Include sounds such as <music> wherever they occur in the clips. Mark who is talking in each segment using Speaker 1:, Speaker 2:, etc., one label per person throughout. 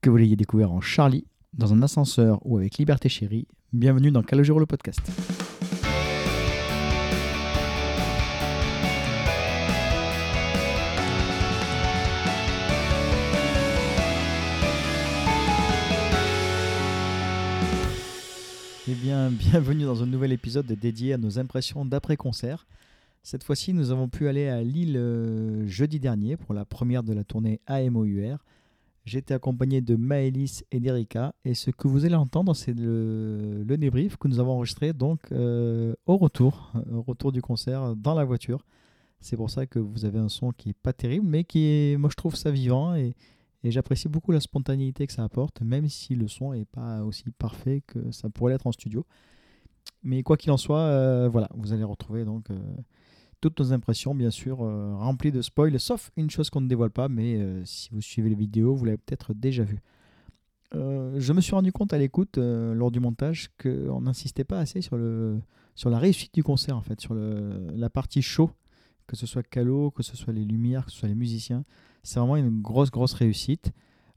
Speaker 1: Que vous l'ayez découvert en Charlie, dans un ascenseur ou avec Liberté Chérie, bienvenue dans Calogero le podcast. Eh bien, <laughs> bienvenue dans un nouvel épisode dédié à nos impressions d'après-concert. Cette fois-ci, nous avons pu aller à Lille euh, jeudi dernier pour la première de la tournée AMOUR. J'étais accompagné de Maëlys et d'Erika et ce que vous allez entendre, c'est le, le débrief que nous avons enregistré donc euh, au retour, au retour du concert dans la voiture. C'est pour ça que vous avez un son qui est pas terrible, mais qui est, moi je trouve ça vivant et, et j'apprécie beaucoup la spontanéité que ça apporte, même si le son n'est pas aussi parfait que ça pourrait l'être en studio. Mais quoi qu'il en soit, euh, voilà, vous allez retrouver donc euh, toutes nos impressions, bien sûr, euh, remplies de spoils, sauf une chose qu'on ne dévoile pas, mais euh, si vous suivez les vidéos, vous l'avez peut-être déjà vu. Euh, je me suis rendu compte à l'écoute, euh, lors du montage, qu'on n'insistait pas assez sur, le, sur la réussite du concert, en fait, sur le- la partie show, que ce soit Calo, que ce soit les lumières, que ce soit les musiciens. C'est vraiment une grosse, grosse réussite.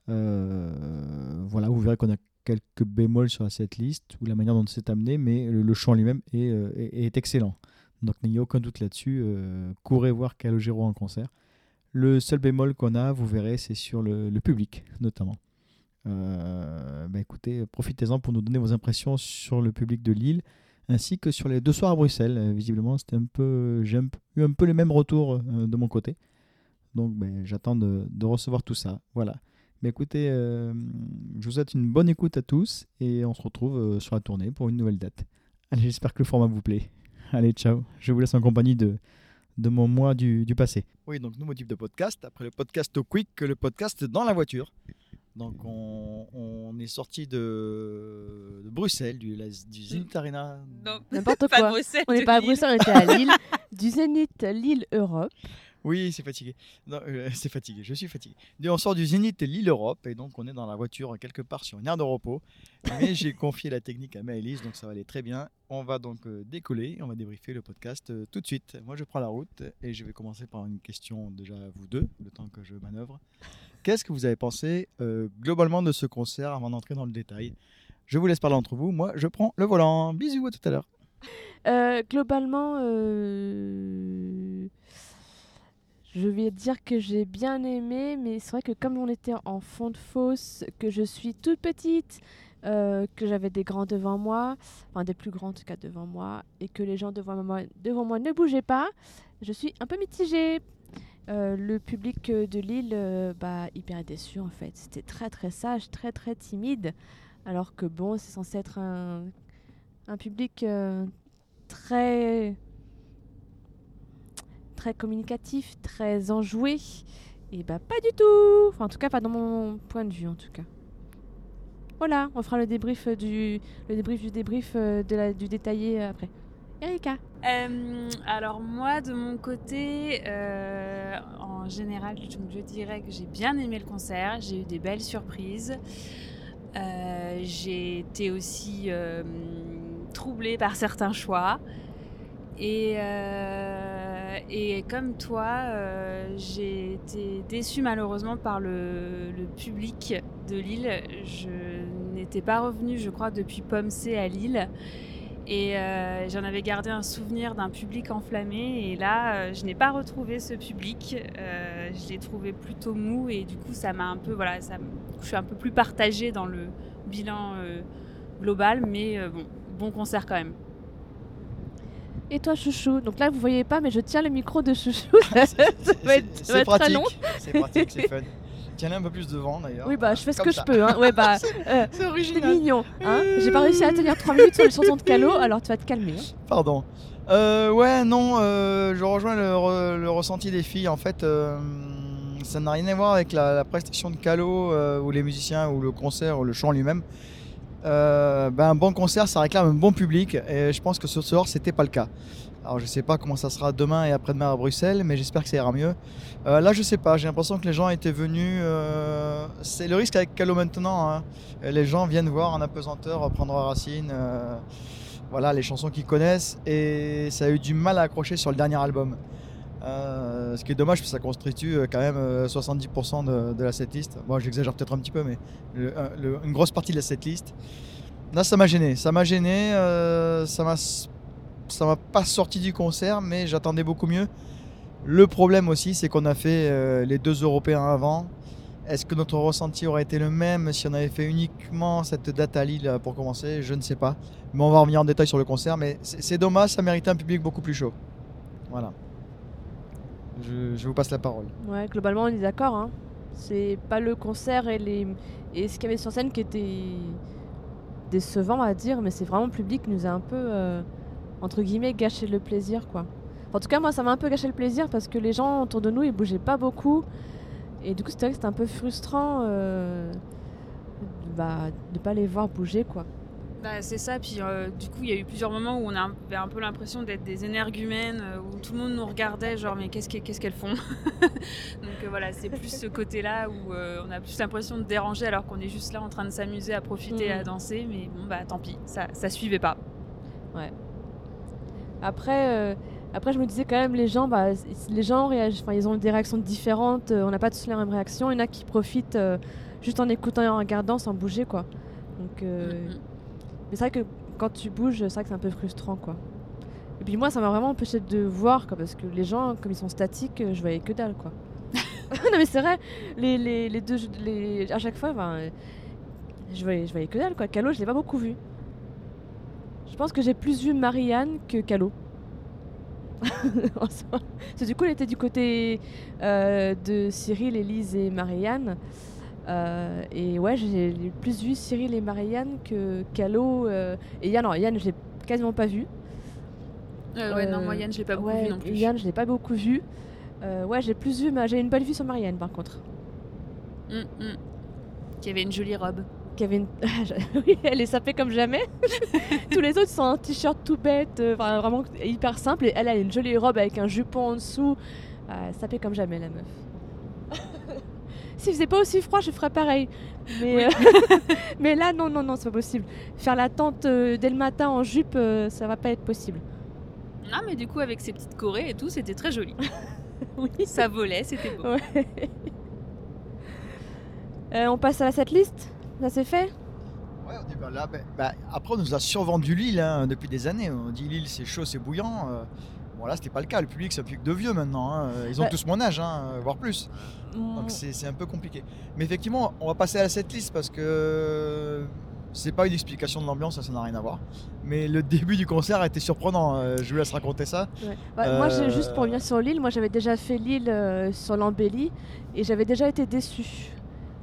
Speaker 1: Euh, voilà, vous verrez qu'on a quelques bémols sur cette liste ou la manière dont c'est amené, mais le, le chant lui-même est, euh, est- est excellent. Donc n'ayez aucun doute là-dessus, euh, courez voir Calogero en concert. Le seul bémol qu'on a, vous verrez, c'est sur le, le public notamment. Euh, bah écoutez, profitez-en pour nous donner vos impressions sur le public de Lille, ainsi que sur les deux soirs à Bruxelles. Euh, visiblement, c'était un peu, j'ai un p- eu un peu les mêmes retours euh, de mon côté. Donc ben, j'attends de, de recevoir tout ça. Voilà. Mais écoutez, euh, je vous souhaite une bonne écoute à tous et on se retrouve euh, sur la tournée pour une nouvelle date. Allez, j'espère que le format vous plaît. Allez, ciao. Je vous laisse en compagnie de, de mon moi du, du passé. Oui, donc nouveau type de podcast, après le podcast au quick que le podcast dans la voiture. Donc on, on est sorti de, de Bruxelles, du, la- du Zenit Arena.
Speaker 2: Non,
Speaker 3: N'importe
Speaker 2: pas de
Speaker 3: quoi.
Speaker 2: Bruxelles.
Speaker 3: On n'est
Speaker 2: de
Speaker 3: pas à
Speaker 2: Lille.
Speaker 3: Bruxelles, on était à Lille, du Zénith Lille Europe.
Speaker 1: Oui, c'est fatigué. Non, euh, <laughs> c'est fatigué, je suis fatigué. Et on sort du Zénith et l'île Europe, et donc on est dans la voiture quelque part sur une aire de repos. Mais j'ai confié la technique à Maëlys, donc ça va aller très bien. On va donc euh, décoller, on va débriefer le podcast euh, tout de suite. Moi, je prends la route et je vais commencer par une question déjà à vous deux, le temps que je manœuvre. Qu'est-ce que vous avez pensé euh, globalement de ce concert avant d'entrer dans le détail Je vous laisse parler entre vous, moi je prends le volant. Bisous, à tout à l'heure.
Speaker 3: Euh, globalement, euh, je vais dire que j'ai bien aimé, mais c'est vrai que comme on était en fond de fosse, que je suis toute petite, euh, que j'avais des grands devant moi, enfin des plus grands en tout cas devant moi, et que les gens devant moi, devant moi ne bougeaient pas, je suis un peu mitigée. Euh, le public euh, de Lille, euh, bah, hyper déçu en fait. C'était très très sage, très très timide. Alors que bon, c'est censé être un, un public euh, très très communicatif, très enjoué. Et bah pas du tout. Enfin, en tout cas, pas dans mon point de vue, en tout cas. Voilà, on fera le débrief euh, du le débrief du débrief euh, de la, du détaillé euh, après. Erika.
Speaker 2: Euh, alors moi, de mon côté, euh, en général, donc, je dirais que j'ai bien aimé le concert. J'ai eu des belles surprises. Euh, j'ai été aussi euh, troublée par certains choix. Et, euh, et comme toi, euh, j'ai été déçue malheureusement par le, le public de Lille. Je n'étais pas revenue, je crois, depuis Pomsé à Lille. Et euh, j'en avais gardé un souvenir d'un public enflammé. Et là, euh, je n'ai pas retrouvé ce public. Euh, je l'ai trouvé plutôt mou. Et du coup, ça m'a un peu. Voilà, ça, m- je suis un peu plus partagée dans le bilan euh, global. Mais euh, bon, bon concert quand même.
Speaker 3: Et toi, chouchou. Donc là, vous voyez pas, mais je tiens le micro de chouchou.
Speaker 1: <laughs> C'est-
Speaker 3: va être-
Speaker 1: c'est-
Speaker 3: <laughs> ça va
Speaker 1: C'est
Speaker 3: être très long.
Speaker 1: pratique, c'est pratique,
Speaker 3: <laughs>
Speaker 1: c'est fun. Tiens-le un peu plus devant d'ailleurs.
Speaker 3: oui, bah je fais ce
Speaker 1: Comme
Speaker 3: que
Speaker 1: ça.
Speaker 3: je peux. Hein.
Speaker 1: <laughs>
Speaker 3: Ouais, bah euh,
Speaker 1: C'est Euh.
Speaker 3: c'est
Speaker 1: original.
Speaker 3: mignon. Hein. J'ai pas réussi à tenir 3 minutes sur les chansons de Calo, alors tu vas te calmer. hein.
Speaker 1: Pardon. Euh, ouais, non, euh, je rejoins le, re- le ressenti des filles. En fait, euh, ça n'a rien à voir avec la, la prestation de Calo euh, ou les musiciens ou le concert ou le chant lui-même. Euh, ben, un bon concert, ça réclame un bon public et je pense que ce soir, c'était pas le cas. Alors, je sais pas comment ça sera demain et après-demain à Bruxelles, mais j'espère que ça ira mieux. Euh, là, je sais pas, j'ai l'impression que les gens étaient venus. euh, C'est le risque avec Calo maintenant. hein. Les gens viennent voir en apesanteur, prendre racine. euh, voilà les chansons qu'ils connaissent et ça a eu du mal à accrocher sur le dernier album. Euh, ce qui est dommage, parce que ça constitue euh, quand même euh, 70% de, de la setlist. Bon, j'exagère peut-être un petit peu, mais le- un- le- une grosse partie de la setlist. Là, ça m'a gêné. Ça m'a gêné. euh, ça m'a s- ça m'a pas sorti du concert, mais j'attendais beaucoup mieux. Le problème aussi, c'est qu'on a fait euh, les deux Européens avant. Est-ce que notre ressenti aurait été le même si on avait fait uniquement cette date à Lille euh, pour commencer Je ne sais pas. Mais on va revenir en détail sur le concert. Mais c'est c'est dommage, ça méritait un public beaucoup plus chaud. Voilà. Je, je vous passe la parole.
Speaker 3: Ouais, globalement, on est d'accord. Hein. C'est pas le concert et, les... et ce qu'il y avait sur scène qui était décevant à dire, mais c'est vraiment le public qui nous a un peu, euh, entre guillemets, gâché le plaisir. quoi. En tout cas, moi, ça m'a un peu gâché le plaisir parce que les gens autour de nous, ils bougeaient pas beaucoup. Et du coup, c'était vrai que c'était un peu frustrant euh, bah, de pas les voir bouger. quoi.
Speaker 2: Bah, c'est ça, puis euh, du coup, il y a eu plusieurs moments où on avait un peu l'impression d'être des énergumènes, euh, où tout le monde nous regardait, genre, mais qu'est-ce qu'est- qu'est-ce qu'elles font <laughs> Donc euh, voilà, c'est plus ce côté-là où euh, on a plus l'impression de déranger alors qu'on est juste là en train de s'amuser, à profiter,
Speaker 3: Mhm.
Speaker 2: à danser, mais bon, bah tant pis, ça, ça suivait pas.
Speaker 3: Après, euh, après, je me disais quand même, les gens, bah, s- les gens réagissent, enfin, ils ont des réactions différentes. euh, on n'a pas tous la même réaction. Il y en a qui profitent euh, juste en écoutant et en regardant, sans bouger, quoi. Donc, euh,
Speaker 2: Mhm.
Speaker 3: mais c'est vrai que quand tu bouges, c'est vrai que c'est un peu frustrant, quoi. Et puis moi, ça m'a vraiment empêché de voir, quoi, parce que les gens, comme ils sont statiques, euh, je voyais que dalle, quoi. non, mais c'est vrai. Les, les, les deux, jeux- les, à chaque fois, ben, euh, je voyais, je voyais que dalle, quoi. Calo, je l'ai pas beaucoup vu. Je pense que j'ai plus vu Marianne que Calo. <laughs> En soi. Parce que du coup, elle était du côté euh, de Cyril, Élise et Marianne. Euh, et ouais, j'ai plus vu Cyril et Marianne que Calo. euh, et Yann, non, Yann, je l'ai quasiment pas vu.
Speaker 2: Euh, ouais, non,
Speaker 3: Euh,
Speaker 2: moi Yann, je l'ai pas beaucoup
Speaker 3: ouais,
Speaker 2: vu non plus.
Speaker 3: Yann, je l'ai pas beaucoup vu. Euh, ouais, j'ai plus vu, mais j'ai une bonne vue sur Marianne par contre.
Speaker 2: Mhm, mhm. Qui avait une jolie robe.
Speaker 3: qui avait une- <laughs> oui, elle est sapée comme jamais. <laughs> Tous les autres sont en t-shirt tout bête, euh, enfin vraiment hyper simple. Et elle a une jolie robe avec un jupon en dessous, Euh, sapée comme jamais la meuf. S'il faisait pas aussi froid, je ferais pareil. Mais, euh, <laughs> mais là, non, non, non, c'est pas possible. Faire la tente euh, dès le matin en jupe, euh, ça va pas être possible.
Speaker 2: Ah, mais du coup, avec ses petites corées et tout, c'était très joli. <laughs>
Speaker 3: Oui.
Speaker 2: ça volait, c'était beau.
Speaker 3: Euh, on passe à la setlist Ça c'est fait
Speaker 1: Ouais, au départ, là, ben, ben, après, on nous a survendu Lille hein, depuis des années. On dit Lille, c'est chaud, c'est bouillant. euh, bon, là, c'était pas le cas. Le public, c'est un public de vieux maintenant. hein. Ils ont
Speaker 3: Ouais.
Speaker 1: tous mon âge, hein, voire plus.
Speaker 3: Mm,
Speaker 1: Donc, c'est c'est un peu compliqué. Mais effectivement, on va passer à la setlist parce que c'est pas une explication de l'ambiance, ça, ça n'a rien à voir. Mais le <laughs> début du concert a été surprenant. euh, Je vous laisse raconter ça.
Speaker 3: Ouais. Bah, Moi, j'ai-
Speaker 1: Euh,
Speaker 3: juste pour revenir sur Lille, moi j'avais déjà fait Lille euh, sur l'embellie et j'avais déjà été déçue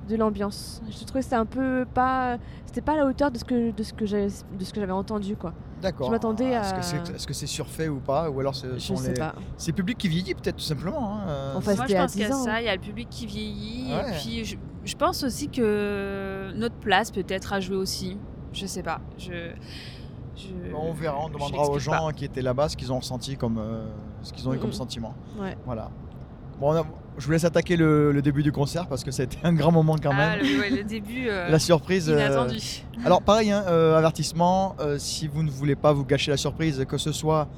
Speaker 3: de l'ambiance. Je trouvais que c'était un peu pas, c'était pas à la hauteur de ce que de ce que j'avais de ce que j'avais entendu quoi.
Speaker 1: D'accord.
Speaker 3: Je m'attendais
Speaker 1: Ah, Est-ce que
Speaker 3: à-
Speaker 1: c'est est-ce que c'est surfait ou pas Ou alors, ce
Speaker 3: Je
Speaker 1: sont
Speaker 3: sais
Speaker 1: Euh, les.
Speaker 3: pas.
Speaker 1: C'est le public qui vieillit, peut-être, tout simplement. hein, euh,
Speaker 3: Enfin,
Speaker 2: Moi, je
Speaker 3: c'était à
Speaker 2: pense qu'il y a
Speaker 3: 10 ans, hein.
Speaker 2: ça, il y a le public qui vieillit.
Speaker 1: Ouais.
Speaker 2: Et puis, je, je pense aussi que notre place peut-être à jouer aussi. Je sais pas. Je, je-
Speaker 1: On verra, on
Speaker 2: je
Speaker 1: demandera aux
Speaker 2: l'explique
Speaker 1: gens hein, qui étaient là-bas ce qu'ils ont ressenti comme euh, ce qu'ils ont eu comme
Speaker 3: Mm, mm.
Speaker 1: sentiment.
Speaker 3: Ouais.
Speaker 1: Voilà. Bon, on a- je vous laisse attaquer le, le début du concert parce que ça a été un grand moment
Speaker 2: pas.
Speaker 1: quand
Speaker 2: Ah,
Speaker 1: même.
Speaker 2: le, ouais, le début euh,
Speaker 1: La surprise. euh,
Speaker 2: inattendu.
Speaker 1: Alors pareil, hein, euh, avertissement, euh, si vous ne voulez pas vous gâcher la surprise, que ce soit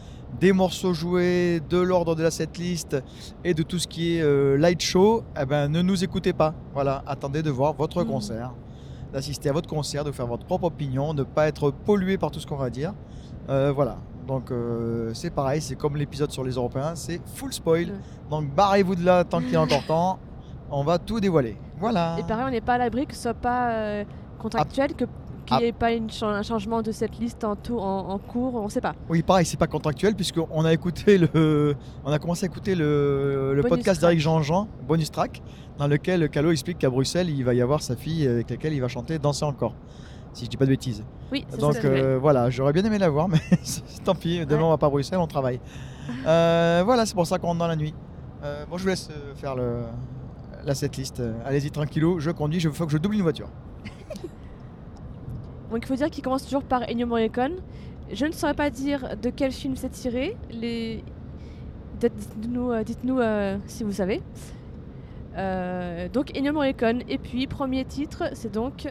Speaker 1: des morceaux joués, de l'ordre de la setlist et de tout ce qui est euh, light show, eh ben, ne nous écoutez pas. Voilà, attendez de voir votre
Speaker 3: Mhm.
Speaker 1: concert, d'assister à votre concert, de faire votre propre opinion, de ne pas être pollué par tout ce qu'on va dire. Euh, voilà, donc euh, c'est pareil, c'est comme l'épisode sur les Européens, c'est full spoil.
Speaker 3: Ouais.
Speaker 1: Donc barrez-vous de là tant
Speaker 3: <laughs>
Speaker 1: qu'il y a encore temps, on va tout dévoiler. Voilà.
Speaker 3: Et pareil, on n'est pas à l'abri que ce soit pas euh, contractuel, que qu'il
Speaker 1: Ah.
Speaker 3: n'y ait pas une chan- un changement de cette liste en tout en, en cours, on sait pas.
Speaker 1: Oui, pareil, c'est pas contractuel puisqu'on a écouté le, on a commencé à écouter le, le
Speaker 3: Bonus
Speaker 1: podcast
Speaker 3: track.
Speaker 1: d'Eric Jean-Jean, bonus track, dans lequel Calo explique qu'à Bruxelles, il va y avoir sa fille avec laquelle il va chanter Danser encore, si je dis pas de bêtises.
Speaker 3: Oui, c'est
Speaker 1: Donc
Speaker 3: ça.
Speaker 2: c'est vrai.
Speaker 1: euh, voilà, j'aurais bien aimé la voir, mais <laughs> c'est- tant pis, demain
Speaker 3: Ouais.
Speaker 1: on va pas à Bruxelles, on
Speaker 3: <laughs>
Speaker 1: travaille. Euh, voilà, c'est pour ça qu'on rentre dans la nuit. Euh, bon, je vous laisse euh, faire le, la setlist. Euh, Allez-y tranquillou, je conduis, je faut que je double une
Speaker 2: <laughs>
Speaker 1: voiture.
Speaker 3: Donc il faut dire qu'il commence toujours par Ennio Morricone. Je ne saurais pas dire de quel film c'est tiré. Les... Peut-être Dites-nous euh, dites-nous, euh, si vous savez. <laughs> Euh, donc Ennio Morricone. Et puis, premier titre, c'est donc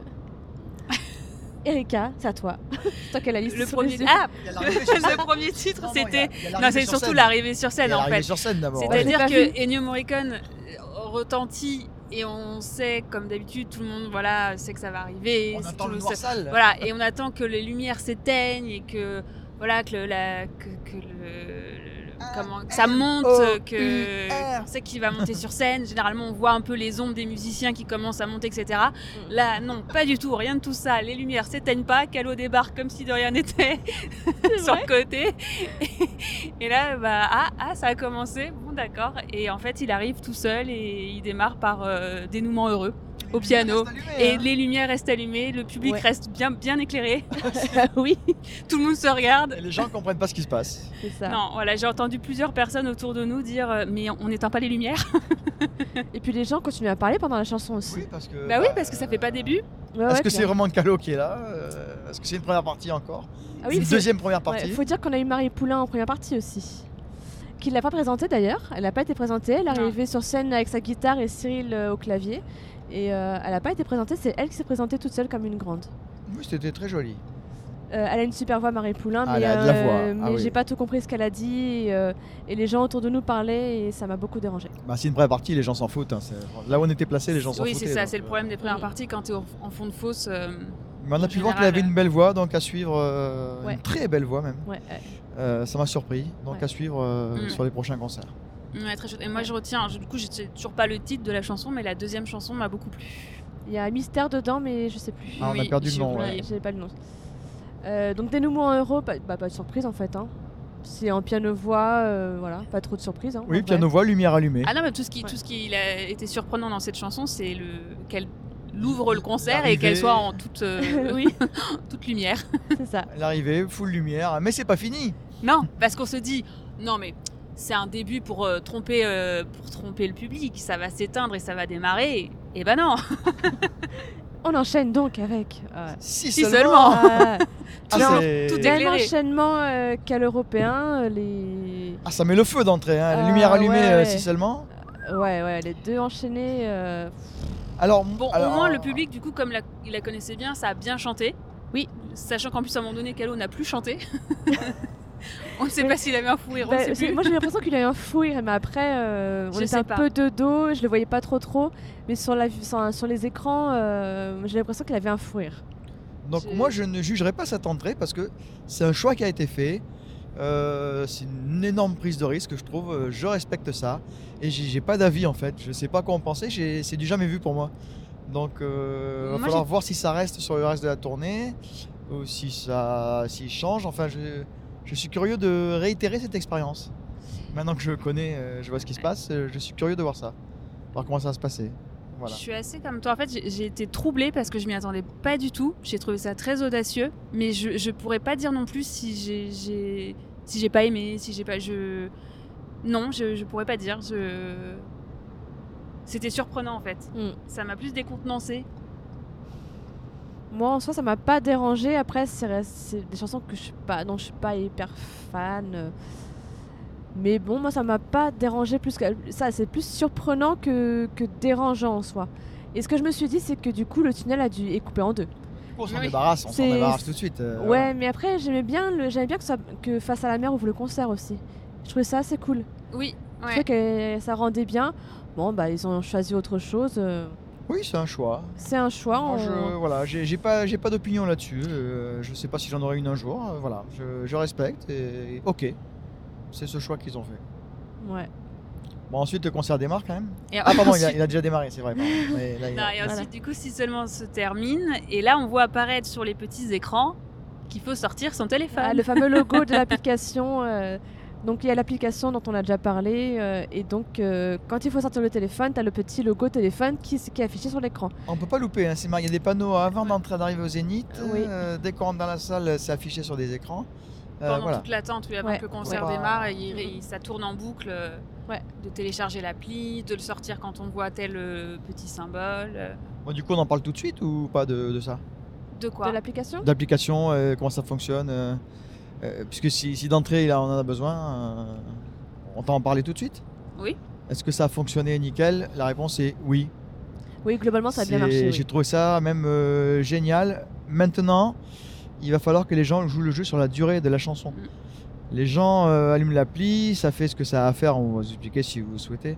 Speaker 3: Erika, c'est à toi. c'est toi qui as la liste.
Speaker 2: Le
Speaker 3: sous
Speaker 2: premier,
Speaker 3: les yeux.
Speaker 2: ah,
Speaker 1: Il y a l'arrivée sur
Speaker 2: le
Speaker 1: scène.
Speaker 2: premier titre,
Speaker 1: Non, non, il y a-
Speaker 2: c'était.
Speaker 1: il y a
Speaker 2: Non,
Speaker 1: l'arrivée
Speaker 2: c'est
Speaker 1: sur
Speaker 2: surtout
Speaker 1: scène.
Speaker 2: l'arrivée sur
Speaker 1: Il y
Speaker 2: scène
Speaker 1: a
Speaker 2: en
Speaker 1: l'arrivée
Speaker 2: fait.
Speaker 1: sur scène d'abord. ouais.
Speaker 3: j'ai
Speaker 2: C'est-à-dire
Speaker 3: pas
Speaker 2: que Ennio Morricone euh, retentit et on sait, comme d'habitude, tout le monde voilà, sait que ça va arriver.
Speaker 1: On
Speaker 2: c'est
Speaker 1: attend
Speaker 2: tout
Speaker 1: le
Speaker 2: le-
Speaker 1: noir sale.
Speaker 2: Voilà,
Speaker 1: <laughs>
Speaker 2: et on attend que les lumières s'éteignent et que voilà que le- la que, que le, le- le- comment que ça monte,
Speaker 1: Ah, O, U,
Speaker 2: que
Speaker 1: R.
Speaker 2: on sait qu'il va monter sur scène. Généralement, on voit un peu les ombres des musiciens qui commencent à monter, etc.
Speaker 1: Mm.
Speaker 2: Là, non, pas du tout, rien de tout ça. Les lumières s'éteignent pas, Calo débarque comme si de rien
Speaker 1: <laughs>
Speaker 2: n'était sur le côté. Et là, bah ah, ah, ça a commencé. Bon, d'accord. Et en fait, il arrive tout seul et il démarre par euh, dénouement heureux. au piano. Et
Speaker 1: hein.
Speaker 2: les lumières restent allumées, le public
Speaker 3: Ouais.
Speaker 2: reste bien, bien <laughs> éclairé,
Speaker 3: Ah oui,
Speaker 2: tout le monde se regarde.
Speaker 1: Et les gens comprennent pas ce qui se passe.
Speaker 3: c'est ça.
Speaker 2: Non, voilà, j'ai entendu plusieurs personnes autour de nous dire euh, Mais on n'éteint pas les lumières
Speaker 3: Et puis les gens continuent à parler pendant la chanson aussi.
Speaker 1: Oui, parce que.
Speaker 2: Bah oui, parce que ça fait pas début.
Speaker 3: Ouais,
Speaker 1: Est-ce
Speaker 3: ouais,
Speaker 1: que c'est
Speaker 3: clair.
Speaker 1: vraiment Calo qui est là Euh, Est-ce que c'est une première partie encore
Speaker 3: Ah oui,
Speaker 1: Une
Speaker 3: c'est-
Speaker 1: deuxième première
Speaker 3: Ouais,
Speaker 1: partie
Speaker 3: faut dire qu'on a eu Marie Poulain en première partie aussi. Qui l'a pas présentée d'ailleurs. Elle n'a pas été présentée. Elle est
Speaker 2: Non.
Speaker 3: arrivée sur scène avec sa guitare et Cyril euh, au clavier. Et euh, elle n'a pas été présentée. C'est elle qui s'est présentée toute seule comme une grande.
Speaker 1: Oui, c'était très joli.
Speaker 3: Euh, elle a une super voix, Marie Poulain.
Speaker 1: Ah,
Speaker 3: mais euh,
Speaker 1: elle a de la voix. Ah
Speaker 3: mais
Speaker 1: oui.
Speaker 3: j'ai pas tout compris ce qu'elle a dit. Et, euh, et les gens autour de nous parlaient et ça m'a beaucoup dérangé.
Speaker 1: Bah, c'est une première partie, les gens s'en foutent. hein, c'est- Là où on était placés, les gens s'en
Speaker 2: Oui,
Speaker 1: foutaient.
Speaker 2: c'est ça,
Speaker 1: donc,
Speaker 2: c'est le
Speaker 1: euh,
Speaker 2: problème des premières
Speaker 3: Oui.
Speaker 2: parties quand t'es au- en fond de fosse. euh,
Speaker 1: Mais on a
Speaker 2: En
Speaker 1: pu voir
Speaker 2: général,
Speaker 1: qu'elle avait
Speaker 2: euh,
Speaker 1: une belle voix, donc à suivre. euh,
Speaker 3: Ouais.
Speaker 1: Une très belle voix même.
Speaker 3: Ouais, ouais.
Speaker 1: Euh, ça m'a surpris, donc
Speaker 3: Ouais.
Speaker 1: à suivre euh,
Speaker 2: Mm.
Speaker 1: sur les prochains concerts.
Speaker 2: ouais, très chouette. Et moi, je retiens, je- du coup, je sais toujours pas le titre de la chanson, mais la deuxième chanson m'a beaucoup plu.
Speaker 3: Il y a un mystère dedans, mais je sais plus.
Speaker 1: Ah, on a
Speaker 2: Oui,
Speaker 1: perdu le
Speaker 2: j'ai
Speaker 1: nom,
Speaker 2: oublié.
Speaker 3: Ouais, j'avais pas le nom. Euh, donc dénouement en euros, pas, bah, pas de surprise en fait. hein. C'est en piano-voix, euh, voilà, pas trop de surprise. hein, en
Speaker 1: Oui,
Speaker 3: vrai.
Speaker 1: piano-voix, lumière allumée.
Speaker 2: Ah non, mais tout ce qui,
Speaker 3: Ouais.
Speaker 2: tout ce qui a été surprenant dans cette chanson, c'est le qu'elle ouvre le concert et
Speaker 1: L'arrivée.
Speaker 2: qu'elle soit en toute, <laughs> euh,
Speaker 3: <laughs> oui,
Speaker 2: toute lumière.
Speaker 3: c'est ça.
Speaker 1: L'arrivée, full lumière, mais c'est pas fini.
Speaker 2: Non, parce qu'on se dit, non mais c'est un début pour euh, tromper euh, pour tromper le public, ça va s'éteindre et ça va démarrer. Et ben non,
Speaker 3: On enchaîne donc avec euh,
Speaker 1: Si,
Speaker 2: si
Speaker 3: <laughs>
Speaker 1: seulement.
Speaker 2: seulement.
Speaker 3: euh,
Speaker 1: Ah,
Speaker 2: Non,
Speaker 1: c'est-
Speaker 2: tout est-
Speaker 3: un
Speaker 2: Éclairé.
Speaker 3: enchaînement euh, qu'à l'européen, euh, les
Speaker 1: Ah, ça met le feu d'entrée, hein.
Speaker 3: Ah,
Speaker 1: lumière allumée,
Speaker 3: ouais,
Speaker 1: euh,
Speaker 3: ouais.
Speaker 1: si seulement.
Speaker 3: ouais ouais les deux enchaînés. euh,
Speaker 1: Alors,
Speaker 2: Bon,
Speaker 1: alors- euh,
Speaker 2: au moins le public du coup comme la- il la connaissait bien, ça a bien chanté. Oui, sachant qu'en plus à un moment donné Calo n'a plus
Speaker 3: <laughs>
Speaker 2: chanté. on ne sait
Speaker 3: Mais-
Speaker 2: pas s'il avait un fou rire, on
Speaker 3: bah,
Speaker 2: ne
Speaker 3: c'est-
Speaker 2: sait plus.
Speaker 3: moi j'ai l'impression qu'il a eu un fou rire, mais après euh, on
Speaker 2: Je
Speaker 3: était
Speaker 2: sais
Speaker 3: un
Speaker 2: pas.
Speaker 3: peu de dos, je le voyais pas trop trop, mais sur la sur, sur les écrans, euh, j'ai l'impression qu'il avait un fou rire.
Speaker 1: Donc
Speaker 2: J'ai-
Speaker 1: moi je ne jugerai pas cette entrée parce que c'est un choix qui a été fait. Euh, c'est une énorme prise de risque, je trouve. Euh, Je respecte ça et j'ai j'ai pas d'avis en fait. Je sais pas quoi en penser. j'ai- C'est du jamais vu pour moi. Donc euh, va
Speaker 2: Moi,
Speaker 1: falloir voir si ça reste sur le reste de la tournée ou si ça s'il change. Enfin je, je suis curieux de réitérer cette expérience. Maintenant que je connais, euh, je vois ce qui se passe. euh, Je suis curieux de voir ça, voir comment ça va se passer. Voilà.
Speaker 2: Je suis assez comme toi. En fait, j'ai- j'ai été troublée parce que je m'y attendais pas du tout. J'ai trouvé ça très audacieux, mais je, je pourrais pas dire non plus si j'ai- j'ai si j'ai pas aimé, si j'ai pas je non, je, je pourrais pas dire. Je c'était surprenant en fait.
Speaker 3: Mm.
Speaker 2: Ça m'a plus décontenancé.
Speaker 3: Moi en soi ça m'a pas dérangé. Après c'est rest- c'est des chansons que je suis pas dont je suis pas hyper fan. euh, Mais bon, moi ça m'a pas dérangé plus que ça, c'est plus surprenant que, que dérangeant en soi. Et ce que je me suis dit, c'est que du coup le tunnel a dû est coupé en deux.
Speaker 1: On s'en
Speaker 2: Oui.
Speaker 1: débarrasse, on s'en
Speaker 3: C'est-
Speaker 1: débarrasse tout de suite. euh,
Speaker 3: ouais, mais après j'aimais bien le j'aimais bien que, ça- que face à la mer ouvre le concert aussi. Je trouvais ça assez cool.
Speaker 2: Oui.
Speaker 3: Je
Speaker 2: Ouais.
Speaker 3: trouvais que ça rendait bien. Bon bah ils ont choisi autre chose. euh,
Speaker 1: Oui, c'est un choix.
Speaker 3: C'est un choix.
Speaker 1: Moi,
Speaker 3: on-
Speaker 1: je, voilà, j'ai j'ai pas, j'ai pas d'opinion là-dessus. euh, je sais pas si j'en aurai une un jour. euh, voilà, je, je respecte. Et, ok, c'est ce choix qu'ils ont fait.
Speaker 3: Ouais.
Speaker 1: Bon, ensuite le concert démarre quand même.
Speaker 2: Et
Speaker 1: Ah pardon, il a,
Speaker 2: ensuite-
Speaker 1: il a déjà démarré, c'est vrai. pardon. Mais là, il
Speaker 2: Non,
Speaker 1: a-
Speaker 2: et
Speaker 3: Voilà.
Speaker 2: ensuite, du coup, si seulement se termine, et là, on voit apparaître sur les petits écrans qu'il faut sortir son téléphone.
Speaker 3: Ah, le fameux
Speaker 2: <laughs>
Speaker 3: logo de l'application. euh, Donc il y a l'application dont on a déjà parlé euh, et donc euh, quand il faut sortir le téléphone, t'as le petit logo téléphone qui, s- qui est affiché sur l'écran.
Speaker 1: On peut pas louper. hein, c'est marrant, Il y a des panneaux avant d'entrer d'arriver au Zénith.
Speaker 3: Oui.
Speaker 1: euh, dès qu'on rentre dans la salle, c'est affiché sur des écrans. Euh,
Speaker 2: pendant
Speaker 1: voilà.
Speaker 2: toute l'attente, oui, avant
Speaker 3: Ouais.
Speaker 2: que le concert
Speaker 1: Ouais.
Speaker 2: démarre, il-
Speaker 3: Mhm.
Speaker 2: il- ça tourne en boucle euh,
Speaker 3: Ouais.
Speaker 2: de télécharger l'appli, de le sortir quand on voit tel euh, petit symbole. euh,
Speaker 1: Bon, du coup, on en parle tout de suite ou pas de, de ça
Speaker 2: De quoi Ah,
Speaker 3: De l'application
Speaker 1: D'application, euh, comment ça fonctionne euh, euh, Puisque si, si d'entrée là, on en a besoin, euh, on peut en parler tout de suite
Speaker 2: Oui.
Speaker 1: Est-ce que ça a fonctionné nickel La réponse est oui.
Speaker 3: Oui, globalement ça a bien
Speaker 1: C'est-
Speaker 3: marché. oui.
Speaker 1: J'ai trouvé ça même euh, génial, Maintenant, il va falloir que les gens jouent le jeu sur la durée de la chanson.
Speaker 3: Mm.
Speaker 1: Les gens euh, allument l'appli, ça fait ce que ça a à faire, on va vous expliquer si vous souhaitez.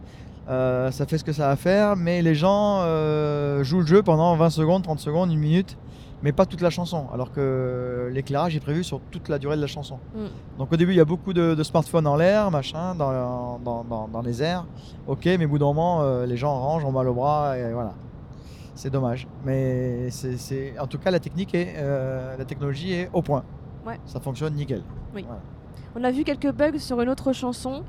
Speaker 1: Euh, ça fait ce que ça a à faire, mais les gens euh, jouent le jeu pendant 20 secondes, 30 secondes, une minute, mais pas toute la chanson, alors que l'éclairage est prévu sur toute la durée de la chanson.
Speaker 3: Mm.
Speaker 1: Donc au début, il y a beaucoup de, de smartphones en l'air, machin, dans, dans, dans- dans les airs. Ok, mais au bout d'un moment, euh, les gens en rangent, ont mal au bras, et voilà. C'est dommage. Mais c'est, c'est- en tout cas, la technique est, euh, la technologie est au point.
Speaker 3: Ouais.
Speaker 1: Ça fonctionne nickel.
Speaker 3: On a vu quelques bugs sur une autre chanson,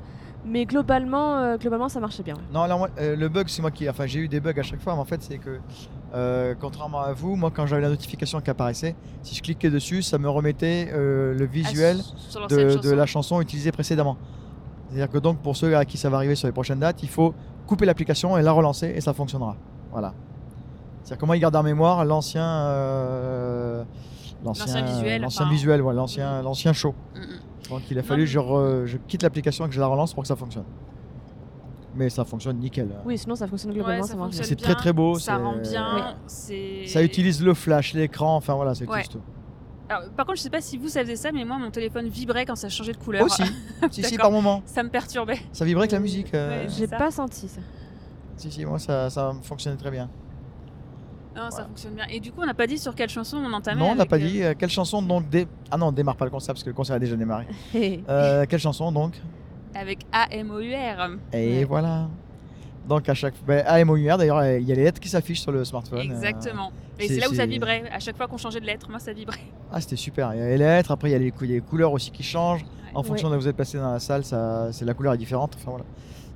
Speaker 3: mais globalement, euh, globalement ça marchait bien.
Speaker 1: Non, alors moi, euh, le bug, c'est moi qui. Enfin, j'ai eu des bugs à chaque fois, mais en fait, c'est que, euh, contrairement à vous, moi, quand j'avais la notification qui apparaissait, si je cliquais dessus, ça me remettait euh, le visuel de, de la chanson utilisée précédemment. C'est-à-dire que donc, pour ceux à qui ça va arriver sur les prochaines dates, il faut couper l'application et la relancer et ça fonctionnera. Voilà. C'est-à-dire comment il garde en mémoire l'ancien. euh,
Speaker 2: L'ancien visuel,
Speaker 1: L'ancien
Speaker 2: enfin.
Speaker 1: visuel, voilà, l'ancien, l'ancien show.
Speaker 2: Mm,
Speaker 1: Donc il a
Speaker 2: Non,
Speaker 1: fallu
Speaker 2: mais-
Speaker 1: que je, re- je quitte l'application et que je la relance pour que ça fonctionne. Mais ça fonctionne nickel.
Speaker 3: Oui, sinon ça fonctionne globalement,
Speaker 2: ça
Speaker 3: ça, marche.
Speaker 2: fonctionne.
Speaker 1: C'est
Speaker 2: bien,
Speaker 1: très très beau.
Speaker 2: Ça
Speaker 1: Oh, c'est-
Speaker 2: rend bien. c'est-
Speaker 1: Ça utilise le flash, l'écran, enfin voilà, ça utilise
Speaker 2: Ouais.
Speaker 1: tout.
Speaker 2: Alors, par contre, je sais pas si vous, ça faisait ça, mais moi, mon téléphone vibrait quand ça changeait de couleur. <laughs>
Speaker 1: Aussi, si, si, par
Speaker 2: D'accord.
Speaker 1: moment.
Speaker 2: Ça me perturbait.
Speaker 1: Ça vibrait avec la musique. euh,
Speaker 2: Ouais.
Speaker 3: J'ai
Speaker 2: ça.
Speaker 3: pas
Speaker 2: <laughs>
Speaker 3: senti ça.
Speaker 1: Si, si, moi ça, ça fonctionnait très bien.
Speaker 2: Non, ça
Speaker 1: Voilà.
Speaker 2: fonctionne bien. Et du coup, on n'a pas dit sur quelle chanson on entamait.
Speaker 1: non, on n'a
Speaker 2: avec,
Speaker 1: pas
Speaker 2: euh,
Speaker 1: dit. euh, quelle chanson donc. dé- Ah non, on démarre pas le concert parce que le concert a déjà
Speaker 3: <laughs>
Speaker 1: démarré.
Speaker 3: Hé, hé.
Speaker 1: Euh, quelle chanson donc
Speaker 2: Avec AMOUR.
Speaker 1: Et
Speaker 3: Ouais.
Speaker 1: voilà. Donc à chaque. ben, AMOUR d'ailleurs, euh, il y a les lettres qui s'affichent sur le smartphone. euh,
Speaker 2: Exactement. Et
Speaker 1: c'est-
Speaker 2: c'est là où ça
Speaker 1: c'est-
Speaker 2: vibrait. À chaque fois qu'on changeait de lettre, moi, ça vibrait. <laughs>
Speaker 1: Ah, c'était super. Il y a les lettres, après il y a les, cou- les couleurs aussi qui changent. En
Speaker 3: Ouais.
Speaker 1: fonction de où vous êtes passé dans la salle, ça, c'est la couleur est différente. Enfin voilà,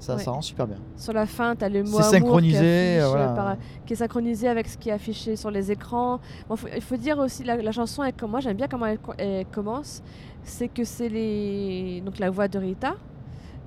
Speaker 1: ça,
Speaker 3: Ouais.
Speaker 1: ça rend super bien.
Speaker 3: Sur la fin, t'as le mot
Speaker 1: c'est
Speaker 3: amour
Speaker 1: synchronisé,
Speaker 3: qui, affiche,
Speaker 1: euh,
Speaker 3: euh,
Speaker 1: voilà.
Speaker 3: par- qui est synchronisé avec ce qui est affiché sur les écrans. Bon, faut- il faut dire aussi la, la chanson, elle, moi j'aime bien comment elle, co- elle commence, c'est que c'est les donc la voix de Rita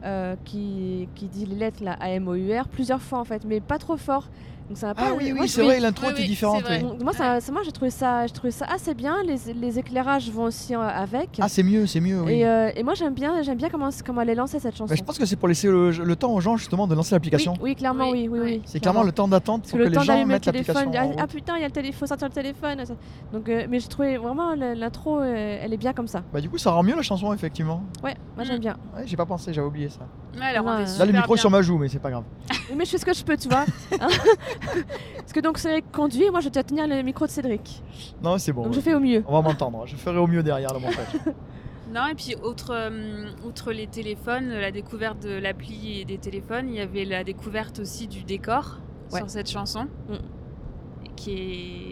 Speaker 3: euh, qui, qui dit les lettres la AMOUR plusieurs fois en fait, mais pas trop fort. Donc ça m'a
Speaker 1: Ah
Speaker 3: pas-
Speaker 1: oui,
Speaker 3: moi,
Speaker 1: oui,
Speaker 3: je
Speaker 1: c'est
Speaker 3: trouvais-
Speaker 1: vrai, l'intro
Speaker 2: oui,
Speaker 1: était
Speaker 2: oui,
Speaker 1: différente.
Speaker 2: c'est vrai.
Speaker 1: oui.
Speaker 3: Donc, moi, ça, ça- moi j'ai trouvé ça, j'ai trouvé ça assez bien. Les, les éclairages vont aussi euh, avec.
Speaker 1: Ah, c'est mieux, c'est mieux. Oui.
Speaker 3: et, euh, et moi j'aime bien, j'aime bien comment, comment elle est lancée cette chanson.
Speaker 1: Mais je pense que c'est pour laisser le, le temps aux gens justement de lancer
Speaker 3: oui,
Speaker 1: l'application.
Speaker 3: oui, clairement, oui,
Speaker 2: Oui,
Speaker 3: oui, oui.
Speaker 2: oui.
Speaker 1: C'est clairement le temps d'attente
Speaker 3: Parce
Speaker 1: pour
Speaker 3: que
Speaker 1: que,
Speaker 3: le temps
Speaker 1: les gens
Speaker 3: d'allumer le
Speaker 1: mettent l'application.
Speaker 3: téléphone, dire,
Speaker 1: en route.
Speaker 3: ah putain, il y a le téléphone, faut sortir le téléphone. ça. Donc, euh, mais je trouvais vraiment le- l'intro, euh, elle est bien comme ça.
Speaker 1: Bah, du coup, ça rend mieux la chanson, effectivement.
Speaker 3: Ouais, moi
Speaker 2: Mm.
Speaker 3: j'aime bien.
Speaker 1: Ouais, J'ai pas pensé, j'avais oublié ça.
Speaker 2: Ouais, alors,
Speaker 3: Voilà.
Speaker 2: on
Speaker 3: Là,
Speaker 1: Là,
Speaker 2: était
Speaker 1: le
Speaker 2: super
Speaker 1: micro
Speaker 2: bien.
Speaker 1: sur ma joue, mais c'est pas grave.
Speaker 3: Mais je fais ce que je peux,
Speaker 1: <laughs>
Speaker 3: tu vois. Hein Parce que donc Cédric conduit, moi je dois tenir le micro de Cédric.
Speaker 1: Non, c'est bon.
Speaker 3: donc
Speaker 1: ouais.
Speaker 3: je fais au mieux.
Speaker 1: On va m'entendre. Je ferai au mieux derrière le montage.
Speaker 2: Non, et puis, outre, euh, outre les téléphones, la découverte de l'appli et des téléphones, il y avait la découverte aussi du décor
Speaker 3: Ouais.
Speaker 2: sur cette chanson.
Speaker 3: Mm.
Speaker 2: Qui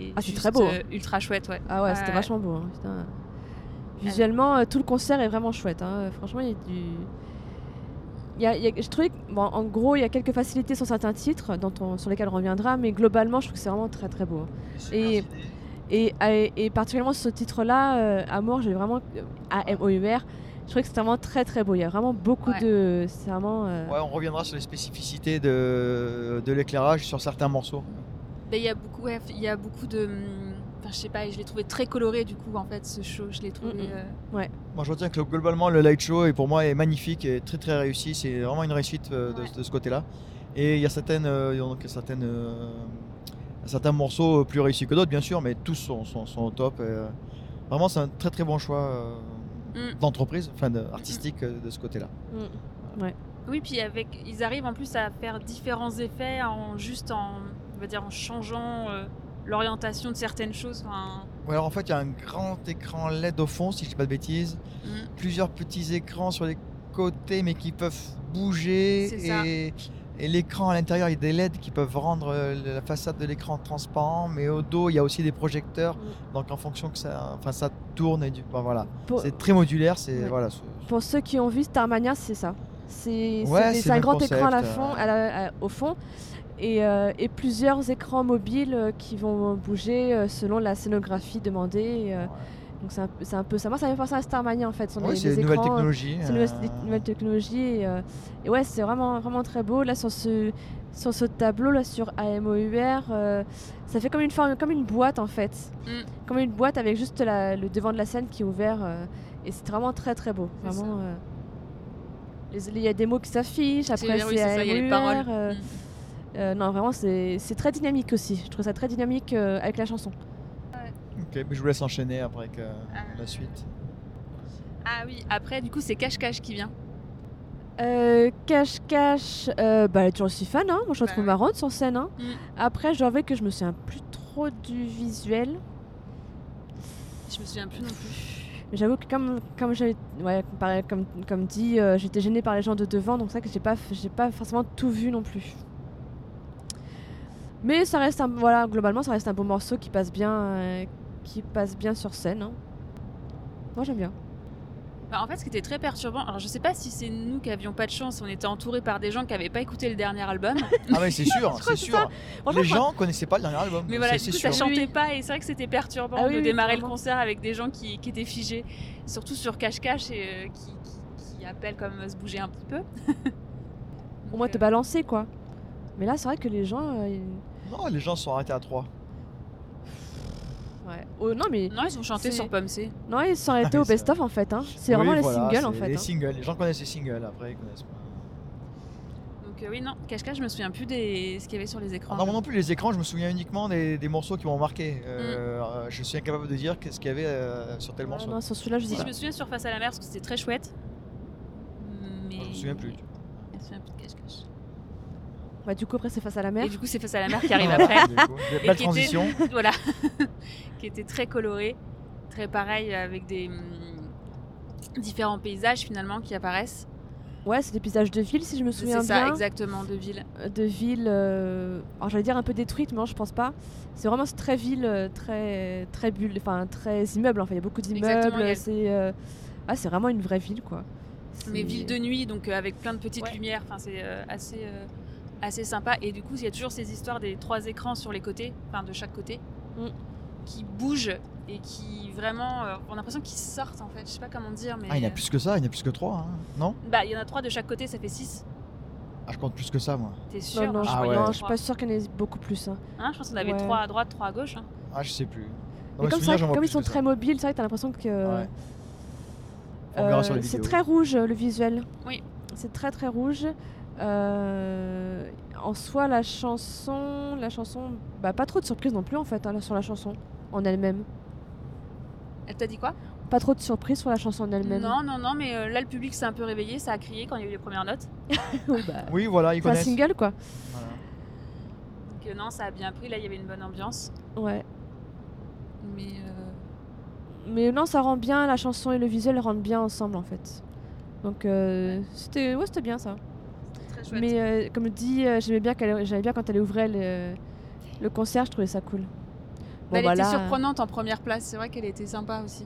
Speaker 2: est
Speaker 3: Ah, c'est
Speaker 2: juste,
Speaker 3: très beau,
Speaker 2: euh, ultra chouette, ouais.
Speaker 3: Ah ouais, c'était
Speaker 2: Ouais.
Speaker 3: vachement beau. hein, putain. Visuellement, euh, tout le concert est vraiment chouette. hein. Franchement, il y a du. il y a- il y a- je trouvais que- bon, en gros, il y a quelques facilités sur certains titres dont on- sur lesquels on reviendra, mais globalement, je trouve que c'est vraiment très très beau. hein. Et- Et, et, et particulièrement ce titre-là, euh, Amour, j'ai vraiment euh, A-M-O-U-R. Je trouvais que c'était vraiment très très beau. Il y a vraiment beaucoup
Speaker 2: Ouais.
Speaker 3: de. C'est vraiment. euh,
Speaker 1: Ouais, on reviendra sur les spécificités de, de l'éclairage sur certains morceaux.
Speaker 2: Ben, il y a beaucoup, ouais, il y a beaucoup de. hum, Enfin, je sais pas, et je l'ai trouvé très coloré du coup, en fait, ce show. Je l'ai trouvé.
Speaker 3: Mm, mm.
Speaker 2: euh,
Speaker 1: Moi, je retiens que globalement, le light show est pour moi est magnifique et très très réussi. C'est vraiment une réussite euh, de,
Speaker 2: Ouais.
Speaker 1: de ce côté-là. Et il y a certaines, euh, il y en a certaines, euh, certains morceaux euh, plus réussis que d'autres, bien sûr, mais tous sont, sont- sont au top. Et, euh, vraiment, c'est un très très bon choix euh,
Speaker 2: Mm.
Speaker 1: d'entreprise, enfin de- artistique euh, de ce côté-là.
Speaker 3: mm.
Speaker 2: Oui, puis avec, ils arrivent en plus à faire différents effets en juste en, on va dire, en changeant euh, l'orientation de certaines choses. Enfin,
Speaker 1: Ou alors en fait, il y a un grand écran LED au fond, si je dis pas de bêtises.
Speaker 2: hum.
Speaker 1: plusieurs petits écrans sur les côtés mais qui peuvent bouger
Speaker 2: C'est ça.
Speaker 1: et, et l'écran à l'intérieur il y a des LED qui peuvent rendre euh, la façade de l'écran transparent mais au dos il y a aussi des projecteurs
Speaker 3: Mm.
Speaker 1: donc en fonction que ça enfin ça tourne et du ben voilà
Speaker 3: Pour,
Speaker 1: c'est très modulaire c'est
Speaker 3: Ouais.
Speaker 1: voilà ce-
Speaker 3: pour ceux qui ont vu Starmania, c'est ça. C'est c'est
Speaker 1: Ouais,
Speaker 3: des-
Speaker 1: c'est
Speaker 3: c'est
Speaker 1: le
Speaker 3: un
Speaker 1: même
Speaker 3: grand
Speaker 1: concept,
Speaker 3: écran à la
Speaker 1: euh.
Speaker 3: fond, à la- à- au fond. Et, euh, et plusieurs écrans mobiles euh, qui vont bouger euh, selon la scénographie demandée. et, euh,
Speaker 1: Ouais.
Speaker 3: Donc c'est un, peu- c'est un peu ça. Moi, ça m'a fait penser à Starmania en fait. Ce sont
Speaker 1: Ouais,
Speaker 3: des-
Speaker 1: c'est
Speaker 3: des
Speaker 1: une nouvelle
Speaker 3: écrans, euh,
Speaker 1: technologie
Speaker 3: C'est une nouvelle,
Speaker 1: euh,
Speaker 3: une nouvelle technologie et, euh, et ouais c'est vraiment vraiment très beau là sur ce sur ce tableau là sur AMOUR euh, ça fait comme une forme comme une boîte en fait
Speaker 2: Mm.
Speaker 3: comme une boîte avec juste la- le devant de la scène qui est ouvert euh, et c'est vraiment très très beau
Speaker 2: C'est
Speaker 3: vraiment euh, les- il y a des mots qui s'affichent
Speaker 2: C'est-
Speaker 3: après
Speaker 2: oui, c'est ça, il y a les paroles.
Speaker 3: AMOUR, euh,
Speaker 2: Hum.
Speaker 3: euh, non vraiment c'est c'est très dynamique aussi je trouve ça très dynamique euh, avec la chanson
Speaker 1: Ok, mais je vous laisse enchaîner après avec euh,
Speaker 2: Ah.
Speaker 1: la suite.
Speaker 2: Ah oui, après, du coup, c'est Cache-Cache qui vient.
Speaker 3: Euh, Cache-cache, euh, bah, elle est toujours aussi fan, hein. moi je la
Speaker 2: Bah
Speaker 3: trouve
Speaker 2: ouais.
Speaker 3: marrante sur scène. Hein.
Speaker 2: Mm.
Speaker 3: Après, je avouer que je me souviens plus trop du visuel.
Speaker 2: Je me souviens plus non plus.
Speaker 3: Mais J'avoue que comme, comme, j'avais- ouais, pareil, comme, comme dit, euh, j'étais gênée par les gens de devant, donc c'est vrai que j'ai pas, f- j'ai pas forcément tout vu non plus. Mais ça reste un, voilà, globalement, ça reste un beau morceau qui passe bien, euh, qui passe bien sur scène. hein. Moi j'aime bien.
Speaker 2: Bah, en fait, ce qui était très perturbant, alors je sais pas si c'est nous qui avions pas de chance, on était entourés par des gens qui avaient pas écouté le dernier album.
Speaker 1: Ah mais
Speaker 3: <laughs>
Speaker 1: c'est sûr,
Speaker 3: crois
Speaker 1: c'est
Speaker 3: que c'est
Speaker 1: sûr.
Speaker 3: ça. Franchement,
Speaker 1: Les
Speaker 3: je crois-
Speaker 1: gens connaissaient pas le dernier album.
Speaker 2: Mais voilà,
Speaker 1: c'est-
Speaker 2: du
Speaker 1: c'est
Speaker 2: coup, ça
Speaker 1: sûr.
Speaker 2: chantait pas et c'est vrai que c'était perturbant
Speaker 3: Ah
Speaker 2: de
Speaker 3: oui, oui,
Speaker 2: démarrer le
Speaker 3: clairement.
Speaker 2: concert avec des gens qui, qui étaient figés, surtout sur cache-cache et euh, qui, qui, qui appellent comme euh, se bouger un
Speaker 3: <laughs>
Speaker 2: petit peu. euh,
Speaker 3: au moins te
Speaker 2: Donc,
Speaker 3: balancer quoi. Mais là, c'est vrai que les gens, euh, ils-
Speaker 1: Non, les gens se sont arrêtés à 3.
Speaker 3: ouais. Oh, non mais
Speaker 2: euh, Non, ils ont chanté
Speaker 3: C'est-
Speaker 2: sur Pomme C.
Speaker 3: non, ils se sont arrêtés
Speaker 1: Ah,
Speaker 3: au
Speaker 1: oui, c'est
Speaker 3: best-of en fait. hein. C'est vraiment les singles en fait.
Speaker 1: Les
Speaker 3: hein.
Speaker 1: singles, les gens connaissent les singles, après ils connaissent pas.
Speaker 2: Donc euh, oui, non, cache-cache, je me souviens plus des ce qu'il y avait sur les
Speaker 3: Ah.
Speaker 2: écrans.
Speaker 1: Non, Ah, bah, moi non plus, les écrans, je me souviens uniquement des, des morceaux qui m'ont
Speaker 3: Mm.
Speaker 1: marqué. Euh, euh, Je suis incapable de dire qu'est-ce qu'il y avait euh, sur tel
Speaker 3: Ouais,
Speaker 1: morceau.
Speaker 3: non, sur celui-là, je
Speaker 2: Si
Speaker 3: dis
Speaker 2: je me souviens sur Face à la mer, parce que c'était très chouette. Mais...
Speaker 1: Moi, je me souviens plus.
Speaker 2: Je me souviens plus de cache-cache.
Speaker 3: Bah, du coup, après, c'est face à la mer.
Speaker 2: Et du coup, c'est Face à la
Speaker 1: <laughs>
Speaker 2: mer qui arrive
Speaker 1: Ah,
Speaker 2: après.
Speaker 1: du coup,
Speaker 2: Et
Speaker 1: Belle
Speaker 2: qui était-
Speaker 1: transition.
Speaker 2: <laughs>
Speaker 3: <laughs>
Speaker 2: voilà, qui était très coloré, très pareil avec des hum, différents paysages finalement qui apparaissent.
Speaker 3: Ouais, c'est des paysages de ville, si je me souviens
Speaker 2: C'est
Speaker 3: bien.
Speaker 2: ça exactement de ville.
Speaker 3: euh, De ville, euh, alors j'allais dire un peu détruite, mais non, je pense pas. C'est vraiment c'est très ville, euh, très très bulle, enfin très immeuble. Enfin, il y a beaucoup
Speaker 2: Exactement, il y a-
Speaker 3: d'immeubles. C'est euh, ah, c'est vraiment une vraie ville, quoi.
Speaker 2: Mais
Speaker 3: C'est-
Speaker 2: ville de nuit donc euh, avec plein de petites
Speaker 3: Ouais.
Speaker 2: lumières. Enfin c'est euh, assez euh, assez sympa et du coup il y a toujours ces histoires des trois écrans sur les côtés, enfin de chaque côté,
Speaker 3: Mm.
Speaker 2: qui bougent et qui vraiment euh, on a l'impression qu'ils sortent en fait. Je sais pas comment dire mais
Speaker 1: Ah, il y en a
Speaker 2: euh,
Speaker 1: plus que ça, il y en a plus que 3, non
Speaker 2: bah il y en a trois de chaque côté ça fait six.
Speaker 1: Ah, je compte plus que ça, moi.
Speaker 2: T'es sûr
Speaker 3: Non, non,
Speaker 2: hein,
Speaker 3: je,
Speaker 1: Ah
Speaker 2: croyais
Speaker 1: ouais.
Speaker 2: que
Speaker 3: non, je
Speaker 2: c'était
Speaker 3: suis
Speaker 2: trois.
Speaker 3: pas sûre qu'il y en ait beaucoup plus. hein.
Speaker 2: Hein, je pense qu'on avait
Speaker 3: Ouais.
Speaker 2: trois à droite, trois à gauche. hein.
Speaker 1: Ah, je sais plus. Dans
Speaker 3: Mais
Speaker 1: mes
Speaker 3: comme,
Speaker 1: souvenirs,
Speaker 3: ça,
Speaker 1: j'en vois
Speaker 3: comme ils
Speaker 1: plus
Speaker 3: sont
Speaker 1: que ça.
Speaker 3: très mobiles, c'est vrai que t'as l'impression que euh,
Speaker 1: Ouais. On verra sur les
Speaker 3: c'est
Speaker 1: vidéos.
Speaker 3: très rouge euh, le visuel.
Speaker 2: Oui.
Speaker 3: C'est très très rouge. Euh, en soi, la chanson, la chanson, bah pas trop de surprises non plus en fait hein, là, sur la chanson en elle-même.
Speaker 2: Elle t'a dit quoi
Speaker 3: Pas trop de surprises sur la chanson en elle-même.
Speaker 2: Non, non, non, mais euh, là, le public s'est un peu réveillé, ça a crié quand il y a eu les premières notes.
Speaker 3: Oui, <laughs> bah,
Speaker 1: Oui, voilà, ils
Speaker 3: c'est un
Speaker 1: connaissent.
Speaker 3: single quoi.
Speaker 1: Voilà.
Speaker 2: Donc, euh, non, ça a bien pris, là, il y avait une bonne ambiance.
Speaker 3: Ouais.
Speaker 2: Mais euh,
Speaker 3: Mais non, ça rend bien la chanson et le visuel rendent bien ensemble en fait. Donc euh, c'était ouais, c'était bien ça.
Speaker 2: c'était très chouette.
Speaker 3: Mais euh, comme dit, euh, j'aimais bien qu'elle j'aimais bien quand elle ouvrait le, le concert, je trouvais ça cool.
Speaker 2: Mais elle
Speaker 3: bah,
Speaker 2: était
Speaker 3: là,
Speaker 2: surprenante en première place, c'est vrai qu'elle était sympa aussi.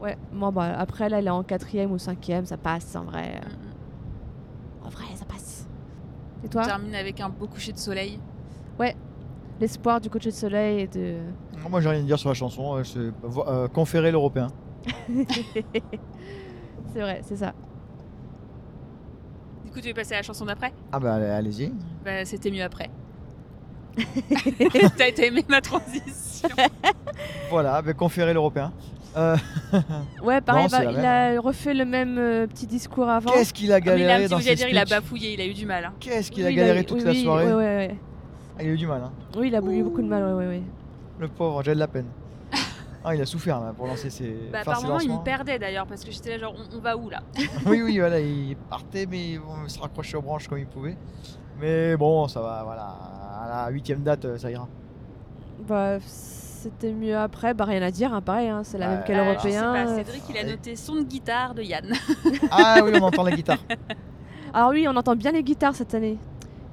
Speaker 3: Ouais, bon bah après là elle est en quatrième ou cinquième, ça passe en vrai.
Speaker 2: Mm, mm.
Speaker 3: En vrai, ça passe. Et
Speaker 2: On
Speaker 3: toi
Speaker 2: termine avec un beau coucher de soleil.
Speaker 3: L'espoir du coach de soleil et de.
Speaker 1: Non, Moi, j'ai rien à dire sur la chanson. euh, c'est, euh, vo- euh, conférer l'européen.
Speaker 3: c'est vrai, c'est ça.
Speaker 2: Du coup, tu veux passer à la chanson d'après
Speaker 1: Ah, bah, allez- allez-y.
Speaker 2: bah, C'était
Speaker 1: <laughs>
Speaker 2: mieux après. T'as t'as aimé ma transition
Speaker 1: Voilà, bah, conférer l'européen. Euh,
Speaker 3: Ouais, pareil,
Speaker 1: Non, c'est
Speaker 3: bah,
Speaker 1: la
Speaker 3: il
Speaker 1: même.
Speaker 3: a refait le même euh, petit discours avant.
Speaker 1: Qu'est-ce qu'il a
Speaker 2: Ah, mais il a un
Speaker 1: galéré
Speaker 2: petit-
Speaker 1: dans
Speaker 2: j'allais
Speaker 1: ses
Speaker 2: dire, il a
Speaker 1: speeches.
Speaker 2: bafouillé, il a eu du mal. hein.
Speaker 1: Qu'est-ce qu'il
Speaker 3: Oui,
Speaker 1: a
Speaker 3: il
Speaker 1: galéré
Speaker 3: eu-
Speaker 1: toute
Speaker 3: oui,
Speaker 1: la
Speaker 3: oui,
Speaker 1: soirée
Speaker 3: Ouais, ouais, ouais.
Speaker 1: Ah, Il a eu du mal, hein.
Speaker 3: Oui, il a eu beaucoup de mal, ouais, ouais, ouais.
Speaker 1: le pauvre, j'ai de la peine. Ah, il a souffert là, pour lancer ses.
Speaker 2: Bah,
Speaker 1: faire
Speaker 2: par
Speaker 1: ses
Speaker 2: moments, il
Speaker 1: lancements.
Speaker 2: me perdait d'ailleurs, parce que j'étais là, genre, on, on va où là
Speaker 1: <laughs> Oui, oui, voilà, il partait, mais bon, il se raccrochait aux branches comme il pouvait. Mais bon, ça va, voilà. À la huitième date, euh, ça ira.
Speaker 3: Bah, c'était mieux après, bah rien à dire, hein, pareil, hein, c'est la
Speaker 1: Ouais.
Speaker 3: même qu'à
Speaker 2: Euh,
Speaker 3: l'européen.
Speaker 2: Je sais pas,
Speaker 3: euh.
Speaker 2: Cédric, il a noté son de guitare de <laughs> Yann.
Speaker 1: Ah oui, on entend la guitare.
Speaker 3: Alors oui, on entend bien les guitares cette année.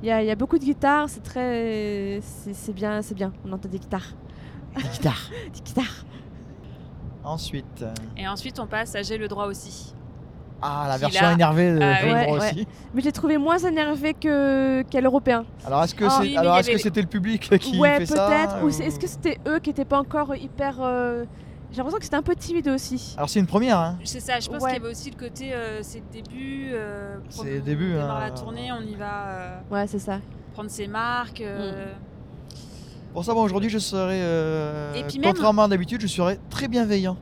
Speaker 3: Il y, a- il y a beaucoup de guitares, c'est très. C'est c'est bien, c'est bien, on entend des guitares.
Speaker 1: La guitare.
Speaker 3: Des guitares
Speaker 1: Ensuite. euh,
Speaker 2: Et ensuite, on passe à J'ai le droit aussi.
Speaker 1: Ah, la
Speaker 2: Qu'il
Speaker 1: version
Speaker 2: a-
Speaker 1: énervée de
Speaker 2: Ah,
Speaker 1: Jean
Speaker 3: oui.
Speaker 1: Gros
Speaker 3: Ouais, ouais.
Speaker 1: aussi.
Speaker 3: Mais je l'ai trouvé moins énervé que- qu'à l'européen.
Speaker 1: Alors, est-ce que
Speaker 3: Ah,
Speaker 1: c'est-
Speaker 2: oui, mais il
Speaker 1: alors,
Speaker 2: y
Speaker 1: est-ce que
Speaker 2: avait-
Speaker 1: c'était le public qui
Speaker 3: ouais,
Speaker 1: fait ça euh,
Speaker 3: peut-être. Ou, c'est- est-ce que c'était eux qui n'étaient pas encore hyper. euh, J'ai l'impression que c'était un peu timide aussi.
Speaker 1: Alors, c'est une première, hein.
Speaker 2: C'est ça, je pense
Speaker 3: Ouais.
Speaker 2: qu'il y avait aussi le côté, euh, c'est le début. euh,
Speaker 1: C'est
Speaker 2: pour-
Speaker 1: le début,
Speaker 2: On démarre
Speaker 1: hein.
Speaker 2: la tournée, on y va euh,
Speaker 3: Ouais, c'est ça.
Speaker 2: prendre ses marques. euh,
Speaker 3: Mm.
Speaker 1: Pour ça, moi, aujourd'hui, je serai. euh,
Speaker 2: Et puis même-
Speaker 3: <laughs>
Speaker 1: contrairement à d'habitude, je serai très bienveillant.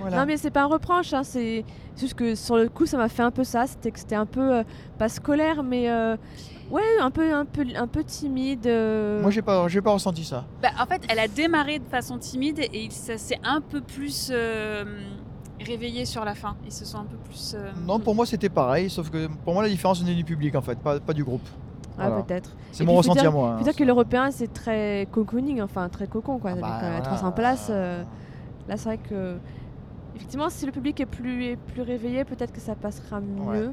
Speaker 1: Voilà.
Speaker 3: Non mais c'est pas un reproche, hein, c'est juste que sur le coup ça m'a fait un peu ça, c'était que c'était un peu euh, pas scolaire mais euh, ouais un peu un peu un peu timide. euh.
Speaker 1: Moi, j'ai pas, j'ai pas ressenti ça.
Speaker 2: Bah, en fait, elle a démarré de façon timide et il- ça s'est un peu plus euh, réveillé sur la fin. Ils se sont un peu plus. euh,
Speaker 1: Non, pour moi, c'était pareil, sauf que pour moi, la différence venait du public, en fait, pas, pas du groupe.
Speaker 3: Ah,
Speaker 1: voilà.
Speaker 3: peut-être.
Speaker 1: C'est
Speaker 3: Et
Speaker 1: mon
Speaker 3: puis, faut
Speaker 1: ressenti
Speaker 3: dire-
Speaker 1: à moi. hein.
Speaker 3: Faut dire que l'européen c'est très cocooning, enfin très cocon quoi.
Speaker 1: Ah
Speaker 3: donc,
Speaker 1: bah,
Speaker 3: euh, être en
Speaker 1: voilà.
Speaker 3: cinq places, euh, là c'est vrai que effectivement si le public est plus est plus réveillé peut-être que ça passera mieux.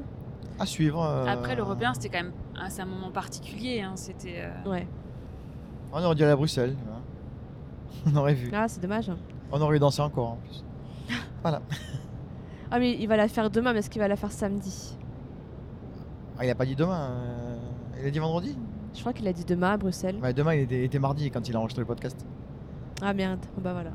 Speaker 1: À suivre. euh,
Speaker 2: Après, l'européen, c'était quand même un, c'est un moment particulier. hein, C'était. euh,
Speaker 3: Ouais.
Speaker 1: On aurait dû aller à Bruxelles. tu vois. <laughs> On aurait vu.
Speaker 3: Ah c'est dommage.
Speaker 1: On aurait dansé encore en plus.
Speaker 3: Ah mais il va la faire demain, mais est-ce qu'il va la faire samedi
Speaker 1: Ah, il a pas dit demain. euh, Il a dit vendredi
Speaker 3: Je crois qu'il a dit demain à Bruxelles.
Speaker 1: Ouais, Demain, il était, il était mardi quand il a enregistré le podcast.
Speaker 3: Ah merde, Bon, bah voilà.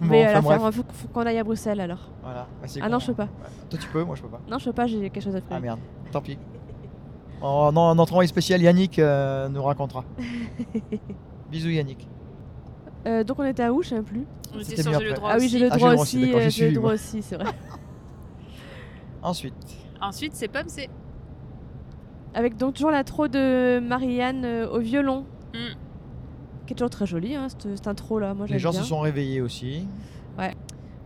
Speaker 1: Bon,
Speaker 3: mais à
Speaker 1: enfin,
Speaker 3: la
Speaker 1: bref,
Speaker 3: fin, faut, faut qu'on aille à Bruxelles alors.
Speaker 1: voilà. Bah, c'est
Speaker 3: Ah
Speaker 1: con,
Speaker 3: non, je peux
Speaker 1: hein.
Speaker 3: pas.
Speaker 1: Ouais. Toi, tu peux, moi, je peux pas.
Speaker 3: Non, je peux pas, j'ai quelque chose à
Speaker 1: Ah
Speaker 3: faire.
Speaker 1: merde, tant pis. En, en, en entrant spécial, Yannick euh, nous
Speaker 3: <laughs>
Speaker 1: racontera. Bisous, Yannick.
Speaker 3: Euh, donc on était à où Je sais même plus.
Speaker 2: on était
Speaker 1: C'était
Speaker 2: sur
Speaker 1: bien
Speaker 2: J'ai le
Speaker 1: après.
Speaker 2: droit
Speaker 3: Ah oui,
Speaker 2: aussi.
Speaker 3: j'ai le
Speaker 1: Ah,
Speaker 3: droit
Speaker 1: j'ai le droit aussi,
Speaker 3: aussi.
Speaker 1: d'accord,
Speaker 3: euh,
Speaker 1: j'y
Speaker 3: J'ai
Speaker 1: suis,
Speaker 3: le droit
Speaker 1: moi.
Speaker 3: aussi, c'est vrai. <laughs>
Speaker 1: Ensuite,
Speaker 2: Ensuite, c'est Pomme, c'est.
Speaker 3: Avec donc toujours la l'intro de Marianne euh, au violon.
Speaker 2: Mm.
Speaker 3: Qui est toujours très jolie, hein, cette, cette intro là. Moi j'aime
Speaker 1: les gens
Speaker 3: bien.
Speaker 1: se sont réveillés aussi.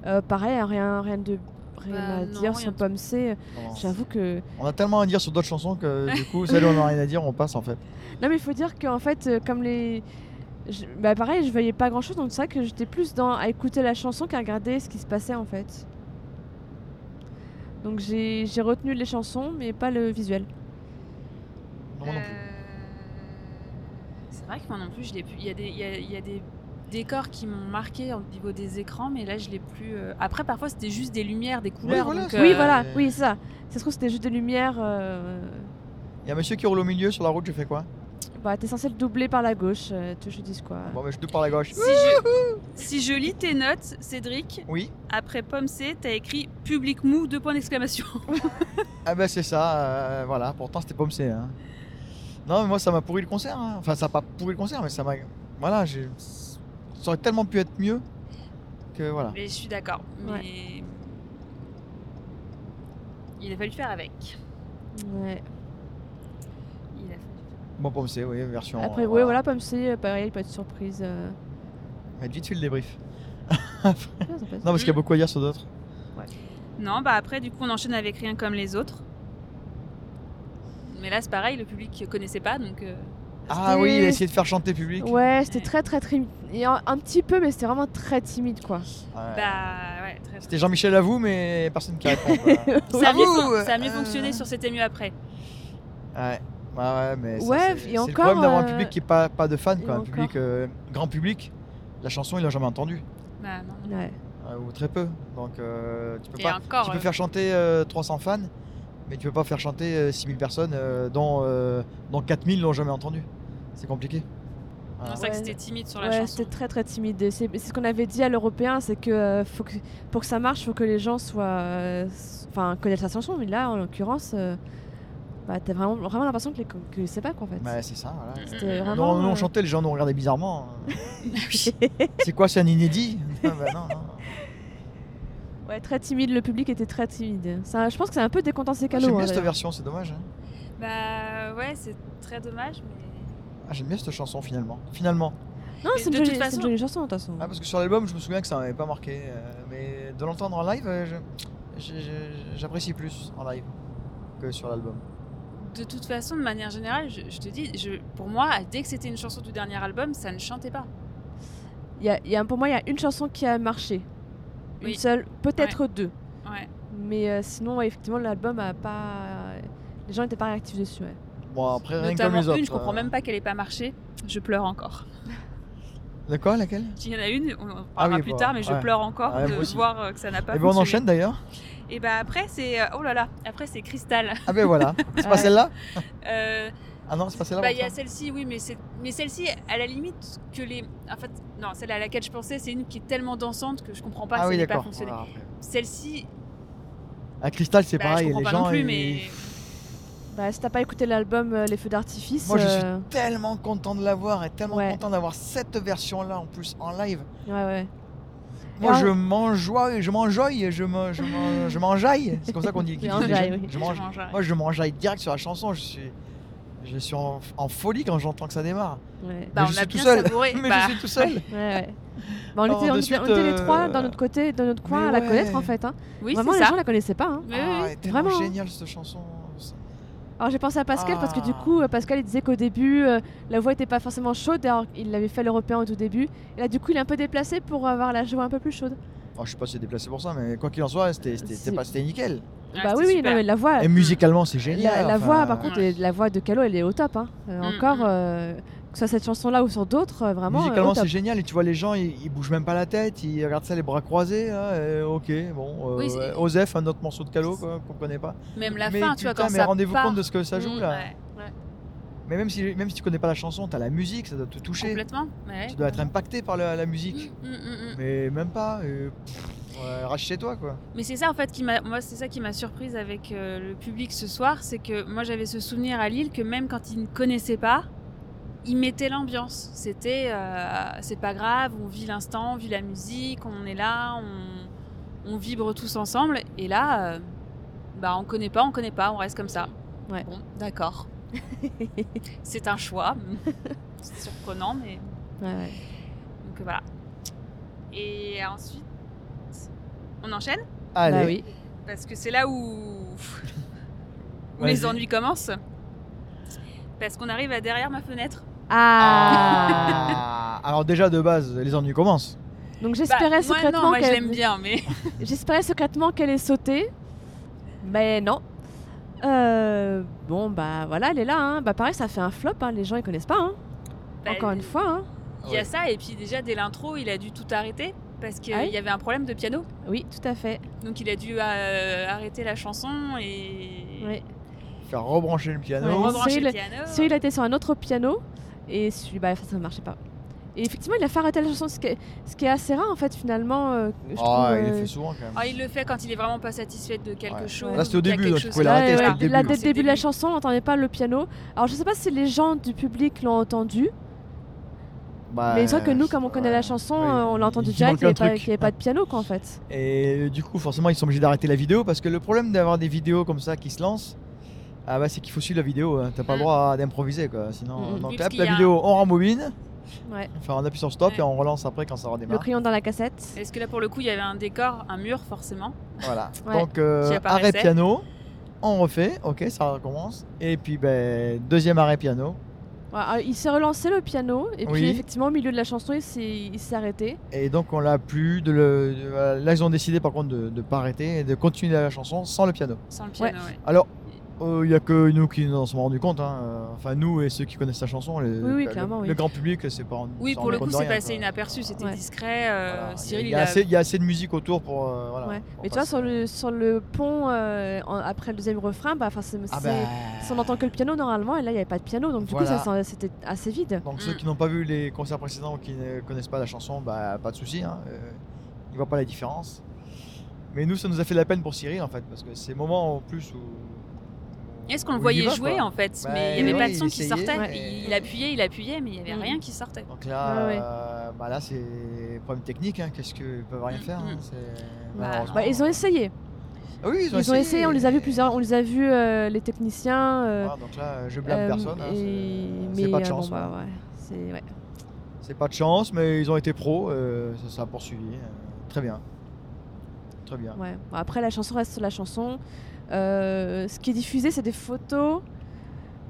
Speaker 3: Euh, pareil, hein, rien, rien de. Rien
Speaker 2: Bah,
Speaker 3: à
Speaker 2: non,
Speaker 3: dire
Speaker 2: rien
Speaker 3: sur
Speaker 2: de-
Speaker 3: Pomme C.
Speaker 1: Non.
Speaker 3: J'avoue que.
Speaker 1: On a tellement à dire sur d'autres chansons que du coup, celle où on n'a rien à dire, on passe en fait.
Speaker 3: Non, mais il faut dire qu'en fait, euh, comme les. je- Bah pareil, je voyais pas grand chose, donc c'est vrai que j'étais plus dans à écouter la chanson qu'à regarder ce qui se passait en fait. Donc j'ai j'ai retenu les chansons, mais pas le visuel.
Speaker 1: Non, moi non plus.
Speaker 2: Euh, C'est vrai que moi non plus, je l'ai plus. Il y a des, il y a- il y a des décors qui m'ont marqué au niveau des écrans, mais là, je l'ai plus. euh. Après, parfois, c'était juste des lumières, des couleurs.
Speaker 1: voilà,
Speaker 2: donc,
Speaker 1: c'est-
Speaker 3: Oui,
Speaker 1: Euh,
Speaker 3: voilà, oui, c'est ça. Ça se trouve, c'était juste des lumières. euh,
Speaker 1: Il y a un monsieur qui roule au milieu sur la route, je fais quoi
Speaker 3: Bah, t'es censé le doubler par la gauche, euh, tu veux que je dise quoi.
Speaker 1: Bon, mais je te par la gauche.
Speaker 2: Si je, si je lis tes notes, Cédric,
Speaker 1: Oui.
Speaker 2: après Pomme C, t'as écrit public mou, deux points d'exclamation.
Speaker 1: Ah ben c'est ça, euh, voilà. Pourtant c'était pomme C. Hein. Non mais moi ça m'a pourri le concert. hein. Enfin ça n'a pas pourri le concert, mais ça m'a. Voilà, j'ai- ça aurait tellement pu être mieux que voilà.
Speaker 2: Mais je suis d'accord. Mais. Il a fallu faire avec.
Speaker 3: Ouais.
Speaker 2: Il a fallu-
Speaker 1: Bon pomme C, oui, version.
Speaker 3: Après,
Speaker 1: euh,
Speaker 3: ouais, voilà, comme c'est euh, pareil, pas de surprise.
Speaker 1: <laughs>
Speaker 3: euh,
Speaker 1: Mais vite fait le débrief.
Speaker 3: ouais, ça passe.
Speaker 1: Non parce qu'il y a beaucoup à dire sur d'autres.
Speaker 2: Non, bah après, du coup, on enchaîne avec rien comme les autres. Mais là, c'est pareil, le public connaissait pas, donc. euh,
Speaker 1: Ah oui, il a essayé de faire chanter public.
Speaker 3: Ouais, c'était très très timide. Et un, un petit peu, mais c'était vraiment très timide quoi.
Speaker 1: Ouais.
Speaker 2: Bah ouais, très
Speaker 1: C'était Jean-Michel à vous, mais personne qui répond.
Speaker 3: <laughs>
Speaker 1: voilà.
Speaker 2: Ça a, mieux,
Speaker 1: Bravo,
Speaker 2: fon- ça a mieux
Speaker 1: euh,
Speaker 2: fonctionné sur C'était mieux après.
Speaker 1: Ouais. Ouais, ouais, mais ça,
Speaker 3: Ouais,
Speaker 1: c'est-
Speaker 3: et
Speaker 1: c'est le
Speaker 3: encore,
Speaker 1: problème d'avoir un
Speaker 3: euh,
Speaker 1: public qui n'est pas, pas de fans,
Speaker 3: et
Speaker 1: quoi. Un
Speaker 3: encore.
Speaker 1: public euh, grand public. La chanson, il l'a jamais entendue,
Speaker 2: Bah, non, non.
Speaker 3: Ouais.
Speaker 1: euh, ou très peu. Donc, euh, tu peux
Speaker 2: Et
Speaker 1: pas.
Speaker 2: encore.
Speaker 1: Tu peux
Speaker 2: euh,
Speaker 1: faire chanter euh, 300 fans, mais tu peux pas faire chanter euh, 6000 personnes euh, dont, euh, dont 4000 l'ont jamais entendu. C'est compliqué.
Speaker 2: non,
Speaker 1: Voilà.
Speaker 2: c'est vrai que
Speaker 3: Ouais.
Speaker 2: c'était timide sur la
Speaker 3: Ouais,
Speaker 2: chanson. <laughs>
Speaker 3: c'était très très timide. Et C'est c'est ce qu'on avait dit à l'européen, c'est que, euh, faut que pour que ça marche, faut que les gens soient, euh, s- enfin, connaissent la chanson. Mais là, en l'occurrence, euh, bah, t'as vraiment, vraiment l'impression que les con- que c'est pas quoi en fait.
Speaker 1: Bah, c'est ça, voilà.
Speaker 2: Mm,
Speaker 3: C'était
Speaker 2: mm, mm.
Speaker 1: Nous, on-
Speaker 3: vraiment.
Speaker 1: nous, on
Speaker 3: euh,
Speaker 1: chantait, les gens nous regardaient bizarrement. hein. c'est quoi, c'est un
Speaker 2: <laughs>
Speaker 1: inédit Non, bah, non, non.
Speaker 3: ouais, très timide. Le public était très timide. Ça, je pense que c'est un peu décompensé Calo.
Speaker 1: Ah, J'aime
Speaker 3: hein,
Speaker 1: bien cette
Speaker 3: d'ailleurs.
Speaker 1: version, c'est dommage. hein.
Speaker 2: Bah ouais, c'est très dommage, mais.
Speaker 1: Ah, J'aime bien cette chanson finalement. Finalement.
Speaker 3: non,
Speaker 2: Mais
Speaker 3: c'est une,
Speaker 2: de
Speaker 3: jolie-
Speaker 2: toute
Speaker 3: c'est une
Speaker 2: façon-
Speaker 3: jolie chanson de toute façon.
Speaker 1: Ah, parce que sur l'album, je me souviens que ça m'avait pas marqué. euh, mais de l'entendre en live, euh, je- je- je- j'apprécie plus en live que sur l'album.
Speaker 2: De toute façon, de manière générale, je, je te dis, je, pour moi, dès que c'était une chanson du dernier album, ça ne chantait pas.
Speaker 3: Il y a- il y a- pour moi, il y a une chanson qui a marché,
Speaker 2: Oui.
Speaker 3: une seule, peut-être deux.
Speaker 2: Ouais.
Speaker 3: Mais euh, sinon, ouais, effectivement, l'album a pas. Les gens n'étaient pas réactifs dessus. Ouais.
Speaker 1: Bon, après, rien que comme
Speaker 2: Notamment
Speaker 1: les autres.
Speaker 2: une, je comprends
Speaker 1: euh,
Speaker 2: même pas qu'elle ait pas marché. Je pleure encore. <laughs>
Speaker 1: De quoi, laquelle
Speaker 2: Il y en a une, on en parlera
Speaker 1: Ah oui,
Speaker 2: plus
Speaker 1: bah,
Speaker 2: tard, mais je
Speaker 1: ouais.
Speaker 2: pleure encore
Speaker 1: Ouais,
Speaker 2: de
Speaker 1: moi aussi.
Speaker 2: voir euh, que ça n'a pas
Speaker 1: Et ben on
Speaker 2: fonctionné.
Speaker 1: enchaîne d'ailleurs.
Speaker 2: Et bah après, c'est. euh, Oh là là, après, c'est Cristal.
Speaker 1: Ah ben
Speaker 2: <laughs>
Speaker 1: voilà. C'est
Speaker 3: Ouais.
Speaker 1: pas celle-là
Speaker 2: Euh,
Speaker 1: Ah non, c'est pas celle-là.
Speaker 2: Bah, il y
Speaker 1: votre
Speaker 2: a celle-ci, oui, mais, c'est- mais celle-ci, à la limite, que les. En fait, non, celle à laquelle je pensais, c'est une qui est tellement dansante que je comprends pas
Speaker 1: ah
Speaker 2: si
Speaker 1: oui,
Speaker 2: elle n'est pas
Speaker 1: d'accord.
Speaker 2: fonctionnée.
Speaker 1: Voilà, après.
Speaker 2: Celle-ci,
Speaker 1: À Cristal, c'est
Speaker 2: bah, je
Speaker 1: pareil.
Speaker 2: comprends
Speaker 1: les
Speaker 2: pas
Speaker 1: gens,
Speaker 2: non plus,
Speaker 1: ils-
Speaker 2: mais.
Speaker 3: Bah, si t'as pas écouté l'album euh, Les Feux d'artifice.
Speaker 1: Moi, je suis
Speaker 3: euh,
Speaker 1: tellement content de l'avoir et tellement
Speaker 3: Ouais.
Speaker 1: content d'avoir cette version-là en plus en live.
Speaker 3: Ouais, ouais.
Speaker 1: Moi,
Speaker 3: Ah.
Speaker 1: je m'enjoie, je m'enjoye, je me- je m'en- je m'enjaille. C'est comme ça
Speaker 2: <laughs>
Speaker 1: qu'on dit. qu'ils disent les
Speaker 3: J'enjaille,
Speaker 1: jeunes.
Speaker 3: oui.
Speaker 1: Je mange-
Speaker 2: Je mangerai.
Speaker 1: Moi, je m'enjaille direct sur la chanson. Je suis, je suis en, en folie quand j'entends que ça démarre.
Speaker 3: Ouais.
Speaker 2: Bah,
Speaker 1: mais je
Speaker 2: on a
Speaker 1: suis tout
Speaker 2: bien
Speaker 1: seul.
Speaker 2: savouré.
Speaker 1: <laughs> Mais
Speaker 2: Bah,
Speaker 1: je suis tout seul.
Speaker 3: Ouais, ouais. Bah, on,
Speaker 1: Alors,
Speaker 3: était, on
Speaker 1: de
Speaker 3: était-
Speaker 1: suite,
Speaker 3: on était les trois
Speaker 1: euh,
Speaker 3: dans notre côté, dans notre coin
Speaker 1: mais
Speaker 3: à la
Speaker 1: ouais.
Speaker 3: connaître en fait. hein.
Speaker 2: oui,
Speaker 3: Vraiment,
Speaker 2: c'est
Speaker 3: les
Speaker 2: ça.
Speaker 3: gens la connaissaient pas. hein.
Speaker 2: Oui, oui,
Speaker 1: Ah,
Speaker 2: oui.
Speaker 1: elle est tellement
Speaker 3: Vraiment.
Speaker 1: géniale cette chanson. Ça-
Speaker 3: Alors j'ai pensé à Pascal parce que du
Speaker 1: Ah.
Speaker 3: coup, euh, Pascal il disait qu'au début, euh, la voix était pas forcément chaude. Alors il avait fait l'européen au tout début. Et là, du coup, il est un peu déplacé pour avoir la voix un peu plus chaude.
Speaker 1: Oh, je sais pas si c'est déplacé pour ça, mais quoi qu'il en soit, c'était- c'était
Speaker 3: C'est-
Speaker 1: c'était pas- c'était nickel.
Speaker 2: Ouais,
Speaker 3: bah
Speaker 2: Ah, c'est
Speaker 3: oui, oui,
Speaker 2: super.
Speaker 3: non, mais la voix.
Speaker 1: Et musicalement, c'est génial.
Speaker 3: La, la
Speaker 1: enfin,
Speaker 3: voix, par contre,
Speaker 2: Ouais.
Speaker 3: est- la voix de Calo, elle est au top. hein. Euh,
Speaker 2: Mm,
Speaker 3: Encore,
Speaker 2: mm.
Speaker 3: euh, que ce soit cette chanson-là ou sur d'autres, euh, vraiment. euh,
Speaker 1: musicalement,
Speaker 3: au top.
Speaker 1: c'est génial. Et tu vois, les gens, ils, ils bougent même pas la tête. Ils regardent ça les bras croisés. là, et ok, bon. euh,
Speaker 2: Oui, c'est-
Speaker 1: Osef, un autre morceau de Calo quoi, qu'on connaît pas.
Speaker 2: Même la
Speaker 1: mais
Speaker 2: fin, tu vois,
Speaker 1: putain,
Speaker 2: quand
Speaker 1: mais
Speaker 2: ça
Speaker 1: rendez-vous
Speaker 2: part.
Speaker 1: compte de ce que ça joue
Speaker 2: Mm,
Speaker 1: là.
Speaker 2: ouais,
Speaker 1: Mais même si, même si tu connais pas la chanson, t'as la musique, ça doit te toucher.
Speaker 2: Complètement. ouais.
Speaker 1: Tu dois être impacté par la, la
Speaker 2: Mm,
Speaker 1: musique.
Speaker 2: mm, mm, mm.
Speaker 1: Mais même pas. euh, pff, ouais, reste chez toi, quoi.
Speaker 2: Mais c'est ça en fait qui m'a, moi c'est ça qui m'a surprise avec euh, le public ce soir, c'est que moi j'avais ce souvenir à Lille que même quand ils ne connaissaient pas, ils mettaient l'ambiance. C'était, euh, c'est pas grave, on vit l'instant, on vit la musique, on est là, on, on vibre tous ensemble. Et là, euh, bah on connaît pas, on connaît pas, on reste comme ça.
Speaker 3: Ouais.
Speaker 2: Bon, d'accord. c'est un choix, c'est surprenant, mais
Speaker 3: Ouais, ouais.
Speaker 2: donc voilà. Et ensuite, on enchaîne.
Speaker 1: Allez.
Speaker 3: Bah oui.
Speaker 2: Parce que c'est là
Speaker 1: <laughs>
Speaker 2: où, où
Speaker 1: Vas-y.
Speaker 2: les ennuis commencent. Parce qu'on arrive à derrière ma fenêtre.
Speaker 3: Ah.
Speaker 1: Ah. <laughs> Alors, déjà, de base, les ennuis commencent.
Speaker 3: Donc
Speaker 2: Bah,
Speaker 3: j'espérais
Speaker 2: moi, non,
Speaker 3: secrètement
Speaker 2: moi je l'aime
Speaker 3: qu'elle
Speaker 2: bien,
Speaker 3: <laughs>
Speaker 2: mais
Speaker 3: j'espérais secrètement qu'elle ait sauté, mais non. Euh, bon bah voilà, elle est là. hein. Bah pareil, ça fait un flop. hein. Les gens ils connaissent pas. hein.
Speaker 2: Bah,
Speaker 3: Encore une fois. hein.
Speaker 2: Il y a ça, et puis déjà dès l'intro, il a dû tout arrêter parce qu'il
Speaker 3: Ah oui
Speaker 2: y avait un problème de piano.
Speaker 3: Oui, tout à fait.
Speaker 2: Donc il a dû euh, arrêter la chanson et oh.
Speaker 3: Oui.
Speaker 1: Faire rebrancher le piano.
Speaker 3: Ouais.
Speaker 2: rebrancher
Speaker 3: Cyril-
Speaker 2: le piano.
Speaker 3: Cyril a été sur un autre piano et celui bah ça ne marchait pas. Et effectivement, il a fait arrêter la chanson, ce qui est, ce qui est assez rare en fait finalement. euh, je
Speaker 1: Ah,
Speaker 3: trouve,
Speaker 1: il le
Speaker 3: euh,
Speaker 1: fait souvent, quand même.
Speaker 2: Ah, il le fait quand il est vraiment pas satisfait de quelque
Speaker 1: Ouais.
Speaker 2: chose.
Speaker 1: Là, c'était au
Speaker 2: ou qu'il y a
Speaker 1: début,
Speaker 2: quelque
Speaker 1: donc tu
Speaker 2: chose
Speaker 1: pouvais
Speaker 2: qui-
Speaker 3: Là,
Speaker 1: l'arrêter,
Speaker 3: ouais,
Speaker 1: c'était
Speaker 3: là,
Speaker 1: le début. hein.
Speaker 3: dès le début de la chanson, on n'entendait pas le piano. Alors, je sais pas si les gens du public l'ont entendu,
Speaker 1: Bah,
Speaker 3: mais c'est vrai que nous, comme on
Speaker 1: ouais.
Speaker 3: connaît la chanson,
Speaker 1: Oui.
Speaker 3: euh, on l'a entendu
Speaker 1: Il
Speaker 3: direct
Speaker 1: manque
Speaker 3: qu'il n'y
Speaker 1: un
Speaker 3: avait, pas-
Speaker 1: truc.
Speaker 3: qu'il y avait pas de piano, quoi, en fait.
Speaker 1: Et du coup, forcément, ils sont obligés d'arrêter la vidéo parce que le problème d'avoir des vidéos comme ça qui se lancent, ah bah, c'est qu'il faut suivre la vidéo. hein. T'as pas le
Speaker 2: Mm.
Speaker 1: droit d'improviser quoi. Sinon,
Speaker 3: Mm, mm.
Speaker 1: donc
Speaker 2: Oui,
Speaker 1: hop,
Speaker 2: parce
Speaker 1: la
Speaker 2: qu'il y a
Speaker 1: vidéo, on rembobine,
Speaker 3: Ouais.
Speaker 1: enfin on appuie sur stop
Speaker 2: Ouais.
Speaker 1: et on relance après quand ça redémarre.
Speaker 3: Le crayon dans la cassette.
Speaker 2: Est-ce que là pour le coup il y avait un décor, un mur forcément
Speaker 1: Voilà.
Speaker 3: Ouais.
Speaker 1: Donc euh,
Speaker 2: Qui apparaissait.
Speaker 1: arrêt piano, on refait, ok, ça recommence. Et puis ben, deuxième arrêt piano.
Speaker 3: Ouais, alors, il s'est relancé le piano, et puis
Speaker 1: Oui.
Speaker 3: effectivement, au milieu de la chanson, il s'est il s'est arrêté.
Speaker 1: Et donc on l'a plus. De le, de- voilà. là ils ont décidé par contre de, de pas arrêter et de continuer la chanson sans le piano.
Speaker 2: sans le piano ouais.
Speaker 1: Alors euh, il n'y a que nous qui nous en sommes rendus compte. hein. Euh, Enfin nous et ceux qui connaissent la chanson. les-
Speaker 3: Oui, oui,
Speaker 1: le,
Speaker 3: clairement, oui.
Speaker 1: le grand public c'est pas.
Speaker 2: Oui,
Speaker 1: s'en
Speaker 2: pour le
Speaker 1: rend
Speaker 2: coup,
Speaker 1: compte de
Speaker 2: c'est
Speaker 1: rien,
Speaker 2: passé
Speaker 1: quoi.
Speaker 2: inaperçu, c'était
Speaker 3: Ouais.
Speaker 2: discret. euh,
Speaker 1: Voilà.
Speaker 2: Cyril,
Speaker 1: il
Speaker 2: il
Speaker 1: y a,
Speaker 2: a-
Speaker 1: assez, il y a assez de musique autour pour. euh, voilà,
Speaker 3: Ouais.
Speaker 1: pour
Speaker 3: Mais tu vois,
Speaker 1: passer.
Speaker 3: sur le, sur le pont, euh, en- après le deuxième refrain, bah, enfin, c'est.
Speaker 1: Ah
Speaker 3: c'est-
Speaker 1: bah,
Speaker 3: Si on entend que le piano normalement, et là il n'y avait pas de piano, donc du
Speaker 1: Voilà.
Speaker 3: coup ça sent- c'était assez vide.
Speaker 1: Donc
Speaker 2: Mm.
Speaker 1: ceux qui n'ont pas vu les concerts précédents ou qui ne connaissent pas la chanson, bah pas de souci, hein, euh, ils voient pas la différence. Mais nous, ça nous a fait de la peine pour Cyril en fait, parce que c'est le moment en plus où.
Speaker 2: Est-ce qu'on
Speaker 1: où
Speaker 2: le
Speaker 1: il
Speaker 2: voyait
Speaker 1: y va,
Speaker 2: jouer
Speaker 1: quoi.
Speaker 2: en fait
Speaker 1: Bah,
Speaker 2: Mais il n'y avait
Speaker 1: oui,
Speaker 2: pas de son
Speaker 1: il
Speaker 2: qui
Speaker 1: essayait,
Speaker 2: sortait.
Speaker 1: mais-
Speaker 2: Il, il appuyait, il appuyait, mais il n'y avait
Speaker 3: Mm.
Speaker 2: rien qui sortait.
Speaker 1: Donc
Speaker 2: Ah
Speaker 1: là,
Speaker 3: Ouais, ouais.
Speaker 1: euh, bah là c'est problème technique, hein, qu'est-ce qu'ils peuvent
Speaker 2: Mm,
Speaker 1: rien faire. hein, c'est-
Speaker 2: Bah,
Speaker 1: malheureusement.
Speaker 3: Bah, ils ont essayé.
Speaker 1: Ah oui,
Speaker 3: Ils ont essayé, on les a vus plusieurs, on les a vus euh, les techniciens. euh,
Speaker 1: Voilà, Ah, donc là, je blâme
Speaker 3: euh,
Speaker 1: personne. hein,
Speaker 3: et-
Speaker 1: c'est- c'est
Speaker 3: mais,
Speaker 1: pas de
Speaker 3: euh,
Speaker 1: chance. hein.
Speaker 3: bon, bah,
Speaker 1: quoi.
Speaker 3: ouais, c'est- ouais.
Speaker 1: C'est pas de chance, mais ils ont été pros, euh, ça, ça a poursuivi. euh, très bien. Très bien.
Speaker 3: Ouais. Bon, après, la chanson reste la chanson. Euh, ce qui est diffusé, c'est des photos.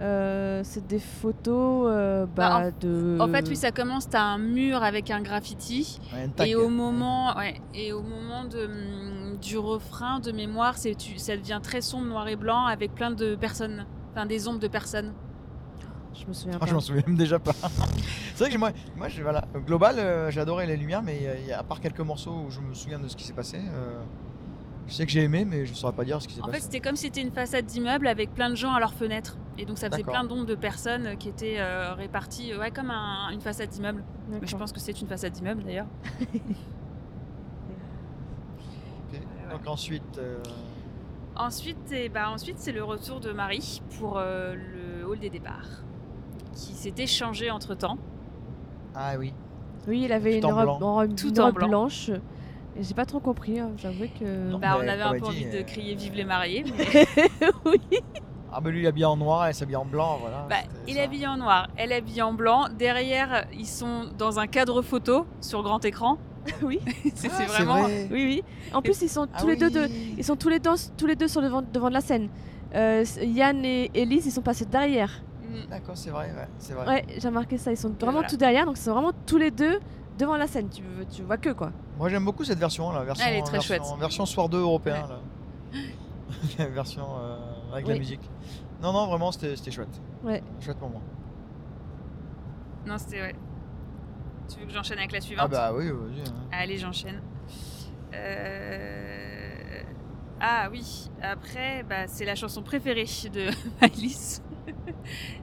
Speaker 3: Euh, c'est des photos euh, bah,
Speaker 2: Bah,
Speaker 3: de.
Speaker 2: En fait, oui, ça commence. T'as un mur avec un graffiti,
Speaker 1: Ouais, une
Speaker 2: et
Speaker 1: taque.
Speaker 2: au moment, ouais, et au moment de, hum, du refrain de mémoire, c'est tu- ça devient très sombre, noir et blanc, avec plein de personnes, enfin des ombres de personnes.
Speaker 3: Je me souviens
Speaker 1: Ah,
Speaker 3: pas.
Speaker 1: je m'en souviens même déjà pas. c'est vrai que moi, moi je, voilà, au global, euh, j'ai adoré les lumières, mais euh, il y a- à part quelques morceaux où je me souviens de ce qui s'est passé, euh, je sais que j'ai aimé, mais je saurais pas dire ce qui s'est
Speaker 2: En
Speaker 1: passé.
Speaker 2: fait, c'était comme si c'était une façade d'immeuble avec plein de gens à leurs fenêtres. Et donc, ça faisait
Speaker 1: D'accord.
Speaker 2: plein d'ombres de personnes qui étaient euh, réparties, ouais, comme un- une façade d'immeuble. Mais Je
Speaker 3: D'accord.
Speaker 2: pense que c'est une façade d'immeuble d'ailleurs.
Speaker 1: Ok. Donc ensuite, euh,
Speaker 2: Ensuite, eh ben, ensuite c'est le retour de Marie pour euh, le hall des départs, qui s'était changé entre temps.
Speaker 1: ah oui,
Speaker 3: Oui, il avait
Speaker 1: Tout
Speaker 3: une
Speaker 1: en
Speaker 3: robe,
Speaker 1: blanc.
Speaker 3: en robe-
Speaker 2: Tout
Speaker 3: une
Speaker 2: en
Speaker 3: robe
Speaker 2: blanc.
Speaker 3: blanche Et J'ai pas trop compris, hein, j'avoue que.
Speaker 1: Non.
Speaker 2: Bah, on
Speaker 1: mais
Speaker 2: avait un
Speaker 1: Comedy,
Speaker 2: peu envie de
Speaker 1: euh,
Speaker 2: crier Vive les mariés. mais-
Speaker 3: oui.
Speaker 1: Ah, mais lui, il est habillé en noir, elle s'habille en blanc, voilà.
Speaker 2: Bah,
Speaker 1: c'était
Speaker 2: il
Speaker 1: ça.
Speaker 2: est habillé en noir, elle est habillée en blanc. Derrière, ils sont dans un cadre photo sur grand écran.
Speaker 3: oui,
Speaker 2: <laughs> C'est
Speaker 1: Ah,
Speaker 2: c'est vraiment.
Speaker 1: vrai.
Speaker 3: oui, oui. En plus, ils sont
Speaker 1: Ah
Speaker 3: tous les deux, de-
Speaker 1: oui.
Speaker 3: ils sont tous les deux, tous les deux sur le devant, devant de la scène. Euh, c- Yann et Elise, ils sont passés derrière.
Speaker 2: Mm.
Speaker 1: D'accord, c'est vrai, ouais, c'est vrai.
Speaker 3: Ouais, j'ai remarqué ça. Ils sont vraiment
Speaker 2: voilà.
Speaker 3: tout derrière, donc ils sont vraiment tous les deux devant la scène. Tu, tu vois que quoi.
Speaker 1: Moi, j'aime beaucoup cette version, la version,
Speaker 2: Elle est très
Speaker 1: version,
Speaker 2: chouette.
Speaker 1: version soir 2 européen, là. <laughs> la version euh, avec la
Speaker 3: Oui.
Speaker 1: musique. Non, non, vraiment, c'était c'était chouette.
Speaker 3: Ouais.
Speaker 1: Chouette moment.
Speaker 2: Non, c'était ouais. Tu veux que j'enchaîne avec la suivante
Speaker 1: Ah bah oui, vas-y. hein.
Speaker 2: Allez, j'enchaîne. Euh, Ah oui, après, bah, c'est la chanson préférée de <laughs> Alice.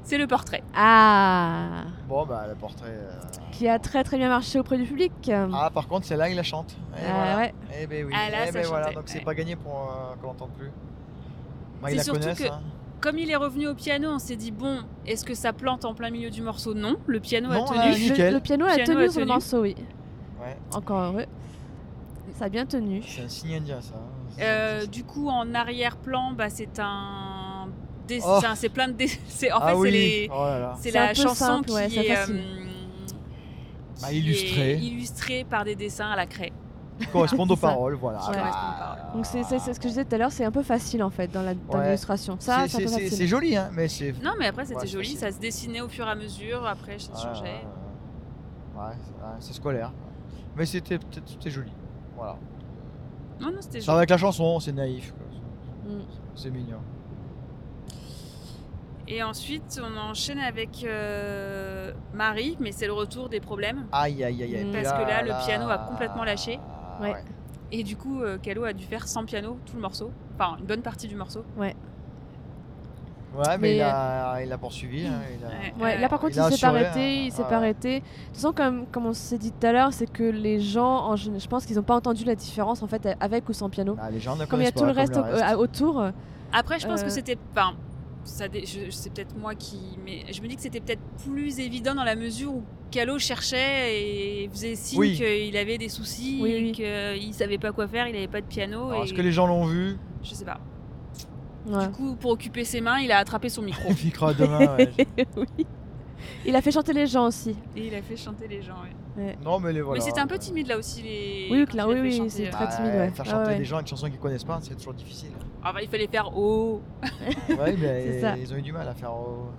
Speaker 2: c'est le portrait.
Speaker 3: Ah,
Speaker 1: Bon, bah, le portrait. euh,
Speaker 3: qui a très très bien marché auprès du public.
Speaker 1: Ah, par contre, celle-là, il la chante. Et
Speaker 3: Ah
Speaker 1: voilà.
Speaker 3: ouais.
Speaker 1: Eh ben oui.
Speaker 2: Ah là,
Speaker 1: Eh
Speaker 2: ça
Speaker 1: ben voilà,
Speaker 2: chantait,
Speaker 1: donc c'est
Speaker 2: ouais.
Speaker 1: pas gagné pour euh, qu'on l'entende plus. Bah,
Speaker 2: C'est
Speaker 1: ils la
Speaker 2: surtout
Speaker 1: connaissent.
Speaker 2: que-
Speaker 1: hein.
Speaker 2: Comme il est revenu au piano, on s'est dit bon, est-ce que ça plante en plein milieu du morceau Non, le piano
Speaker 1: Non,
Speaker 2: a
Speaker 1: là,
Speaker 2: tenu.
Speaker 3: Le-
Speaker 1: Ah, nickel.
Speaker 3: Le, piano a
Speaker 2: Piano
Speaker 3: tenu
Speaker 2: a
Speaker 3: sur le
Speaker 2: tenu.
Speaker 3: morceau, oui.
Speaker 1: Ouais.
Speaker 3: Encore heureux. Ça a bien tenu.
Speaker 1: C'est un signe indien, ça. hein.
Speaker 2: Euh, du coup, en arrière-plan, bah, c'est un dé-
Speaker 1: Oh.
Speaker 2: c'est un- c'est plein de dé- <laughs> c'est- En
Speaker 1: ah
Speaker 2: fait,
Speaker 1: oui.
Speaker 2: c'est les-
Speaker 1: Oh là là.
Speaker 2: <laughs> c'est
Speaker 3: C'est un
Speaker 2: la
Speaker 3: peu
Speaker 2: chanson
Speaker 3: simple,
Speaker 2: qui
Speaker 3: ouais, ça
Speaker 2: est, euh,
Speaker 3: fascine.
Speaker 2: qui
Speaker 1: Bah, illustrée.
Speaker 2: est illustrée par des dessins à la craie.
Speaker 1: Correspondent aux
Speaker 3: C'est ça.
Speaker 1: paroles, voilà.
Speaker 3: Ouais.
Speaker 2: Correspondent aux paroles.
Speaker 3: Donc c'est c'est- c'est ce que je disais tout à l'heure, c'est un peu facile en fait dans la- dans
Speaker 1: Ouais.
Speaker 3: l'illustration. Ça,
Speaker 1: C'est-
Speaker 3: c'est un peu
Speaker 1: c'est- c'est
Speaker 3: facile.
Speaker 1: c'est joli, hein, mais c'est.
Speaker 2: Non, mais après, c'était
Speaker 1: Ouais, c'est
Speaker 2: joli,
Speaker 1: facile.
Speaker 2: ça se dessinait au fur et à mesure, après, ça
Speaker 1: Ouais, ouais,
Speaker 2: changeait.
Speaker 1: euh, ouais. Ouais, c'est- ouais, c'est scolaire. Mais c'était peut-être- c'était joli. Voilà.
Speaker 2: Non, non, c'était
Speaker 1: Ça
Speaker 2: joli.
Speaker 1: va avec la chanson, c'est naïf. quoi.
Speaker 3: Mm.
Speaker 1: C'est mignon.
Speaker 2: Et ensuite, on enchaîne avec euh, Marie, mais c'est le retour des problèmes.
Speaker 1: Aïe, aïe, aïe, aïe.
Speaker 3: Parce
Speaker 2: Mm. que là, le piano a complètement lâché.
Speaker 3: Ouais.
Speaker 2: Et du coup, euh, Calo a dû faire sans piano tout le morceau, enfin une bonne partie du morceau.
Speaker 1: Ouais, mais,
Speaker 3: Mais, euh,
Speaker 1: il, a, il a poursuivi. hein, il a-
Speaker 2: Ouais.
Speaker 3: Ouais, là par
Speaker 1: Il
Speaker 3: contre
Speaker 1: a
Speaker 3: il s'est pas
Speaker 1: assuré,
Speaker 3: arrêté,
Speaker 1: hein.
Speaker 3: il s'est
Speaker 1: Ouais.
Speaker 3: pas arrêté. De toute façon comme, comme on s'est dit tout à l'heure, c'est que les gens, en, gen- je pense qu'ils n'ont pas entendu la différence en fait avec ou sans piano.
Speaker 1: Ah, les gens ne
Speaker 3: comme il y a
Speaker 1: connaissent
Speaker 3: tout le
Speaker 1: pas,
Speaker 3: reste,
Speaker 1: comme
Speaker 3: au- euh, autour, euh,
Speaker 2: Après, je pense
Speaker 3: Euh.
Speaker 2: que c'était, enfin, ça, dé- je- c'est peut-être moi qui, mais je me dis que c'était peut-être plus évident dans la mesure où Calo cherchait et faisait signe
Speaker 1: Oui.
Speaker 2: qu'il avait des soucis,
Speaker 3: Oui,
Speaker 2: et
Speaker 3: oui.
Speaker 2: qu'il savait pas quoi faire, il avait pas de piano.
Speaker 1: Alors,
Speaker 2: et...
Speaker 1: Est-ce que les gens l'ont
Speaker 3: <laughs>
Speaker 1: vu
Speaker 2: Je sais pas.
Speaker 3: ouais.
Speaker 2: Du coup, pour occuper ses mains, il a attrapé son micro
Speaker 1: On piquera demain. ouais.
Speaker 3: oui. Il a fait chanter les gens aussi.
Speaker 2: et il a fait chanter les gens. ouais.
Speaker 1: Non, mais les voilà. Bah,
Speaker 2: Mais c'était un peu timide là aussi les.
Speaker 3: Oui,
Speaker 2: quand
Speaker 3: Cla-
Speaker 2: il a
Speaker 3: oui,
Speaker 2: fait
Speaker 3: oui,
Speaker 2: chanter,
Speaker 3: c'est
Speaker 2: euh,
Speaker 3: très timide, ouais.
Speaker 1: Faire
Speaker 3: Ouais,
Speaker 1: chanter
Speaker 3: ouais.
Speaker 1: des gens à une chanson qu'ils connaissent pas, c'est toujours
Speaker 3: <laughs>
Speaker 1: difficile.
Speaker 2: Ah bah, il fallait faire oh.
Speaker 1: Ouais,
Speaker 3: C'est ça.
Speaker 1: mais ils ont eu du mal à faire. au-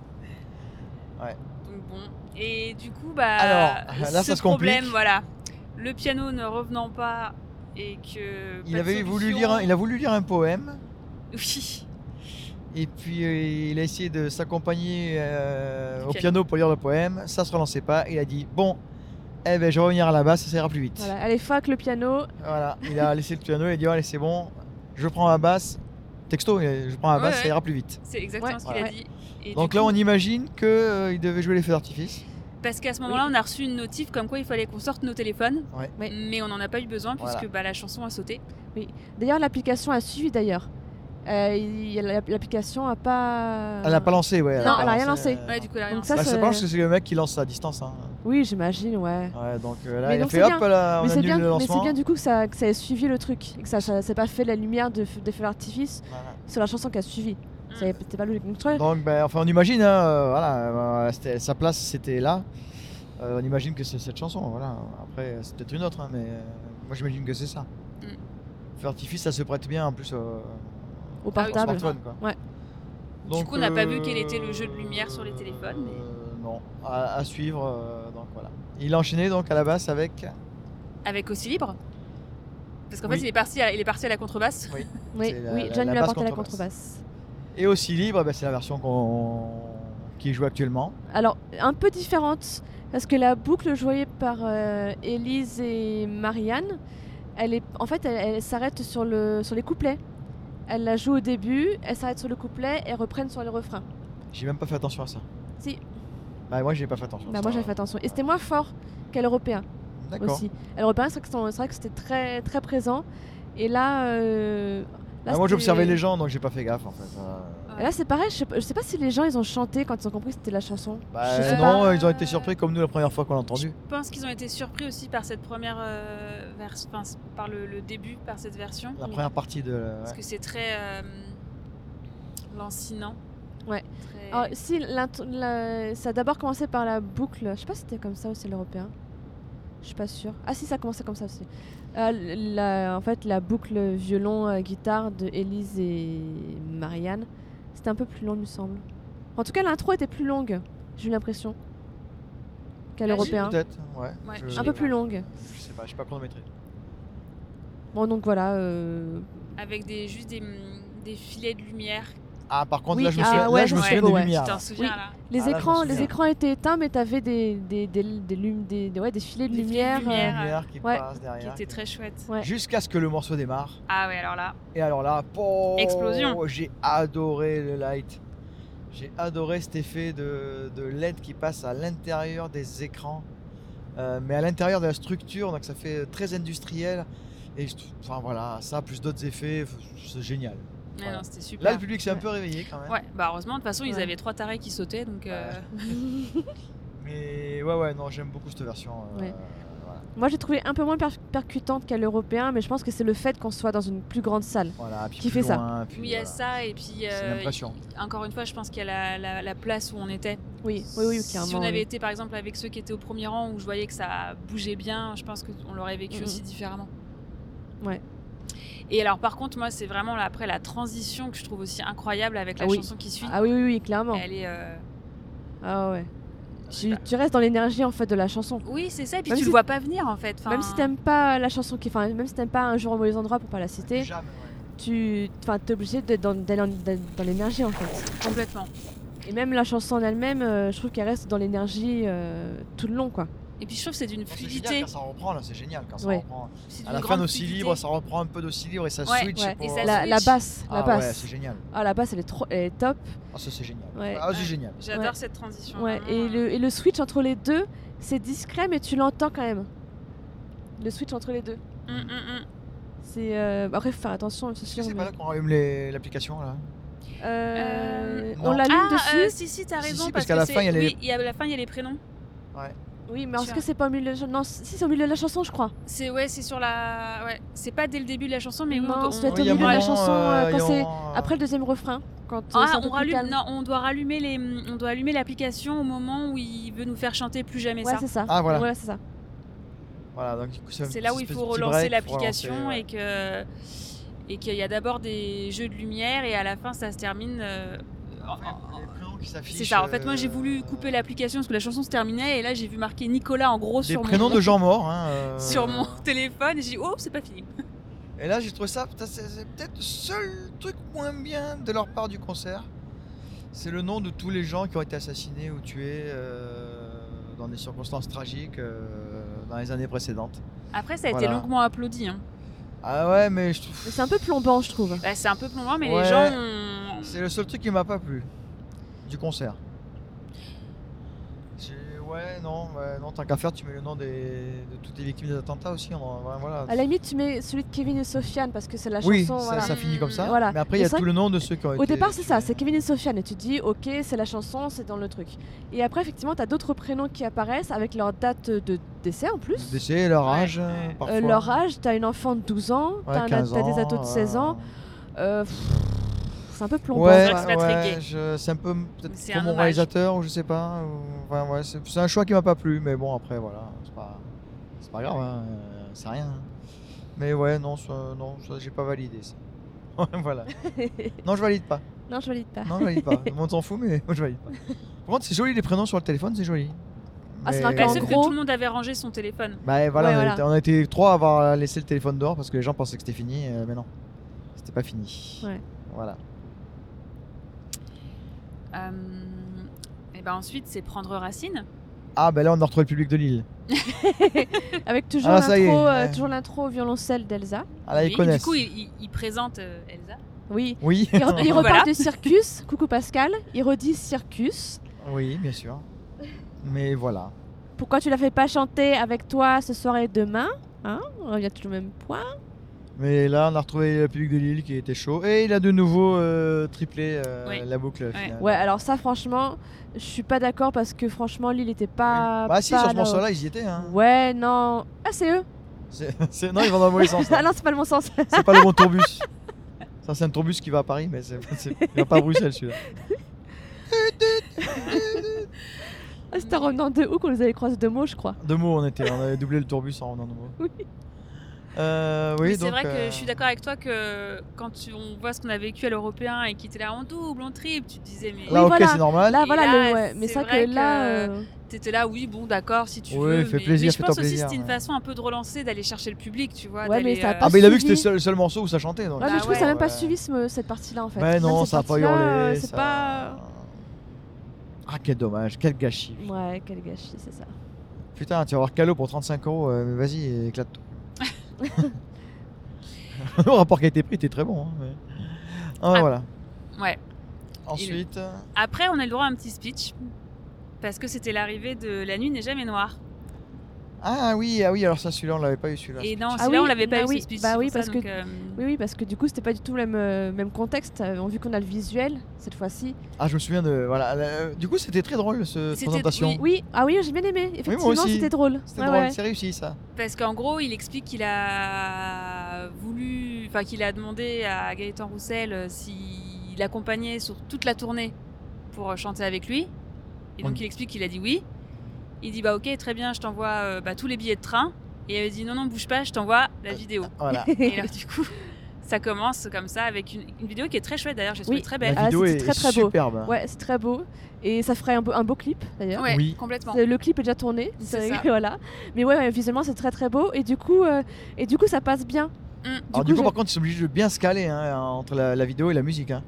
Speaker 2: Donc bon. Et du coup, bah,
Speaker 1: Alors, là,
Speaker 2: ce
Speaker 1: ça se
Speaker 2: problème,
Speaker 1: complique.
Speaker 2: voilà, le piano ne revenant pas et que.
Speaker 1: Il
Speaker 2: pas de
Speaker 1: avait voulu
Speaker 2: solution.
Speaker 1: lire, un- il a voulu lire un poème.
Speaker 2: <laughs> Oui.
Speaker 1: Et puis euh, il a essayé de s'accompagner euh,
Speaker 2: Du
Speaker 1: au
Speaker 2: piano.
Speaker 1: piano pour lire le poème. Ça se relançait pas. Il a dit bon, eh ben je vais revenir là-bas, ça ira plus vite. Voilà.
Speaker 3: Voilà. Allez, fuck le piano.
Speaker 1: Il a laissé le piano. Il a dit oh, allez c'est bon, je prends ma basse. Texto, il a dit, je prends ma
Speaker 2: Ouais,
Speaker 1: basse, ça
Speaker 2: ouais.
Speaker 1: ira plus vite.
Speaker 2: C'est exactement
Speaker 3: Ouais,
Speaker 2: ce qu'il a
Speaker 3: ouais.
Speaker 2: dit. Et
Speaker 1: Donc
Speaker 2: du
Speaker 1: là
Speaker 2: coup,
Speaker 1: on imagine que euh, il devait jouer les feux d'artifice.
Speaker 2: Parce qu'à ce moment-là, on a reçu une notif comme quoi il fallait qu'on sorte nos téléphones.
Speaker 1: Ouais.
Speaker 3: Oui.
Speaker 2: Mais on n'en a pas eu besoin
Speaker 1: Voilà.
Speaker 2: puisque bah, la chanson a sauté.
Speaker 3: D'ailleurs, l'application a suivi d'ailleurs. Euh, il- il- l'application a pas.
Speaker 1: Elle a pas lancé, ouais.
Speaker 3: Ah. Non,
Speaker 1: pas
Speaker 3: elle a rien lancé.
Speaker 1: euh,
Speaker 2: Ouais,
Speaker 1: non.
Speaker 2: du coup, là,
Speaker 3: Donc
Speaker 2: on-
Speaker 3: ça,
Speaker 1: Bah,
Speaker 3: c'est-
Speaker 1: c'est pas parce que c'est le mec qui lance à distance. hein.
Speaker 3: Oui, j'imagine, ouais.
Speaker 1: Ouais, donc euh, là
Speaker 3: Mais
Speaker 1: il a
Speaker 3: donc,
Speaker 1: fait
Speaker 3: c'est
Speaker 1: hop là, on
Speaker 3: mais c'est
Speaker 1: annule
Speaker 3: bien,
Speaker 1: le
Speaker 3: mais c'est
Speaker 1: lancement.
Speaker 3: bien du coup que ça, que ça ait suivi le truc et que ça, ça, ça ait pas fait la lumière de, f- des feux d'artifice
Speaker 1: Voilà.
Speaker 3: sur la chanson qui a suivi. Ça
Speaker 2: Mm.
Speaker 3: C'était pas logique. Donc, tu vois,
Speaker 1: Donc, ben, enfin, on imagine, hein, euh, voilà, euh, c'était- sa place c'était là. Euh, on imagine que c'est cette chanson, voilà. Après, c'est peut-être une autre, hein, mais euh, moi j'imagine que c'est ça.
Speaker 3: Mm.
Speaker 1: Feu d'artifice, ça se prête bien en plus euh,
Speaker 3: Au
Speaker 1: au
Speaker 3: portable.
Speaker 1: smartphone, quoi.
Speaker 3: Ouais.
Speaker 2: Du coup, on n'a pas vu quel était le jeu de lumière sur les téléphones, mais-
Speaker 1: euh, non, à, à suivre, euh, donc voilà. Il a enchaîné donc à la basse avec.
Speaker 2: Avec aussi libre. Parce qu'en
Speaker 1: Oui.
Speaker 2: fait, il est parti, à, il est parti à la contrebasse.
Speaker 3: oui,
Speaker 1: c'est la-
Speaker 3: oui,
Speaker 1: la-
Speaker 3: John
Speaker 1: la
Speaker 3: lui a
Speaker 1: basse
Speaker 3: apporté la
Speaker 1: contrebasse.
Speaker 3: contrebasse.
Speaker 1: Et aussi libre, ben, c'est la version qu'on qui joue actuellement.
Speaker 3: Alors, un peu différente, parce que la boucle jouée par euh, Élise et Marianne, elle est, en fait, elle, elle s'arrête sur, le, sur les couplets. Elle la joue au début, elle s'arrête sur le couplet et reprennent sur les refrains.
Speaker 1: J'ai même pas fait attention à ça.
Speaker 3: Si,
Speaker 1: Bah, moi j'ai pas fait attention. à
Speaker 3: bah,
Speaker 1: ça.
Speaker 3: moi j'avais fait attention. Et c'était moins fort qu'à l'européen
Speaker 1: D'accord.
Speaker 3: aussi. À l'européen, c'est vrai que c'était- c'est vrai que c'était très, très présent. Et là. euh, là,
Speaker 1: Ah, moi
Speaker 3: c'était-
Speaker 1: j'observais Bah, les gens donc j'ai pas fait gaffe en fait. Euh,
Speaker 3: Et là, c'est pareil, je sais, pas, je sais pas si les gens ils ont chanté quand ils ont compris que c'était la chanson.
Speaker 1: Bah,
Speaker 3: Je sais
Speaker 1: non,
Speaker 2: pas.
Speaker 1: euh, ils ont été surpris comme nous la première fois qu'on l'a entendu.
Speaker 2: Je pense qu'ils ont été surpris aussi par cette première euh, vers- enfin, c- par le, le début, par cette version.
Speaker 1: La première partie de. Ah, la-
Speaker 2: Parce que c'est très euh, lancinant.
Speaker 3: Ouais. Ah,
Speaker 2: Très-
Speaker 3: Alors, si, l'int- la- ça a d'abord commencé par la boucle. Je sais pas si c'était comme ça aussi l'européen. Je suis pas sûre. Ah si, ça a commencé comme ça aussi. Euh, la- en fait, la boucle violon-guitare de Elise et Marianne, c'était un peu plus long, il me semble. En tout cas, l'intro était plus longue, j'ai eu l'impression, qu'à
Speaker 1: Bah,
Speaker 2: Ah,
Speaker 3: l'européen.
Speaker 1: Peut-être, ouais.
Speaker 2: Ouais,
Speaker 1: je-
Speaker 2: j'ai-
Speaker 3: Un peu plus longue.
Speaker 1: Je sais pas, je suis pas chronométré.
Speaker 3: Bon, donc voilà. euh,
Speaker 2: Avec des, juste des, des filets de lumière.
Speaker 1: Ah, par contre,
Speaker 3: Oui,
Speaker 1: là, je me
Speaker 3: ah,
Speaker 1: souviens,
Speaker 3: ouais,
Speaker 1: là, je me
Speaker 3: ouais.
Speaker 1: souviens des
Speaker 3: Ouais.
Speaker 1: lumières.
Speaker 2: Tu
Speaker 1: là.
Speaker 2: t'en souviens
Speaker 3: Oui.
Speaker 2: là
Speaker 3: Les,
Speaker 1: Ah, là, je
Speaker 3: écrans,
Speaker 1: me
Speaker 3: les
Speaker 1: souviens.
Speaker 3: écrans étaient éteints, mais t'avais des, des, des, des, lum- des- des- ouais, des filets de
Speaker 2: Des filets de
Speaker 3: lumière.
Speaker 1: Les
Speaker 2: lumière.
Speaker 3: euh,
Speaker 1: lumières qui
Speaker 3: Ouais.
Speaker 1: passent
Speaker 2: Qui
Speaker 1: derrière.
Speaker 2: était très chouette.
Speaker 3: Ouais.
Speaker 1: Jusqu'à ce que le morceau démarre.
Speaker 2: Ah ouais, alors là.
Speaker 1: Et alors là, po-
Speaker 2: Explosion.
Speaker 1: J'ai adoré le light. J'ai adoré cet effet de, de LED qui passe à l'intérieur des écrans, euh, mais à l'intérieur de la structure, donc ça fait très industriel. Et je trouve- enfin voilà, ça plus d'autres effets, f- c'est génial.
Speaker 2: Ouais,
Speaker 1: Voilà.
Speaker 2: non, c'était super.
Speaker 1: Là, le public s'est un
Speaker 3: Ah, Ouais.
Speaker 1: peu réveillé quand même.
Speaker 2: Ouais, bah heureusement, de toute façon, ils
Speaker 3: Ouais.
Speaker 2: avaient trois tarés qui sautaient, donc... euh,
Speaker 3: <laughs>
Speaker 1: Mais ouais, ouais, non, j'aime beaucoup cette version. euh,
Speaker 3: Ouais.
Speaker 1: voilà.
Speaker 3: Moi, j'ai trouvé un peu moins per- percutante qu'à l'européen, mais je pense que c'est le fait qu'on soit dans une plus grande salle.
Speaker 1: Voilà, puis
Speaker 3: Qui
Speaker 1: plus
Speaker 3: fait ça
Speaker 1: loin, puis
Speaker 2: Oui, il y a
Speaker 1: voilà.
Speaker 2: ça, et puis...
Speaker 1: C'est
Speaker 2: euh,
Speaker 1: l'impression.
Speaker 2: Encore une fois, je pense qu'il y a la, la- la place où on était.
Speaker 3: Oui, oui, oui, clairement.
Speaker 2: Si on avait
Speaker 3: oui.
Speaker 2: été, par exemple, avec ceux qui étaient au premier rang, où je voyais que ça bougeait bien, je pense qu'on l'aurait vécu
Speaker 3: Mhm.
Speaker 2: aussi différemment.
Speaker 3: Ouais.
Speaker 2: Et alors, par contre, moi, c'est vraiment là, après la transition que je trouve aussi incroyable avec la
Speaker 3: Ah oui.
Speaker 2: chanson qui suit.
Speaker 3: Ah oui, oui, oui, clairement.
Speaker 2: Elle est... euh,
Speaker 3: Ah ouais. Tu,
Speaker 1: Bah,
Speaker 3: tu restes dans l'énergie en fait de la chanson.
Speaker 2: Oui, c'est ça, et puis
Speaker 3: Même
Speaker 2: tu
Speaker 3: si-
Speaker 2: le vois pas venir, en fait.
Speaker 3: Même
Speaker 2: enfin,
Speaker 3: si t'aimes pas la chanson qui, enfin, même si t'aimes pas un jour au mauvais endroit pour pas la citer,
Speaker 1: jamais, ouais.
Speaker 3: tu, enfin, t'es obligé d'être dans, d'aller en- d'être dans l'énergie en fait.
Speaker 2: Complètement.
Speaker 3: Et même la chanson en elle-même, euh, je trouve qu'elle reste dans l'énergie euh, tout le long quoi.
Speaker 2: Et puis, je trouve que c'est d'une
Speaker 1: Non, Ah, C'est génial
Speaker 2: fluidité.
Speaker 1: quand ça reprend, là, c'est génial quand ça
Speaker 3: Ouais.
Speaker 1: reprend.
Speaker 2: c'est
Speaker 1: À
Speaker 2: d'une
Speaker 1: la fin
Speaker 2: grande
Speaker 1: d'aussi
Speaker 2: fluidité.
Speaker 1: libre, ça reprend un peu d'aussi libre et ça
Speaker 2: Ouais,
Speaker 1: switch.
Speaker 3: ouais.
Speaker 1: pour- euh,
Speaker 2: Et ça
Speaker 3: La, la
Speaker 2: switch.
Speaker 3: basse, la
Speaker 1: Ah ouais,
Speaker 3: basse.
Speaker 1: c'est génial.
Speaker 3: ah la basse, elle est trop, elle est top.
Speaker 1: Ah ça c'est génial.
Speaker 3: Ouais.
Speaker 1: Ah c'est
Speaker 2: Ouais.
Speaker 1: génial.
Speaker 2: J'adore
Speaker 3: Ouais.
Speaker 2: cette transition.
Speaker 3: Ouais,
Speaker 2: vraiment,
Speaker 3: et
Speaker 2: euh,
Speaker 3: le, et le switch entre les deux, c'est discret, mais tu l'entends quand même. Le switch entre les deux.
Speaker 2: hum, hum, hum.
Speaker 3: C'est. euh, Après, faut faire attention, c'est
Speaker 1: Est-ce que
Speaker 3: sûr.
Speaker 1: c'est
Speaker 3: mais-
Speaker 1: pas là qu'on rallume les- l'application là
Speaker 3: Euh,
Speaker 2: Euh,
Speaker 3: on
Speaker 1: non.
Speaker 3: l'allume
Speaker 2: ah,
Speaker 3: dessus.
Speaker 2: euh, si, si, t'as
Speaker 1: Si,
Speaker 2: raison.
Speaker 1: si, parce
Speaker 2: parce
Speaker 1: qu'à la
Speaker 2: que
Speaker 1: fin,
Speaker 2: c'est-
Speaker 1: il y a les-
Speaker 2: Oui, il y a- à la fin, il y a les prénoms.
Speaker 3: Oui, mais est-ce
Speaker 2: Tiens.
Speaker 3: que c'est pas au milieu de la chanson Non, si c'est au milieu de la chanson, je crois.
Speaker 2: C'est ouais, c'est sur la. Ouais, c'est pas dès le début de la chanson, mais oui,
Speaker 3: Non,
Speaker 2: on,
Speaker 3: ça doit être
Speaker 2: on-
Speaker 3: au
Speaker 1: il y a
Speaker 3: milieu de la
Speaker 1: un
Speaker 2: on-
Speaker 1: moment,
Speaker 3: chanson, euh,
Speaker 1: il y a
Speaker 3: quand
Speaker 1: un
Speaker 3: c'est-
Speaker 1: moment, euh,
Speaker 3: Après le deuxième refrain, quand euh, c'est
Speaker 2: Ah,
Speaker 3: un peu
Speaker 2: on
Speaker 3: plus
Speaker 2: rallume.
Speaker 3: calme.
Speaker 2: Non, on doit rallumer les. On doit allumer l'application au moment où il veut nous faire chanter plus jamais
Speaker 3: Ouais,
Speaker 2: ça.
Speaker 3: c'est ça.
Speaker 1: Ah voilà.
Speaker 3: Voilà, c'est ça.
Speaker 1: Voilà, donc du coup, un
Speaker 2: C'est
Speaker 1: petit
Speaker 2: là où il
Speaker 1: espèce
Speaker 2: faut
Speaker 1: de petit break,
Speaker 2: relancer
Speaker 1: faut
Speaker 2: l'application
Speaker 1: relancer,
Speaker 2: et que et qu'il y a d'abord des jeux de lumière et à la fin ça se termine. euh, en-
Speaker 1: ouais.
Speaker 2: en-
Speaker 1: Les prénoms qui s'affichent,
Speaker 2: C'est ça. En fait, moi, j'ai voulu
Speaker 1: euh,
Speaker 2: couper l'application parce que la chanson se terminait et là, j'ai vu marquer Nicolas en gros
Speaker 1: Des
Speaker 2: sur
Speaker 1: prénoms
Speaker 2: <laughs> mon
Speaker 1: de gens morts. hein, euh,
Speaker 2: sur mon <laughs> téléphone et j'ai dit oh, c'est pas fini.
Speaker 1: Et là, j'ai trouvé ça, putain, c'est c'est peut-être le seul truc moins bien de leur part du concert. C'est le nom de tous les gens qui ont été assassinés ou tués euh, dans des circonstances tragiques euh, dans les années précédentes.
Speaker 2: Après, ça a été
Speaker 1: Voilà.
Speaker 2: longuement applaudi. hein.
Speaker 1: Ah ouais, mais je trouve.
Speaker 3: Mais c'est un peu plombant, je trouve.
Speaker 2: Bah, c'est un peu plombant, mais
Speaker 1: Ouais.
Speaker 2: les gens. ont-
Speaker 1: C'est le seul truc qui m'a pas plu du concert. J'ai- Ouais, non, ouais, non tant qu'à faire, tu mets le nom des... de toutes les victimes des attentats aussi. on en- ouais, voilà.
Speaker 3: À la limite, tu mets celui de Kevin et Sofiane parce que c'est la
Speaker 1: oui,
Speaker 3: chanson.
Speaker 1: ça,
Speaker 3: voilà.
Speaker 1: ça finit comme ça.
Speaker 3: Voilà.
Speaker 1: Mais après, il
Speaker 3: Mais
Speaker 1: y a
Speaker 3: c'est
Speaker 1: tout le nom de ceux qui ont été.
Speaker 3: Au départ, c'est ça,
Speaker 1: tués.
Speaker 3: c'est Kevin et Sofiane. Et tu te dis, ok, c'est la chanson, c'est dans le truc. Et après, effectivement, t'as d'autres prénoms qui apparaissent avec leur date de décès en plus.
Speaker 1: Le décès, leur
Speaker 2: Ouais,
Speaker 1: âge,
Speaker 2: ouais.
Speaker 1: euh,
Speaker 2: Euh,
Speaker 1: parfois.
Speaker 3: Euh, leur âge, t'as une enfant de 12 ans,
Speaker 1: Ouais,
Speaker 3: t'as un-
Speaker 1: 15
Speaker 3: t'as des ados de 16 ans. Euh, pff, c'est un peu
Speaker 1: euh,
Speaker 3: plombant.
Speaker 1: Ouais,
Speaker 2: C'est vrai que c'est pas très
Speaker 1: ouais,
Speaker 2: gai.
Speaker 1: je- c'est un peu peut-être
Speaker 2: C'est
Speaker 1: pour
Speaker 2: un
Speaker 1: mon
Speaker 2: hommage.
Speaker 1: réalisateur ou je sais pas. ou- enfin, ouais, c'est c'est un choix qui m'a pas plu, mais bon après voilà, c'est pas, c'est pas grave, hein, euh, c'est rien. hein. Mais ouais, non, ça- non, ça, j'ai pas validé ça. <laughs> voilà.
Speaker 3: <laughs>
Speaker 1: Non, je valide pas.
Speaker 3: non, je valide pas.
Speaker 1: Non, je valide pas. Tout le monde s'en fout, mais moi je valide pas. Par contre, c'est joli les prénoms sur le téléphone, c'est joli.
Speaker 3: Ah, c'est
Speaker 1: Mais-
Speaker 3: marqué
Speaker 2: Bah,
Speaker 3: en
Speaker 2: sauf que
Speaker 3: gros-
Speaker 2: tout le monde avait rangé son téléphone.
Speaker 1: Bah voilà,
Speaker 3: Ouais,
Speaker 1: on,
Speaker 3: voilà.
Speaker 1: était- on a été trois à avoir laissé le téléphone dehors parce que les gens pensaient que c'était fini, euh, mais non, c'était pas fini.
Speaker 3: Ouais.
Speaker 1: Voilà.
Speaker 2: Euh, Et ben ensuite, c'est prendre racine.
Speaker 1: Ah, ben là, on a retrouvé le public de Lille.
Speaker 3: <laughs> Avec toujours
Speaker 1: Ah, ça y est,
Speaker 3: l'intro, euh,
Speaker 1: ouais.
Speaker 3: toujours l'intro au violoncelle d'Elsa.
Speaker 1: Ah là,
Speaker 2: Et
Speaker 1: ils connaissent.
Speaker 2: du coup, il, il- il présente euh, Elsa.
Speaker 3: Oui.
Speaker 2: <laughs>
Speaker 1: Oui.
Speaker 3: Il, re- <laughs> il
Speaker 2: Voilà.
Speaker 3: repart du circus. Coucou Pascal. Il redit circus.
Speaker 1: <laughs> oui, bien sûr. Mais voilà.
Speaker 3: Pourquoi tu la fais pas chanter avec toi ce soir et demain Hein On revient toujours au même point.
Speaker 1: Mais là, on a retrouvé le public de Lille qui était chaud. Et il a de nouveau euh, triplé euh,
Speaker 2: Ouais.
Speaker 1: la boucle finale.
Speaker 3: Ouais, alors ça, franchement, je suis pas d'accord parce que franchement, Lille était pas.
Speaker 1: Bah, si,
Speaker 3: pas
Speaker 1: sur
Speaker 3: là-
Speaker 1: ce morceau-là, ils y étaient. hein.
Speaker 3: Ouais, non. Ah, c'est eux
Speaker 1: C'est- c'est- Non, ils vont dans le mauvais sens. là.
Speaker 3: Ah <laughs> non, c'est pas le bon sens.
Speaker 1: C'est pas le bon tourbus. Ça, c'est un tourbus qui va à Paris, mais c'est, c'est- il va pas à Bruxelles celui-là.
Speaker 3: Ah, C'était en revenant de où qu'on les avait croisés deux mots, je crois.
Speaker 1: Deux mots, on était, on avait doublé le tourbus en rendant deux mots.
Speaker 3: Oui.
Speaker 1: Euh, oui,
Speaker 2: Mais c'est
Speaker 1: donc,
Speaker 2: vrai que
Speaker 1: euh,
Speaker 2: je suis d'accord avec toi que quand tu- on voit ce qu'on a vécu à l'européen et qu'il était là en double, en triple, tu te disais mais
Speaker 1: Là,
Speaker 3: Oui,
Speaker 1: ok,
Speaker 3: voilà.
Speaker 1: c'est normal.
Speaker 3: Là,
Speaker 2: Et
Speaker 3: voilà,
Speaker 2: là,
Speaker 3: le- ouais. mais
Speaker 2: c'est
Speaker 3: ça
Speaker 2: vrai
Speaker 3: que là.
Speaker 2: que-
Speaker 3: euh,
Speaker 2: t'étais là oui bon d'accord si tu
Speaker 1: Ouais,
Speaker 2: veux.
Speaker 1: fais
Speaker 2: mais,
Speaker 1: plaisir,
Speaker 2: mais je
Speaker 1: fais-toi
Speaker 2: pense aussi que
Speaker 1: plaisir,
Speaker 2: c'était une
Speaker 1: ouais.
Speaker 2: façon un peu de relancer, d'aller chercher le public, tu vois.
Speaker 3: Ouais, mais
Speaker 2: d'aller,
Speaker 3: ça a
Speaker 2: euh,
Speaker 3: pas
Speaker 1: Ah, bah il a vu que
Speaker 3: suivi.
Speaker 1: c'était le seul, le seul morceau où ça chantait. Donc,
Speaker 3: Ouais, mais
Speaker 2: Bah
Speaker 3: je trouve que ça
Speaker 2: ouais.
Speaker 3: a même pas suivi ce- cette partie-là en fait.
Speaker 1: Mais
Speaker 3: Même
Speaker 1: non,
Speaker 3: cette
Speaker 1: ça a pas
Speaker 3: partie-là, euh,
Speaker 1: hurlé.
Speaker 3: C'est
Speaker 1: ça-
Speaker 3: pas.
Speaker 1: Ah, quel dommage, quel gâchis.
Speaker 3: Ouais, quel gâchis, c'est ça.
Speaker 1: Putain, tu vas avoir Calo pour 35 euros, euh, mais vas-y,
Speaker 3: <laughs>
Speaker 1: éclate-toi. Le rapport qui a été pris était très bon. hein, mais- Ah,
Speaker 2: Ah,
Speaker 1: voilà.
Speaker 2: ouais.
Speaker 1: Ensuite, euh,
Speaker 2: Après, on a le droit à un petit speech parce que c'était l'arrivée de La nuit n'est jamais noire.
Speaker 1: ah oui, ah oui, alors ça, celui-là, on l'avait pas eu celui-là.
Speaker 2: Et non,
Speaker 3: Ah
Speaker 2: celui-là,
Speaker 3: oui,
Speaker 2: on l'avait pas
Speaker 3: bah
Speaker 2: eu
Speaker 3: oui,
Speaker 2: ce speech.
Speaker 3: bah
Speaker 2: c'est
Speaker 3: oui,
Speaker 2: pour
Speaker 3: parce
Speaker 2: ça,
Speaker 3: que-
Speaker 2: donc, euh,
Speaker 3: Oui, oui, parce que du coup, c'était pas du tout le même, euh, même contexte. Euh, Vu qu'on a le visuel cette fois-ci.
Speaker 1: Ah, je me souviens de. Voilà. euh, du coup, c'était très drôle, cette
Speaker 2: C'était-
Speaker 1: présentation.
Speaker 2: oui.
Speaker 3: Oui, ah oui, j'ai bien aimé. Effectivement,
Speaker 1: aussi.
Speaker 3: c'était drôle.
Speaker 1: C'était
Speaker 3: Ouais,
Speaker 1: drôle,
Speaker 3: ouais.
Speaker 1: c'est réussi ça.
Speaker 2: Parce qu'en gros, il explique qu'il a voulu, enfin qu'il a demandé à Gaëtan Roussel euh, s'il l'accompagnait sur toute la tournée pour euh, chanter avec lui. Et donc
Speaker 1: Oui.
Speaker 2: il explique qu'il a dit oui. Il dit bah ok très bien, je t'envoie euh, bah, tous les billets de train. Et elle dit non non bouge pas, je t'envoie
Speaker 1: Euh,
Speaker 2: la vidéo.
Speaker 3: <laughs>
Speaker 1: Voilà. <laughs>
Speaker 2: Et là du coup, ça commence comme ça avec une, une vidéo qui est très chouette d'ailleurs, j'ai trouvé
Speaker 3: Oui.
Speaker 2: très
Speaker 1: La
Speaker 2: belle.
Speaker 3: Ah,
Speaker 1: vidéo
Speaker 3: c'était
Speaker 1: est,
Speaker 3: très, très beau.
Speaker 1: superbe.
Speaker 3: Ouais, c'est très beau. Et ça ferait un, beau- un beau clip d'ailleurs.
Speaker 2: Ouais,
Speaker 1: Oui.
Speaker 2: complètement.
Speaker 3: Le clip est déjà tourné,
Speaker 2: C'est
Speaker 3: c'est-
Speaker 2: ça.
Speaker 3: <laughs> voilà. Mais ouais, ouais, visuellement c'est très très beau et du coup euh, et du coup ça passe bien.
Speaker 2: Mm.
Speaker 1: Alors, du coup,
Speaker 3: je-
Speaker 1: par contre, ils sont obligés de bien se caler hein, entre la, la vidéo et la musique. hein.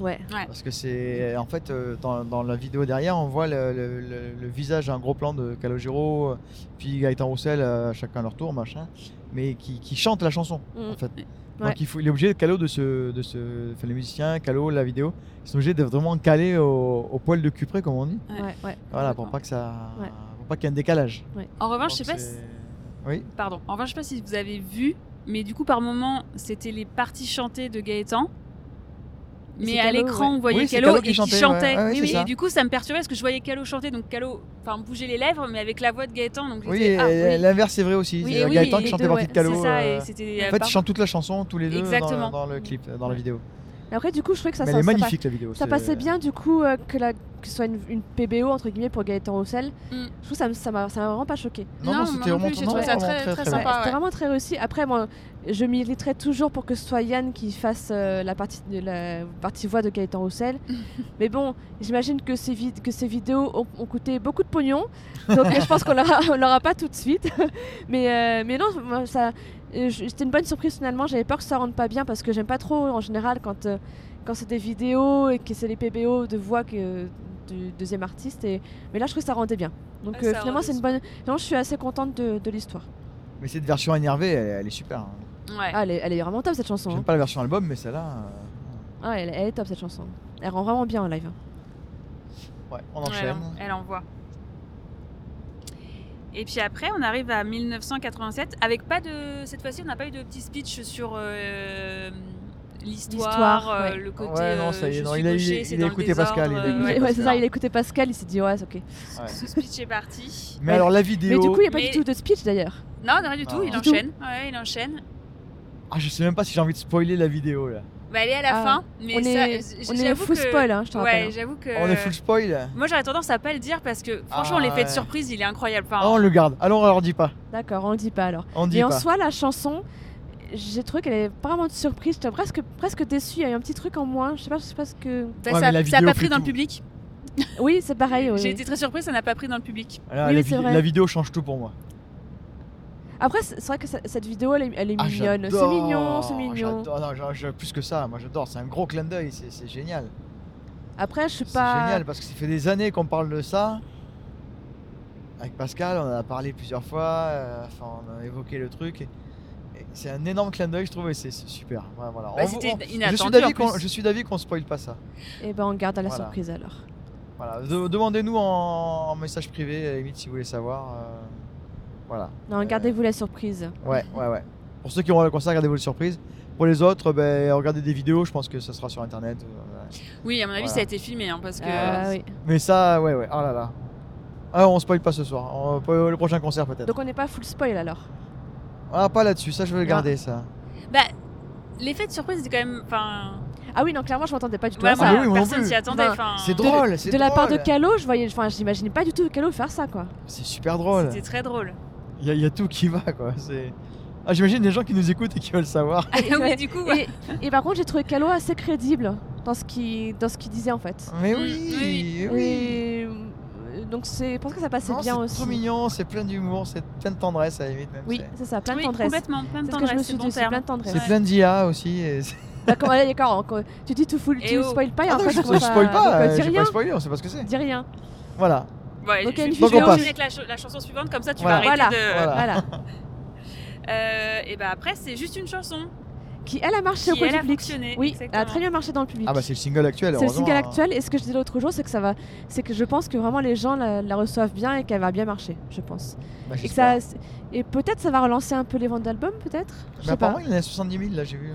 Speaker 3: Ouais.
Speaker 1: Parce que c'est. En fait, euh, dans, dans la vidéo derrière, on voit le, le- le- le visage, un gros plan de Calogero, euh, puis Gaëtan Roussel, euh, chacun à leur tour, machin. Mais qui, qui chante la chanson,
Speaker 3: Mm.
Speaker 1: en fait.
Speaker 3: Ouais.
Speaker 1: Donc, il, faut, il est obligé, Calo, de se. De se enfin, les musiciens, Calo, la vidéo, ils sont obligés de vraiment caler au, au poil de cupré, comme on dit.
Speaker 2: Ouais.
Speaker 3: Ouais, ouais.
Speaker 1: Voilà, pour
Speaker 2: Complètement.
Speaker 1: pas que ça.
Speaker 3: Ouais.
Speaker 1: Pour pas qu'il y ait un décalage.
Speaker 2: En revanche, je sais
Speaker 1: Donc,
Speaker 2: pas. si-
Speaker 1: c'est- Oui.
Speaker 2: Pardon. En revanche, je sais pas si vous avez vu, mais du coup, par moment, c'était les parties chantées de Gaëtan. Mais
Speaker 3: C'est
Speaker 2: à
Speaker 3: Calo,
Speaker 2: l'écran, on voyait
Speaker 1: Oui, c'est
Speaker 2: Calo,
Speaker 1: Calo qui
Speaker 2: et qui
Speaker 1: chantait,
Speaker 2: chantait.
Speaker 1: ouais. Ah Ouais, ouais,
Speaker 2: Oui,
Speaker 1: c'est
Speaker 2: oui.
Speaker 1: ça.
Speaker 2: Et du coup, ça me perturbait parce que je voyais Calo chanter, donc Calo, enfin, bouger les lèvres, mais avec la voix de Gaëtan. Donc
Speaker 1: Oui,
Speaker 2: j'étais, ah,
Speaker 1: et
Speaker 2: oui.
Speaker 1: l'inverse est vrai aussi.
Speaker 2: Oui,
Speaker 1: C'est
Speaker 2: et oui,
Speaker 1: Gaëtan
Speaker 2: et
Speaker 1: qui
Speaker 2: les
Speaker 1: chantait
Speaker 3: deux,
Speaker 1: partie
Speaker 3: ouais,
Speaker 1: de
Speaker 2: C'est
Speaker 1: Calo.
Speaker 2: ça,
Speaker 1: euh,
Speaker 2: et c'était.
Speaker 1: En
Speaker 2: euh,
Speaker 1: fait,
Speaker 2: pardon.
Speaker 1: ils chantent toute la chanson, tous les deux, dans le-
Speaker 2: Exactement.
Speaker 1: dans, le clip, dans la
Speaker 3: Ouais.
Speaker 1: vidéo.
Speaker 3: Et après du coup, je trouvais que ça
Speaker 1: Mais
Speaker 3: ça-
Speaker 1: elle est
Speaker 3: ça
Speaker 1: magnifique, la vidéo.
Speaker 3: Ça
Speaker 1: c'est-
Speaker 3: passait bien du coup euh, que, la, que ce soit une, une PBO entre guillemets pour Gaëtan Roussel.
Speaker 2: Mm.
Speaker 3: Je trouve que ça me- ça m'a ça m'a vraiment pas choqué.
Speaker 1: Non, non,
Speaker 2: Non,
Speaker 1: c'était
Speaker 2: moi non
Speaker 1: vraiment,
Speaker 2: plus, j'ai
Speaker 1: non,
Speaker 2: trouvé
Speaker 1: vraiment
Speaker 2: ça très, très sympa. ouais.
Speaker 3: C'était vraiment très réussi. Après moi je militerai toujours pour que ce soit Yann qui fasse euh, la partie de la partie voix de Gaëtan
Speaker 2: <laughs>
Speaker 3: Roussel. Mais bon, j'imagine que ces vid- que ces vidéos ont, ont coûté beaucoup de pognon. Donc je pense qu'on l'aura on l'aura pas tout de suite. <laughs> mais euh, mais non, moi, ça euh, j- c'était une bonne surprise finalement. J'avais peur que ça rentre pas bien parce que j'aime pas trop en général quand euh, quand c'est des vidéos et que c'est les PBO de voix que du deuxième artiste et mais là je trouve que ça rendait bien donc
Speaker 2: Ouais,
Speaker 3: euh,
Speaker 2: Ah, ça
Speaker 3: finalement
Speaker 2: rendait
Speaker 3: c'est une bonne non je suis assez contente de, de l'histoire
Speaker 1: Mais cette version énervée, elle, elle est super. hein.
Speaker 2: Ouais.
Speaker 3: ah, elle, est, elle est vraiment top cette chanson
Speaker 1: J'aime
Speaker 3: hein.
Speaker 1: pas la version album, mais celle-là.
Speaker 3: Ah, elle, elle est top cette chanson elle rend vraiment bien en live hein.
Speaker 1: euh, Ouais, on
Speaker 2: Ouais, hein. elle,
Speaker 1: enchaîne.
Speaker 2: en- elle envoie. Et puis après, on arrive à 1987 avec pas de. Cette fois-ci, on n'a pas eu de petit speech sur euh, l'histoire,
Speaker 3: L'histoire,
Speaker 2: euh,
Speaker 3: ouais.
Speaker 2: le côté.
Speaker 1: Ouais, non, ça y est,
Speaker 2: euh, je
Speaker 1: non,
Speaker 2: suis
Speaker 1: il a-
Speaker 2: gaucher,
Speaker 1: il-
Speaker 2: c'est
Speaker 1: il a
Speaker 2: dans le
Speaker 1: écouté Pascal, il a
Speaker 2: désordre,
Speaker 1: écouté
Speaker 2: euh,
Speaker 3: ouais,
Speaker 2: ouais.
Speaker 3: c'est ça il a écouté Pascal il s'est dit ouais c'est ok
Speaker 2: Ce speech est parti.
Speaker 1: Mais alors, la vidéo.
Speaker 3: mais du coup il n'y a pas
Speaker 2: Mais-
Speaker 3: du tout de speech d'ailleurs
Speaker 2: Non, non, rien du tout,
Speaker 1: Non.
Speaker 2: il
Speaker 1: Du
Speaker 3: tout.
Speaker 2: enchaîne. Ouais, il enchaîne.
Speaker 1: Ah, je sais même pas si j'ai envie de spoiler la vidéo là.
Speaker 2: Bah, elle est à la
Speaker 3: Ah.
Speaker 2: fin, mais
Speaker 3: on
Speaker 2: ça,
Speaker 3: est
Speaker 2: j-
Speaker 3: on est
Speaker 2: j'avoue
Speaker 3: full
Speaker 2: que-
Speaker 3: spoil hein, je te rappelle
Speaker 2: Ouais, j'avoue que.
Speaker 1: Oh, On est full spoil.
Speaker 2: Moi, j'aurais tendance à pas le dire parce que franchement,
Speaker 1: Ah,
Speaker 2: l'effet
Speaker 1: ouais.
Speaker 2: de surprise, il est incroyable.
Speaker 1: Ah, on
Speaker 2: Enfin,
Speaker 1: le garde. Alors, on leur dit pas.
Speaker 3: hein. d'accord on le dit pas alors
Speaker 1: On dit
Speaker 3: et en
Speaker 1: pas.
Speaker 3: soi la chanson j'ai trouvé qu'elle est vraiment de surprise j'étais presque presque déçue il y a eu un petit truc en moins je sais pas je sais pas ce que
Speaker 2: bah,
Speaker 1: Ouais,
Speaker 2: ça
Speaker 1: mais la
Speaker 2: ça a
Speaker 1: vidéo
Speaker 2: pas
Speaker 1: fait
Speaker 2: pris dans le
Speaker 1: tout.
Speaker 2: public.
Speaker 3: oui c'est pareil Ah oui,
Speaker 2: J'ai
Speaker 3: oui.
Speaker 2: été très surprise, ça n'a pas pris dans le public.
Speaker 1: Alors,
Speaker 3: Oui,
Speaker 1: la,
Speaker 3: oui, c'est
Speaker 1: vid-
Speaker 3: vrai.
Speaker 1: la vidéo change tout pour moi.
Speaker 3: Après, c'est c'est vrai que ça- cette vidéo, elle est, elle est
Speaker 1: Ah,
Speaker 3: mignonne. C'est
Speaker 1: j'adore,
Speaker 3: mignon, c'est mignon.
Speaker 1: j'adore, non, j'adore, j'adore plus que ça, moi j'adore, c'est un gros clin d'œil, c'est c'est génial.
Speaker 3: Après, je suis
Speaker 1: C'est
Speaker 3: pas.
Speaker 1: génial parce que ça fait des années qu'on parle de ça. Avec Pascal, on en a parlé plusieurs fois, euh, enfin on a évoqué le truc. et- et c'est un énorme clin d'œil, je trouve, et c'est c'est super. Ouais, voilà.
Speaker 2: Bah,
Speaker 1: On-
Speaker 2: c'était
Speaker 1: on- je suis
Speaker 2: inattendu. en
Speaker 1: d'avis qu'on-
Speaker 2: plus.
Speaker 1: je suis d'avis qu'on spoil pas ça.
Speaker 3: Et ben, on garde à la
Speaker 1: Voilà.
Speaker 3: surprise alors.
Speaker 1: Voilà. De- Demandez-nous en, en message privé, à la limite, si vous voulez savoir. euh, Voilà.
Speaker 3: Non,
Speaker 1: Euh,
Speaker 3: gardez-vous la surprise.
Speaker 2: <laughs>
Speaker 1: Ouais, ouais, ouais. Pour ceux qui vont à le concert, regardez-vous le surprise. Pour les autres, ben, regardez des vidéos, je pense que ça sera sur internet. euh, ouais.
Speaker 2: Oui, à mon avis,
Speaker 1: Voilà.
Speaker 2: ça a été filmé hein, parce que.
Speaker 3: Ah, oui.
Speaker 1: Mais ça, ouais, ouais, oh là là. Ah, on spoil pas ce soir. On- pour le prochain concert peut-être.
Speaker 3: Donc on n'est pas full spoil alors.
Speaker 1: Ah, pas là-dessus, ça je vais le garder ça.
Speaker 2: Bah, l'effet de surprise était quand même. Enfin,
Speaker 3: Ah oui, non, clairement, je m'attendais pas du tout
Speaker 2: voilà,
Speaker 3: à ça.
Speaker 1: Ah oui, moi non
Speaker 2: personne
Speaker 1: plus.
Speaker 2: s'y attendait.
Speaker 3: Enfin,
Speaker 2: enfin,
Speaker 1: C'est drôle, c'est
Speaker 3: de la part de
Speaker 1: drôle.
Speaker 3: Calo, je voyais, enfin, j'imaginais pas du tout Calo faire ça, quoi.
Speaker 1: C'est super drôle.
Speaker 2: C'était très
Speaker 3: <laughs>
Speaker 2: drôle.
Speaker 1: Il y, a- il y a tout qui va quoi. C'est. Ah, j'imagine des gens qui nous écoutent et qui veulent savoir.
Speaker 2: Ah oui, du coup, ouais.
Speaker 3: Et, et par contre, j'ai trouvé Calo assez crédible dans ce qu'il dans ce qu'il disait en fait.
Speaker 1: Mais
Speaker 2: Mm,
Speaker 1: oui,
Speaker 2: oui,
Speaker 1: Ah, oui.
Speaker 3: Et, euh, donc c'est, je pense que ça passait
Speaker 1: Non,
Speaker 3: bien
Speaker 1: c'est
Speaker 3: aussi.
Speaker 1: trop mignon, c'est plein d'humour, c'est plein de tendresse à la limite même.
Speaker 3: Oui,
Speaker 1: c'est-
Speaker 3: c'est ça, plein
Speaker 2: Oui,
Speaker 3: de tendresse.
Speaker 2: complètement, plein de
Speaker 3: C'est ce que je
Speaker 2: tendresse,
Speaker 3: me
Speaker 2: c'est
Speaker 3: suis
Speaker 2: bon
Speaker 3: dit, c'est
Speaker 2: terme.
Speaker 3: plein de tendresse.
Speaker 1: C'est plein d'IA aussi. et c'est-
Speaker 3: Bah, comment, allez, d'accord, encore- tu dis tout full,
Speaker 2: Eh
Speaker 3: tu
Speaker 2: oh.
Speaker 3: spoil pas et
Speaker 1: Ah non,
Speaker 3: après
Speaker 1: je
Speaker 3: tu
Speaker 1: ne
Speaker 3: commences à-
Speaker 1: spoil pas,
Speaker 3: donc, euh,
Speaker 1: euh,
Speaker 3: dis
Speaker 1: j'ai pas
Speaker 3: rien,
Speaker 1: spoilé, on sait pas ce que c'est.
Speaker 3: dis rien.
Speaker 1: Voilà.
Speaker 2: Ouais,
Speaker 3: Donc,
Speaker 2: je-
Speaker 3: elle
Speaker 2: je
Speaker 3: nous
Speaker 2: vais
Speaker 1: fait
Speaker 2: enchaîner
Speaker 1: passe.
Speaker 2: avec la, ch- la chanson suivante, comme ça tu
Speaker 1: Voilà.
Speaker 2: vas arrêter de.
Speaker 1: Voilà.
Speaker 3: Voilà.
Speaker 2: Euh, et bah après, c'est juste une chanson.
Speaker 3: Qui elle a marché au
Speaker 2: Qui,
Speaker 3: coin
Speaker 2: elle,
Speaker 3: du
Speaker 2: a
Speaker 3: public.
Speaker 2: fonctionné,
Speaker 3: Oui, elle a
Speaker 2: exactement.
Speaker 3: très bien marché dans le public.
Speaker 1: Ah bah c'est le single actuel.
Speaker 3: C'est le
Speaker 1: heureusement,
Speaker 3: single
Speaker 1: hein.
Speaker 3: actuel et ce que je disais l'autre jour c'est que ça va c'est que je pense que vraiment les gens la, la reçoivent bien et qu'elle va bien marcher je pense
Speaker 1: Bah,
Speaker 3: et que
Speaker 1: j'espère.
Speaker 3: ça et peut-être ça va relancer un peu les ventes d'albums peut-être je
Speaker 1: Mais
Speaker 3: sais pas
Speaker 1: apparemment il en a 70 000 là, j'ai vu. euh.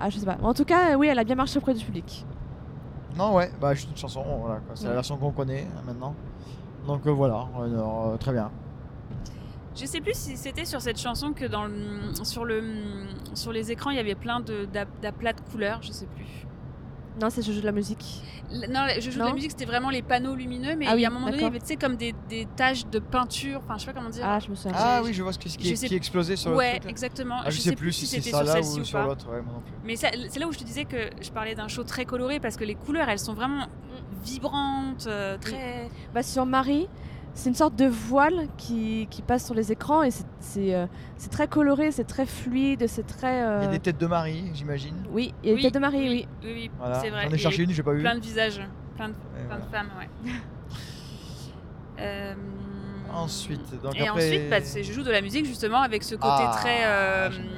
Speaker 3: ah je sais pas en tout cas oui elle a bien marché auprès du public
Speaker 1: Non, ouais, bah juste une chanson, oh, voilà, quoi. c'est la
Speaker 3: Ouais.
Speaker 1: version qu'on connaît euh, maintenant. Donc euh, voilà, alors, euh, très bien.
Speaker 2: Je sais plus si c'était sur cette chanson que dans le, sur, le, sur les écrans, il y avait plein de- d'ap- d'aplats de couleurs, je sais plus.
Speaker 3: non c'est je joue de la musique
Speaker 2: L- Non, je joue de la
Speaker 3: Non
Speaker 2: musique, c'était vraiment les panneaux lumineux, mais
Speaker 3: Ah
Speaker 2: il y a un
Speaker 3: oui,
Speaker 2: moment donné, il y
Speaker 3: d'accord.
Speaker 2: avait, tu sais, comme des, des taches de peinture, enfin, je sais pas comment dire.
Speaker 3: ah je me souviens
Speaker 1: Ah oui, je vois ce que- ce qui,
Speaker 2: je
Speaker 1: est-
Speaker 2: sais-
Speaker 1: qui explosait sur le
Speaker 2: ouais,
Speaker 1: truc. là.
Speaker 2: exactement.
Speaker 1: Ah, je, sais plus si c'est ça là
Speaker 2: celle-ci
Speaker 1: ou sur l'autre, ouais, moi non plus.
Speaker 2: Mais ça- c'est là où je te disais que je parlais d'un show très coloré parce que les couleurs, elles sont vraiment vibrantes, euh, très.
Speaker 3: bah sur Marie c'est une sorte de voile qui, qui passe sur les écrans et c'est c'est euh, c'est très coloré c'est très fluide c'est très euh,
Speaker 1: Il y a des têtes de Marie, j'imagine.
Speaker 3: oui il y a des
Speaker 2: Oui,
Speaker 3: têtes de Marie oui
Speaker 2: Oui, oui,
Speaker 1: Voilà.
Speaker 2: c'est vrai.
Speaker 1: J'en
Speaker 2: Et
Speaker 1: ai cherché une, j'ai pas eu.
Speaker 2: Plein de visages, plein de,
Speaker 1: Et
Speaker 2: plein
Speaker 1: voilà.
Speaker 2: de femmes, ouais. <laughs> Euh,
Speaker 1: Ensuite, donc
Speaker 2: et
Speaker 1: après-
Speaker 2: ensuite, bah, c'est- je joue de la musique justement avec ce côté
Speaker 1: Ah,
Speaker 2: très. euh,
Speaker 1: génial.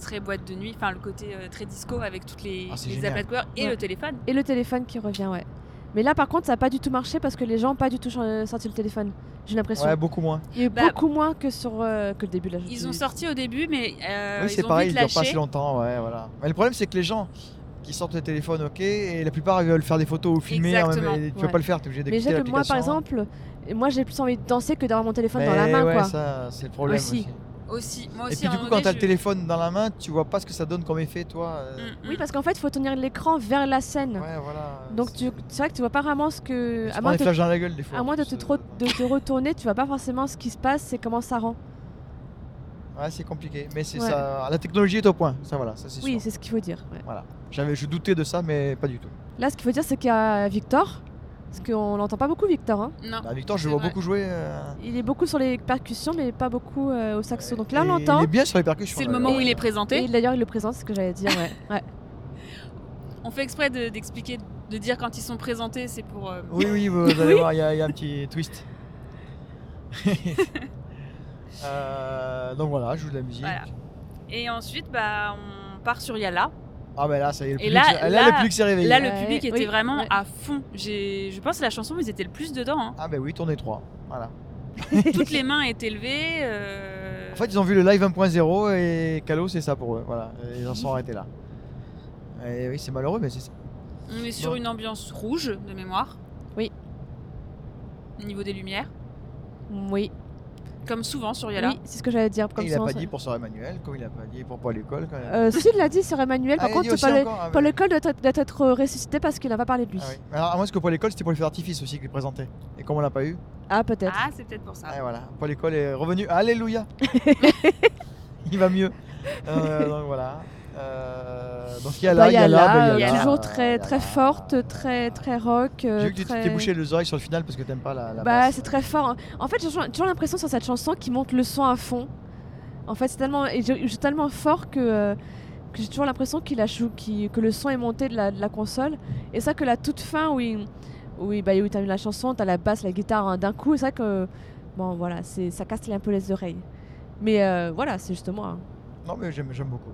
Speaker 2: très boîte de nuit, enfin le côté euh, très disco avec toutes les,
Speaker 1: Ah, c'est
Speaker 2: les
Speaker 1: génial.
Speaker 2: aplats de couleurs et
Speaker 3: Ouais.
Speaker 2: le téléphone.
Speaker 3: Et le téléphone qui revient, ouais. Mais là, par contre, ça n'a pas du tout marché parce que les gens n'ont pas du tout ch- sorti le téléphone. J'ai l'impression.
Speaker 1: Ouais, beaucoup moins.
Speaker 3: Il y a eu
Speaker 2: Bah,
Speaker 3: beaucoup moins que sur euh, que le début de la
Speaker 2: Ils
Speaker 3: du-
Speaker 2: ont sorti au début, mais euh,
Speaker 1: oui,
Speaker 2: ils
Speaker 1: c'est
Speaker 2: ont
Speaker 1: pareil,
Speaker 2: vite
Speaker 1: il dure pas
Speaker 2: lâché.
Speaker 1: si longtemps, ouais, voilà. Mais le problème, c'est que les gens qui sortent le téléphone, ok, et la plupart ils veulent faire des photos ou filmer, hein,
Speaker 2: Exactement,
Speaker 1: mais tu
Speaker 3: ouais.
Speaker 1: peux pas le faire, t'es obligé
Speaker 3: Mais
Speaker 1: d'écouter
Speaker 3: j'ai que moi, par
Speaker 1: l'application.
Speaker 3: exemple, et moi j'ai plus envie de danser que d'avoir mon téléphone dans la
Speaker 1: Mais
Speaker 3: main,
Speaker 1: ouais,
Speaker 3: quoi.
Speaker 1: ça, c'est le problème
Speaker 3: Aussi.
Speaker 1: aussi.
Speaker 2: Aussi, moi
Speaker 1: Et
Speaker 2: aussi.
Speaker 1: puis
Speaker 2: à
Speaker 1: du
Speaker 2: un
Speaker 1: coup, quand
Speaker 2: moment donné,
Speaker 1: t'as le
Speaker 2: je-
Speaker 1: téléphone dans la main, tu vois pas ce que ça donne comme effet, toi. euh,
Speaker 2: Mm, mm.
Speaker 3: Oui, parce qu'en fait, il faut tenir l'écran vers la scène.
Speaker 1: Ouais, voilà.
Speaker 3: Donc tu- c'est vrai que tu vois pas vraiment ce que.
Speaker 1: Tu
Speaker 3: Euh, À
Speaker 1: prends
Speaker 3: moins,
Speaker 1: des
Speaker 3: de,
Speaker 1: flashs dans la gueule des fois.
Speaker 3: à
Speaker 1: en
Speaker 3: moins de,
Speaker 1: plus,
Speaker 3: te
Speaker 1: euh,
Speaker 3: trop- de te retourner, tu vois pas forcément ce qui se passe et comment ça rend.
Speaker 1: Ouais, c'est compliqué. Mais c'est
Speaker 3: Ouais.
Speaker 1: ça. La technologie est au point. Ça, voilà, ça c'est
Speaker 3: Oui,
Speaker 1: sûr.
Speaker 3: c'est ce qu'il faut dire. ouais.
Speaker 1: J'avais, je doutais de ça, mais pas du tout.
Speaker 3: Là, ce qu'il faut dire, c'est qu'il y a Victor. Parce qu'on l'entend pas beaucoup, Victor. hein.
Speaker 2: mm. Non.
Speaker 1: Bah, Victor, je
Speaker 2: C'est
Speaker 1: le vois
Speaker 2: vrai.
Speaker 1: beaucoup jouer. euh,
Speaker 3: Il est beaucoup sur les percussions, mais pas beaucoup euh, au saxo. Donc là,
Speaker 1: et
Speaker 3: on
Speaker 1: Il
Speaker 3: l'entend.
Speaker 1: est bien sur les percussions.
Speaker 2: C'est le
Speaker 1: d'ailleurs.
Speaker 2: moment où il est présenté.
Speaker 3: Et d'ailleurs, il le présente, c'est ce que j'allais dire. Ouais. Ouais.
Speaker 2: On fait exprès de- d'expliquer, de, dire quand ils sont présentés, c'est pour. euh,
Speaker 1: Oui, oui, vous
Speaker 3: <laughs>
Speaker 1: allez voir, il y, a- il y a un petit twist. Euh, donc voilà, je joue de la musique.
Speaker 2: Voilà. Et ensuite, bah, on part sur Yala.
Speaker 1: Ah ben là, ça y est, le
Speaker 2: Et
Speaker 1: public,
Speaker 2: là-
Speaker 1: s'est- là,
Speaker 2: là-
Speaker 1: le public s'est réveillé.
Speaker 2: Là, le
Speaker 3: Ouais,
Speaker 2: public était
Speaker 3: oui,
Speaker 2: vraiment
Speaker 3: ouais.
Speaker 2: à fond. J'ai- Je pense que la chanson où ils étaient le plus
Speaker 1: <laughs>
Speaker 2: dedans. hein.
Speaker 1: Ah ben oui, tournée 3. Voilà.
Speaker 2: Toutes les mains étaient levées. euh,
Speaker 1: En fait, ils ont vu le live 1.0 et Calo, c'est ça pour eux. Voilà, Et ils en sont arrêtés là. Et oui, c'est malheureux, mais c'est ça.
Speaker 2: On est sur
Speaker 1: Bon.
Speaker 2: une ambiance rouge de mémoire.
Speaker 3: Oui.
Speaker 2: Au niveau des lumières.
Speaker 3: Oui,
Speaker 2: Comme souvent sur Yala.
Speaker 3: oui c'est ce que j'allais dire. Comme
Speaker 1: Et il a
Speaker 3: souvent,
Speaker 1: pas
Speaker 3: ça-
Speaker 1: dit pour Sœur Emmanuel, comme il a pas dit pour Paul École. Quand même.
Speaker 3: Euh, si, il l'a dit sur Emmanuel.
Speaker 1: Ah,
Speaker 3: Par
Speaker 1: il a dit
Speaker 3: contre,
Speaker 1: aussi
Speaker 3: Paul,
Speaker 1: encore, ah,
Speaker 3: Paul
Speaker 1: mais-
Speaker 3: École doit, être- doit être euh, ressuscité parce qu'il n'a pas parlé de lui.
Speaker 1: Ah oui. Alors, à moins que pour l'école, c'était pour le feu d'artifice aussi qu'il présentait. Et comme on l'a pas eu,
Speaker 3: Ah, peut-être.
Speaker 2: Ah, c'est peut-être pour ça.
Speaker 1: ah, voilà, pour l'école est revenu.
Speaker 3: <laughs>
Speaker 1: Alléluia Il va mieux. Euh, donc voilà. Euh, donc il y a là,
Speaker 3: Bah,
Speaker 1: il y a là, bah,
Speaker 3: euh,
Speaker 1: il y a là.
Speaker 3: toujours
Speaker 1: il y
Speaker 3: très,
Speaker 1: a
Speaker 3: très
Speaker 1: là.
Speaker 3: forte, très, très rock. euh,
Speaker 1: J'ai vu que tu
Speaker 3: très-
Speaker 1: t'es bouché les oreilles sur le final parce que t'aimes pas la, la
Speaker 3: Bah,
Speaker 1: basse.
Speaker 3: c'est très fort. En fait, j'ai toujours toujours l'impression sur cette chanson qu'il monte le son à fond. En fait, c'est tellement, et j'ai j'ai tellement fort que, euh, que j'ai toujours l'impression qu'il a chou- qu'il- que le son est monté de la, de la console. Et ça, que la toute fin où il, où il- bah, où il termine la chanson, t'as la basse, la guitare hein, d'un coup. C'est vrai que bon, voilà, c'est ça casse un peu les oreilles. Mais euh, voilà, c'est justement. hein.
Speaker 1: Non, mais j'aime j'aime beaucoup.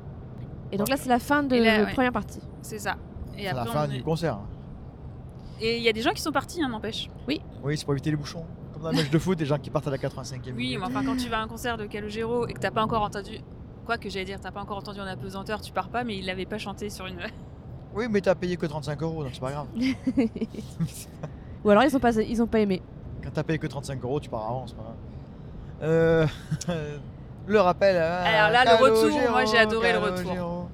Speaker 3: Et donc là, c'est la fin de
Speaker 2: Et là,
Speaker 3: la
Speaker 2: ouais.
Speaker 3: première <laughs> partie.
Speaker 2: C'est ça. Et
Speaker 1: C'est la
Speaker 2: après, on
Speaker 1: fin
Speaker 2: est-
Speaker 1: du concert.
Speaker 2: Et il y a des gens qui sont partis, hein, n'empêche.
Speaker 1: Oui, c'est pour éviter les bouchons. Comme dans un match de foot, des gens qui partent à la 85e.
Speaker 2: Oui, mais enfin, quand tu vas à un concert de Calogero et que t'as pas encore entendu. Quoi que j'allais dire, t'as pas encore entendu en apesanteur, tu pars pas, mais il l'avait pas chanté sur une.
Speaker 1: Oui, mais t'as payé que 35 euros, donc c'est pas grave.
Speaker 3: Ou alors ils ont pas, ils ont pas aimé.
Speaker 1: Quand t'as payé que 35 euros, tu pars avant, c'est pas grave. Euh, <laughs> le rappel. euh,
Speaker 2: Alors là, le retour,
Speaker 1: Calogero,
Speaker 2: moi, j'ai adoré le retour.
Speaker 1: Calogero.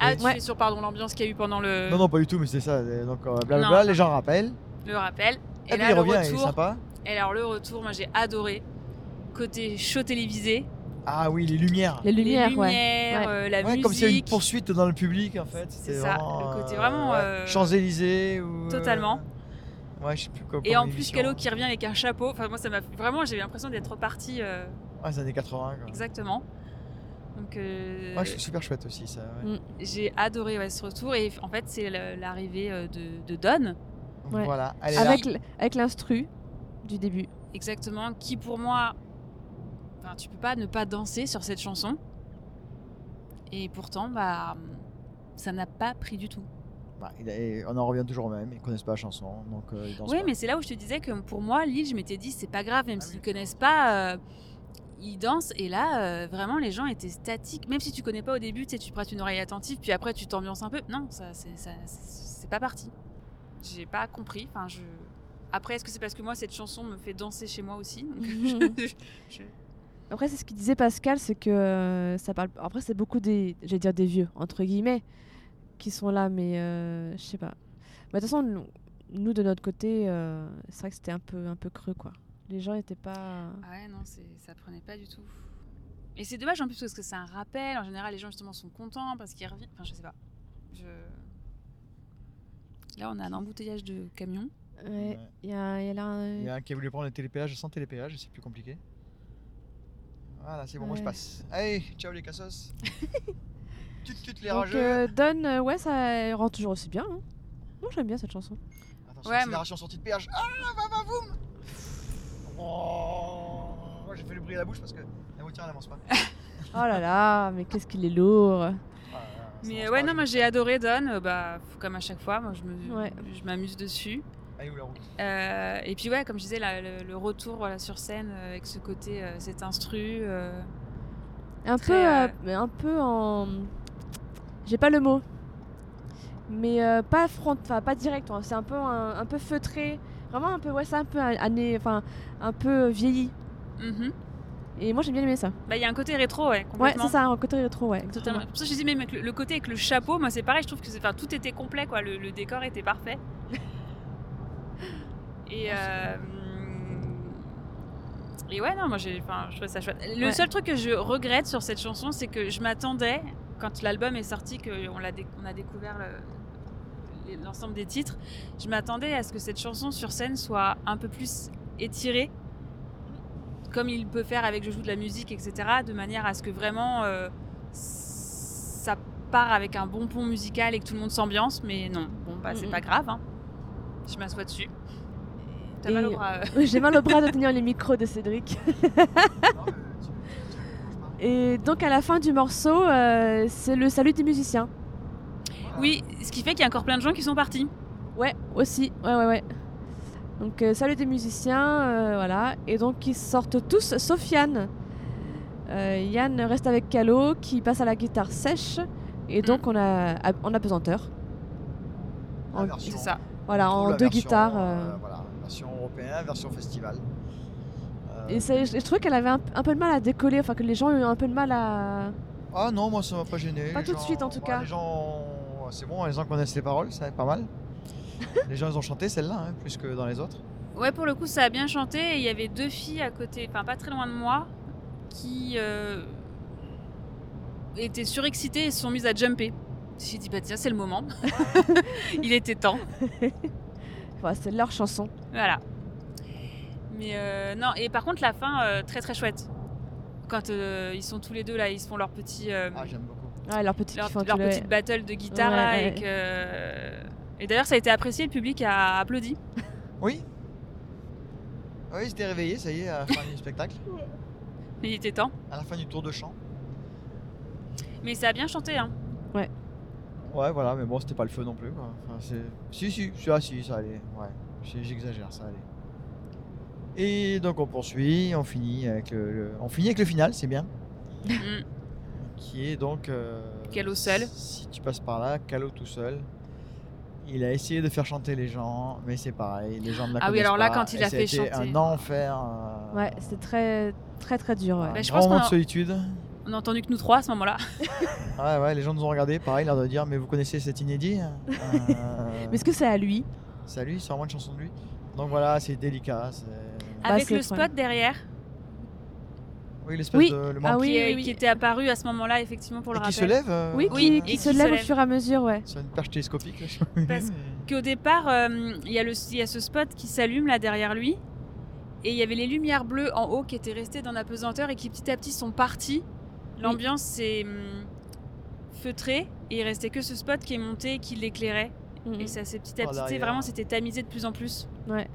Speaker 2: Ah, tu
Speaker 3: Ouais.
Speaker 2: es sur, pardon, l'ambiance qu'il y a eu pendant le,
Speaker 1: Non, non, pas du tout, mais c'est ça. euh, Donc, euh, blablabla,
Speaker 2: Non.
Speaker 1: les gens rappellent.
Speaker 2: le rappel.
Speaker 1: Et,
Speaker 2: Et,
Speaker 1: puis
Speaker 2: là,
Speaker 1: Ah, il
Speaker 2: le
Speaker 1: revient, il est
Speaker 2: retour.
Speaker 1: sympa.
Speaker 2: Et alors, le retour, moi, j'ai adoré. Côté show télévisé,
Speaker 1: Ah oui, les lumières.
Speaker 3: Les lumières,
Speaker 2: les
Speaker 3: ouais.
Speaker 2: lumières, euh, la
Speaker 1: Ouais,
Speaker 2: musique.
Speaker 1: comme s'il y a une poursuite dans le public, en fait.
Speaker 2: C'est
Speaker 1: c'était
Speaker 2: ça,
Speaker 1: vraiment,
Speaker 2: le côté
Speaker 1: euh,
Speaker 2: vraiment,
Speaker 1: ouais,
Speaker 2: euh,
Speaker 1: Champs-Élysées ou. euh,
Speaker 2: totalement.
Speaker 1: Ouais, je sais plus quoi.
Speaker 2: Et
Speaker 1: comme
Speaker 2: en plus,
Speaker 1: émission.
Speaker 2: Calo qui revient avec un chapeau. Enfin, moi, ça m'a vraiment, j'ai eu l'impression d'être reparti euh,
Speaker 1: Ouais, les années 80. Quoi.
Speaker 2: exactement. Donc, euh,
Speaker 1: Ouais, je suis super chouette aussi, ça. ouais.
Speaker 2: j'ai adoré ouais, ce retour. Et en fait, c'est le- l'arrivée euh, de, de Don,
Speaker 1: Donc,
Speaker 3: Ouais.
Speaker 1: Voilà, elle est là.
Speaker 3: Avec, l- avec l'instru du début.
Speaker 2: exactement, qui pour moi, enfin, tu peux pas ne pas danser sur cette chanson. Et pourtant, bah, ça n'a pas pris du tout.
Speaker 1: Bah, il a- et on en revient toujours au même, ils connaissent pas la chanson, donc euh, ils dansent
Speaker 2: Oui,
Speaker 1: pas.
Speaker 2: mais c'est là où je te disais que pour moi, Lille, je m'étais dit, c'est pas grave, même
Speaker 1: Ah oui,
Speaker 2: s'ils
Speaker 1: d'accord.
Speaker 2: connaissent pas, euh, ils dansent. Et là, euh, vraiment, les gens étaient statiques. Même si tu connais pas au début, tu sais, tu prêtes une oreille attentive, puis après, tu t'ambiances un peu. Non, ça, c'est, ça- c'est pas parti. J'ai pas compris. Enfin, je... Après, est-ce que c'est parce que moi, cette chanson me fait danser chez moi aussi
Speaker 1: <laughs>
Speaker 2: Donc,
Speaker 3: Mhm.
Speaker 2: je- je-
Speaker 3: <laughs> Après, c'est ce qu'il disait Pascal, c'est que euh, ça parle. Après, c'est beaucoup des, j'allais dire des vieux entre guillemets, qui sont là, mais euh, je sais pas. Mais de toute façon, nous, nous, de notre côté, euh, c'est vrai que c'était un peu, un peu creux quoi. Les gens n'étaient pas.
Speaker 2: Ah ouais, non, c'est- ça prenait pas du tout. Et c'est dommage en plus parce que c'est un rappel. En général, les gens justement sont contents parce qu'ils reviennent. Enfin, je sais pas. Je- Là, on a un embouteillage de camions.
Speaker 3: Ouais.
Speaker 1: Ouais.
Speaker 3: Il y a, il y a là. un-
Speaker 1: Il y a un qui a voulu prendre le télépéage sans télépéage, c'est plus compliqué. Voilà, c'est bon, moi je
Speaker 3: Ouais.
Speaker 1: passe. Allez, ciao les cassos Tut tut les
Speaker 3: Donc
Speaker 1: rageux
Speaker 3: euh, Don, euh, ouais, ça rend toujours aussi bien. hein. Moi, j'aime bien cette chanson.
Speaker 1: Attention,
Speaker 2: Ouais,
Speaker 1: accélération sortie de péage. Ah, va, va, voum Oh, Moi j'ai fait le bruit à la bouche parce que la voiture elle avance pas.
Speaker 3: Oh là là, mais qu'est-ce qu'il est lourd.
Speaker 1: Ah, ça
Speaker 2: Mais
Speaker 1: avance
Speaker 2: euh, ouais,
Speaker 1: pas,
Speaker 2: non,
Speaker 1: je-
Speaker 2: moi j'ai adoré Don. Euh, Bah, f- comme à chaque fois, moi je me-
Speaker 3: Ouais.
Speaker 2: je m'amuse dessus.
Speaker 1: Elle est où la route
Speaker 2: Euh, et puis ouais, comme je disais, la- le, le retour voilà, sur scène euh, avec ce côté, euh, cet instru. euh,
Speaker 3: Un
Speaker 2: Très,
Speaker 3: peu,
Speaker 2: euh,
Speaker 3: euh, mais un peu en. J'ai pas le mot. Mais euh, pas front, enfin pas direct. hein. C'est un peu un, un peu feutré. Vraiment un peu, ouais, c'est un peu un- année, enfin un peu vieilli.
Speaker 1: Mm-hmm.
Speaker 2: mhm.
Speaker 3: Et moi j'ai bien aimé ça.
Speaker 2: Bah, il y a un côté rétro, ouais,
Speaker 3: Ouais,
Speaker 2: complètement.
Speaker 3: c'est ça, un côté rétro, ouais.
Speaker 2: Totalement. C'est pour ça que je disais, même avec le, le côté avec le chapeau, moi c'est pareil, je trouve que c'est- enfin, tout était complet, quoi. Le, le décor était
Speaker 3: <laughs>
Speaker 2: parfait. et,
Speaker 3: Ah,
Speaker 2: euh, et ouais, non, moi j'ai, enfin, je trouvais ça chouette. Le
Speaker 3: Ouais.
Speaker 2: seul truc que je regrette sur cette chanson, c'est que je m'attendais, quand l'album est sorti, qu'on l'a dé- on a découvert le- les- l'ensemble des titres, je m'attendais à ce que cette chanson sur scène soit un peu plus étirée comme il peut faire avec Je joue de la musique, etc., de manière à ce que vraiment euh, ça part avec un bon pont musical et que tout le monde s'ambiance, mais non, bon, bah, c'est
Speaker 3: Mhm.
Speaker 2: pas grave. hein. Je m'assois dessus. T'as mal au
Speaker 3: Et-
Speaker 2: bras. euh.
Speaker 3: J'ai mal au
Speaker 2: <laughs>
Speaker 3: bras de tenir les micros de Cédric.
Speaker 1: Non, mais tu- tu- bouge
Speaker 3: Et donc à la fin du morceau, euh, c'est le salut des musiciens.
Speaker 1: pas.
Speaker 2: Oui, ce qui fait qu'il y a encore plein de gens qui sont partis.
Speaker 3: Ouais, aussi. Ouais, ouais, ouais. Donc, euh, salut des musiciens, euh, voilà. Et donc, ils sortent tous, sauf Yann. Euh, Yann reste avec Calo, qui passe à la guitare sèche. Et
Speaker 2: Mm.
Speaker 3: donc, on a à- en apesanteur.
Speaker 1: La
Speaker 3: En-
Speaker 1: version-
Speaker 2: C'est ça.
Speaker 3: voilà,
Speaker 1: Ou
Speaker 3: en
Speaker 1: la
Speaker 3: deux
Speaker 1: version,
Speaker 3: guitares.
Speaker 1: euh,
Speaker 3: euh.
Speaker 1: voilà, version européenne, version festival. Euh,
Speaker 3: Et ça, je, je trouvais qu'elle avait un, un peu de mal à décoller, enfin que les gens ont eu un peu de mal à.
Speaker 1: Ah non, moi ça m'a pas gêné.
Speaker 3: Pas
Speaker 1: Les
Speaker 3: tout de
Speaker 1: gens-
Speaker 3: suite, en tout
Speaker 1: bah,
Speaker 3: cas.
Speaker 1: Les gens, c'est bon, les gens connaissent les paroles, ça pas
Speaker 3: <laughs>
Speaker 1: mal. les gens ils ont chanté celle-là hein, plus que dans les autres.
Speaker 2: Ouais, pour le coup, ça a bien chanté. et Il y avait deux filles à côté, enfin pas très loin de moi, qui euh, étaient surexcitées et se sont mises à jumper. J'ai dit, bah tiens, c'est le <laughs> moment. il était temps.
Speaker 3: Voilà, c'est leur chanson.
Speaker 2: Voilà. Mais euh, non, et par contre, la fin, euh, très très chouette. Quand euh, ils sont tous les deux là, ils se font leur petit. euh,
Speaker 1: Ah j'aime beaucoup.
Speaker 3: Ouais, leur petit
Speaker 2: leur,
Speaker 3: kiff, hein,
Speaker 2: leur
Speaker 3: tout le-
Speaker 2: petite battle de guitare
Speaker 3: Ouais,
Speaker 2: là,
Speaker 3: ouais.
Speaker 2: et que- et d'ailleurs ça a été apprécié, le public a applaudi.
Speaker 1: Oui. Ah Oui, j'étais réveillé, ça y est, à la
Speaker 3: <laughs>
Speaker 1: fin du spectacle,
Speaker 2: Il était temps.
Speaker 1: à la fin du tour de chant.
Speaker 2: Mais ça a bien chanté.
Speaker 3: <laughs>
Speaker 2: Hein.
Speaker 1: Ouais, voilà, mais bon, c'était pas le feu non plus. Quoi. Enfin, c'est... Si, si, si, ah, si, ça allait. Ouais, Si, j'exagère, ça allait. Et donc on poursuit, on finit avec le, le- on finit avec le final, c'est bien.
Speaker 2: Mm.
Speaker 1: Qui est donc. euh,
Speaker 2: Calo seul.
Speaker 1: Si tu passes par là, Calo tout seul. Il a essayé de faire chanter les gens, mais c'est pareil, les gens ne la
Speaker 2: Ah oui,
Speaker 1: connaissent
Speaker 2: alors là,
Speaker 1: pas,
Speaker 2: quand il
Speaker 1: et
Speaker 2: a
Speaker 1: ça
Speaker 2: fait
Speaker 1: été
Speaker 2: chanter.
Speaker 1: Un enfer. euh,
Speaker 3: Ouais, c'était très, très, très dur. ouais.
Speaker 1: un
Speaker 2: Bah, je
Speaker 1: grand
Speaker 2: pense
Speaker 1: moment
Speaker 2: qu'on
Speaker 1: de
Speaker 2: a-
Speaker 1: solitude.
Speaker 2: On a entendu que nous trois à ce moment-là.
Speaker 1: Ah ouais, les gens nous ont regardé, pareil, l'air de dire Mais vous connaissez cet inédit hein.
Speaker 2: <laughs>
Speaker 1: Euh,
Speaker 3: Mais est-ce que c'est à lui
Speaker 1: Salut, c'est vraiment une chanson de lui. Donc voilà, c'est délicat. c'est-
Speaker 2: Avec
Speaker 3: Bah, c'est
Speaker 2: le
Speaker 3: le
Speaker 2: spot
Speaker 3: problème.
Speaker 2: derrière,
Speaker 1: Oui, l'espèce
Speaker 3: Oui.
Speaker 1: de. Le
Speaker 3: Ah
Speaker 1: manque-
Speaker 3: oui,
Speaker 2: qui, euh,
Speaker 3: oui, oui.
Speaker 2: qui était apparu à ce moment-là, effectivement, pour
Speaker 1: Et
Speaker 2: le
Speaker 1: qui
Speaker 2: rappel.
Speaker 1: se lève euh,
Speaker 3: Oui,
Speaker 2: Oui,
Speaker 3: qui,
Speaker 2: et
Speaker 3: qui
Speaker 2: qui
Speaker 3: se
Speaker 2: se
Speaker 3: lève au
Speaker 2: lève.
Speaker 3: fur et à mesure, ouais.
Speaker 1: Sur une perche télescopique. là, je- <laughs>
Speaker 2: Parce Qu'au départ, euh, il y, a le- il y a ce spot qui s'allume là derrière lui. Et il y avait les lumières bleues en haut qui étaient restées dans la pesanteur et qui petit à petit sont parties. L'ambiance s'est hum, feutrée et il restait que ce spot qui est monté et qui l'éclairait.
Speaker 3: Mm,
Speaker 2: Et ça s'est petit à
Speaker 1: Par
Speaker 2: petit,
Speaker 1: derrière.
Speaker 2: vraiment, c'était tamisé de plus en plus.
Speaker 3: Ouais.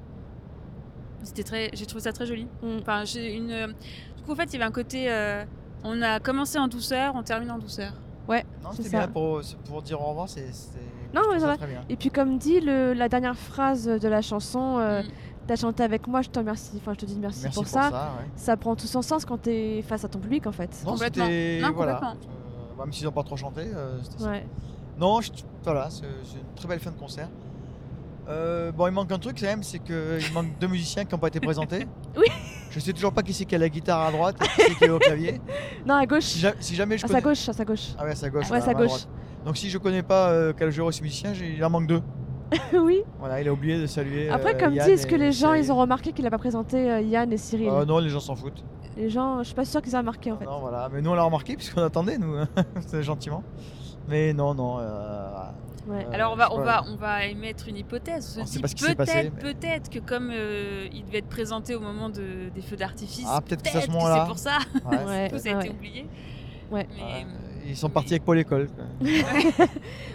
Speaker 2: C'était très, j'ai trouvé ça très joli.
Speaker 3: Mm.
Speaker 2: Enfin, j'ai une. euh, Du coup, en fait, il y avait un côté. euh, on a commencé en douceur, on termine en douceur.
Speaker 1: Non,
Speaker 3: C'est
Speaker 1: c'était
Speaker 3: ça.
Speaker 1: bien pour, c'est pour dire au revoir, c'est. c'est- je
Speaker 3: Non, mais
Speaker 1: trouve
Speaker 3: ça
Speaker 1: ça
Speaker 3: va.
Speaker 1: Très bien.
Speaker 3: Et puis comme dit le, la dernière phrase de la chanson, euh,
Speaker 2: Mm.
Speaker 3: t'as chanté avec moi, je te remercie, enfin je te dis merci,
Speaker 1: Merci
Speaker 3: pour, ça.
Speaker 1: ouais.
Speaker 3: Ça prend tout son sens quand t'es face à ton public en fait.
Speaker 1: Non,
Speaker 2: Complètement.
Speaker 1: c'était.
Speaker 2: Non,
Speaker 1: voilà.
Speaker 2: complètement.
Speaker 1: Euh, bah, même s'ils n'ont pas trop chanté, euh, c'était ça.
Speaker 3: Ouais.
Speaker 1: Non, je- voilà, c'est c'est une très belle fin de concert. Euh, bon, il manque un truc quand même, c'est qu'il manque deux musiciens qui n'ont pas été présentés.
Speaker 3: <laughs> Oui.
Speaker 1: Je sais toujours pas qui c'est qui a la guitare à droite et qui c'est qui est au clavier.
Speaker 3: Non, à
Speaker 1: Si,
Speaker 3: gauche.
Speaker 1: ja- si jamais je
Speaker 3: À
Speaker 1: connais.
Speaker 3: sa gauche, à sa gauche.
Speaker 1: Ah ouais, c'est à gauche.
Speaker 3: Ouais,
Speaker 1: voilà,
Speaker 3: c'est à
Speaker 1: pas à
Speaker 3: gauche.
Speaker 1: droite. Donc si je connais pas euh, Calogero et ses musiciens, j'ai- il en manque deux.
Speaker 3: <laughs> oui.
Speaker 1: Voilà, il a oublié de saluer.
Speaker 3: Après,
Speaker 1: euh,
Speaker 3: comme
Speaker 1: Yann
Speaker 3: dit, est-ce
Speaker 1: et
Speaker 3: que les gens,
Speaker 1: Cyril.
Speaker 3: ils ont remarqué qu'il a pas présenté euh, Yann et Cyril
Speaker 1: Euh, Non, les gens s'en foutent.
Speaker 3: Les gens, je suis pas sûre qu'ils aient remarqué en fait.
Speaker 1: Ah, Non, voilà. Mais nous, on l'a remarqué puisqu'on attendait, nous, hein. <laughs> C'est gentiment. Mais non, non. euh,
Speaker 3: Ouais.
Speaker 1: euh,
Speaker 2: Alors on
Speaker 1: je
Speaker 2: va,
Speaker 1: sais
Speaker 2: on,
Speaker 1: pas.
Speaker 2: va, on va émettre une hypothèse.
Speaker 1: On
Speaker 2: On
Speaker 1: sait
Speaker 2: se dit
Speaker 1: pas ce qui s'est passé,
Speaker 2: peut-être,
Speaker 1: mais-
Speaker 2: peut-être que comme euh, il devait être présenté au moment de- des feux d'artifice,
Speaker 1: Ah, peut-être que c'est à ce
Speaker 2: peut-être
Speaker 1: moment-là.
Speaker 2: c'est pour ça. <laughs>
Speaker 1: Ouais,
Speaker 3: <laughs> Ouais,
Speaker 2: Tout ça a
Speaker 3: ouais.
Speaker 2: été oublié.
Speaker 3: Ouais.
Speaker 2: Mais,
Speaker 1: ouais.
Speaker 2: euh,
Speaker 1: Ils sont partis avec Paul École. quoi.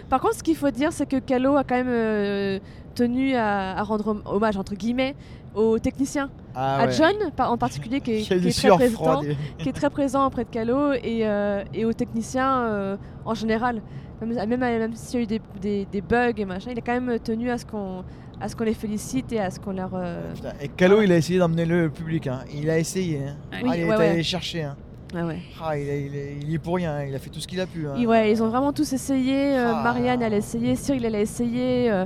Speaker 3: Par contre, ce qu'il faut dire, c'est que Calo a quand même euh, tenu à, à rendre hom- hommage entre guillemets aux techniciens,
Speaker 1: Ah,
Speaker 3: à
Speaker 1: ouais.
Speaker 3: John par- en particulier qui, est-
Speaker 1: <laughs> Il y a eu
Speaker 3: qui
Speaker 1: des
Speaker 3: est très
Speaker 1: sueurs
Speaker 3: présent,
Speaker 1: froides.
Speaker 3: qui est très présent auprès de Calo et, euh, et aux techniciens euh, en général. Même, même, même s'il y a eu des, des- des bugs et machin, il a quand même tenu à ce qu'on à ce qu'on les félicite et à ce qu'on leur euh,
Speaker 1: Putain, Et Calo, il a essayé d'emmener le public. hein. Il a essayé. hein. Ah,
Speaker 2: Ouais.
Speaker 3: Oui,
Speaker 1: il est
Speaker 3: ouais,
Speaker 1: allé
Speaker 3: ouais.
Speaker 1: chercher. hein.
Speaker 3: Ah ouais.
Speaker 1: Ah, il, a- il est, il est pour rien. hein. Il a fait tout ce qu'il a pu. hein.
Speaker 3: Ils- ouais, ils ont vraiment tous essayé. euh,
Speaker 1: Ah.
Speaker 3: Marianne, elle a essayé. Cyril, elle a essayé. euh,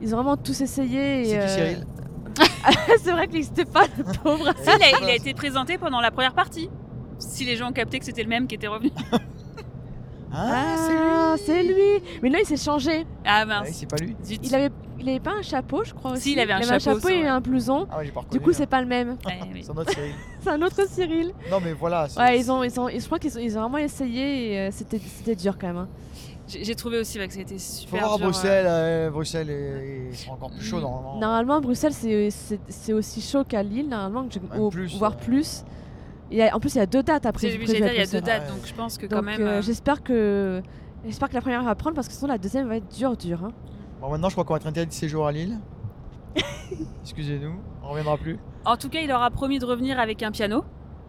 Speaker 3: ils ont vraiment tous essayé. et,
Speaker 1: C'est
Speaker 3: euh,
Speaker 1: qui Cyril
Speaker 3: <laughs> C'est vrai qu'il n'existait pas, le pauvre.
Speaker 2: si, il, a, il a été présenté pendant la première partie. Si les gens ont capté que c'était le même qui
Speaker 1: <laughs>
Speaker 2: était revenu.
Speaker 1: Ah, c'est lui.
Speaker 3: c'est lui. Mais là, il s'est changé.
Speaker 2: Ah
Speaker 1: Ah oui,
Speaker 2: mince.
Speaker 1: c'est pas lui.
Speaker 2: Zut.
Speaker 3: Il avait, il avait pas un chapeau, je crois.
Speaker 2: Si,
Speaker 3: aussi.
Speaker 2: il avait un chapeau, ça,
Speaker 3: et
Speaker 2: ouais.
Speaker 3: un blouson.
Speaker 1: Ah, ouais, j'ai pas reconnu.
Speaker 3: Du coup,
Speaker 1: hein.
Speaker 3: c'est pas le même. <laughs>
Speaker 2: Ouais, ouais.
Speaker 1: C'est un autre Cyril.
Speaker 3: C'est un autre Cyril.
Speaker 1: Non, mais voilà. c'est-
Speaker 3: Ouais, ils ont, ils ont, et je crois qu'ils ont, ils ont vraiment essayé. Et euh, c'était, c'était dur quand même. hein.
Speaker 2: J'ai j'ai trouvé aussi ouais, que c'était
Speaker 1: Faut
Speaker 2: super.
Speaker 1: voir à
Speaker 2: dur, euh,
Speaker 1: Bruxelles. euh, Bruxelles, et... ils sont encore plus
Speaker 3: Mm.
Speaker 1: chauds normalement.
Speaker 3: Normalement, Bruxelles, c'est, c'est, c'est aussi chaud qu'à Lille, normalement, que je-
Speaker 1: Même
Speaker 3: ou-
Speaker 1: plus,
Speaker 3: voire
Speaker 1: ouais.
Speaker 3: plus. Il y a- en plus, il y a deux dates après.
Speaker 2: C'est
Speaker 3: prévues
Speaker 2: hein. j'allais
Speaker 3: à
Speaker 2: dire, il y a deux
Speaker 3: Bruxelles.
Speaker 2: dates,
Speaker 1: Ouais.
Speaker 2: donc je pense que quand
Speaker 3: Donc,
Speaker 2: même.
Speaker 3: euh,
Speaker 2: euh,
Speaker 3: j'espère que, j'espère que la première va prendre parce que sinon la deuxième va être dure, dure. hein.
Speaker 1: Bon, maintenant, je crois qu'on va être interdit de séjour à
Speaker 3: <laughs>
Speaker 1: Lille. Excusez-nous, on reviendra plus.
Speaker 2: En tout cas, il leur a promis de revenir avec un piano.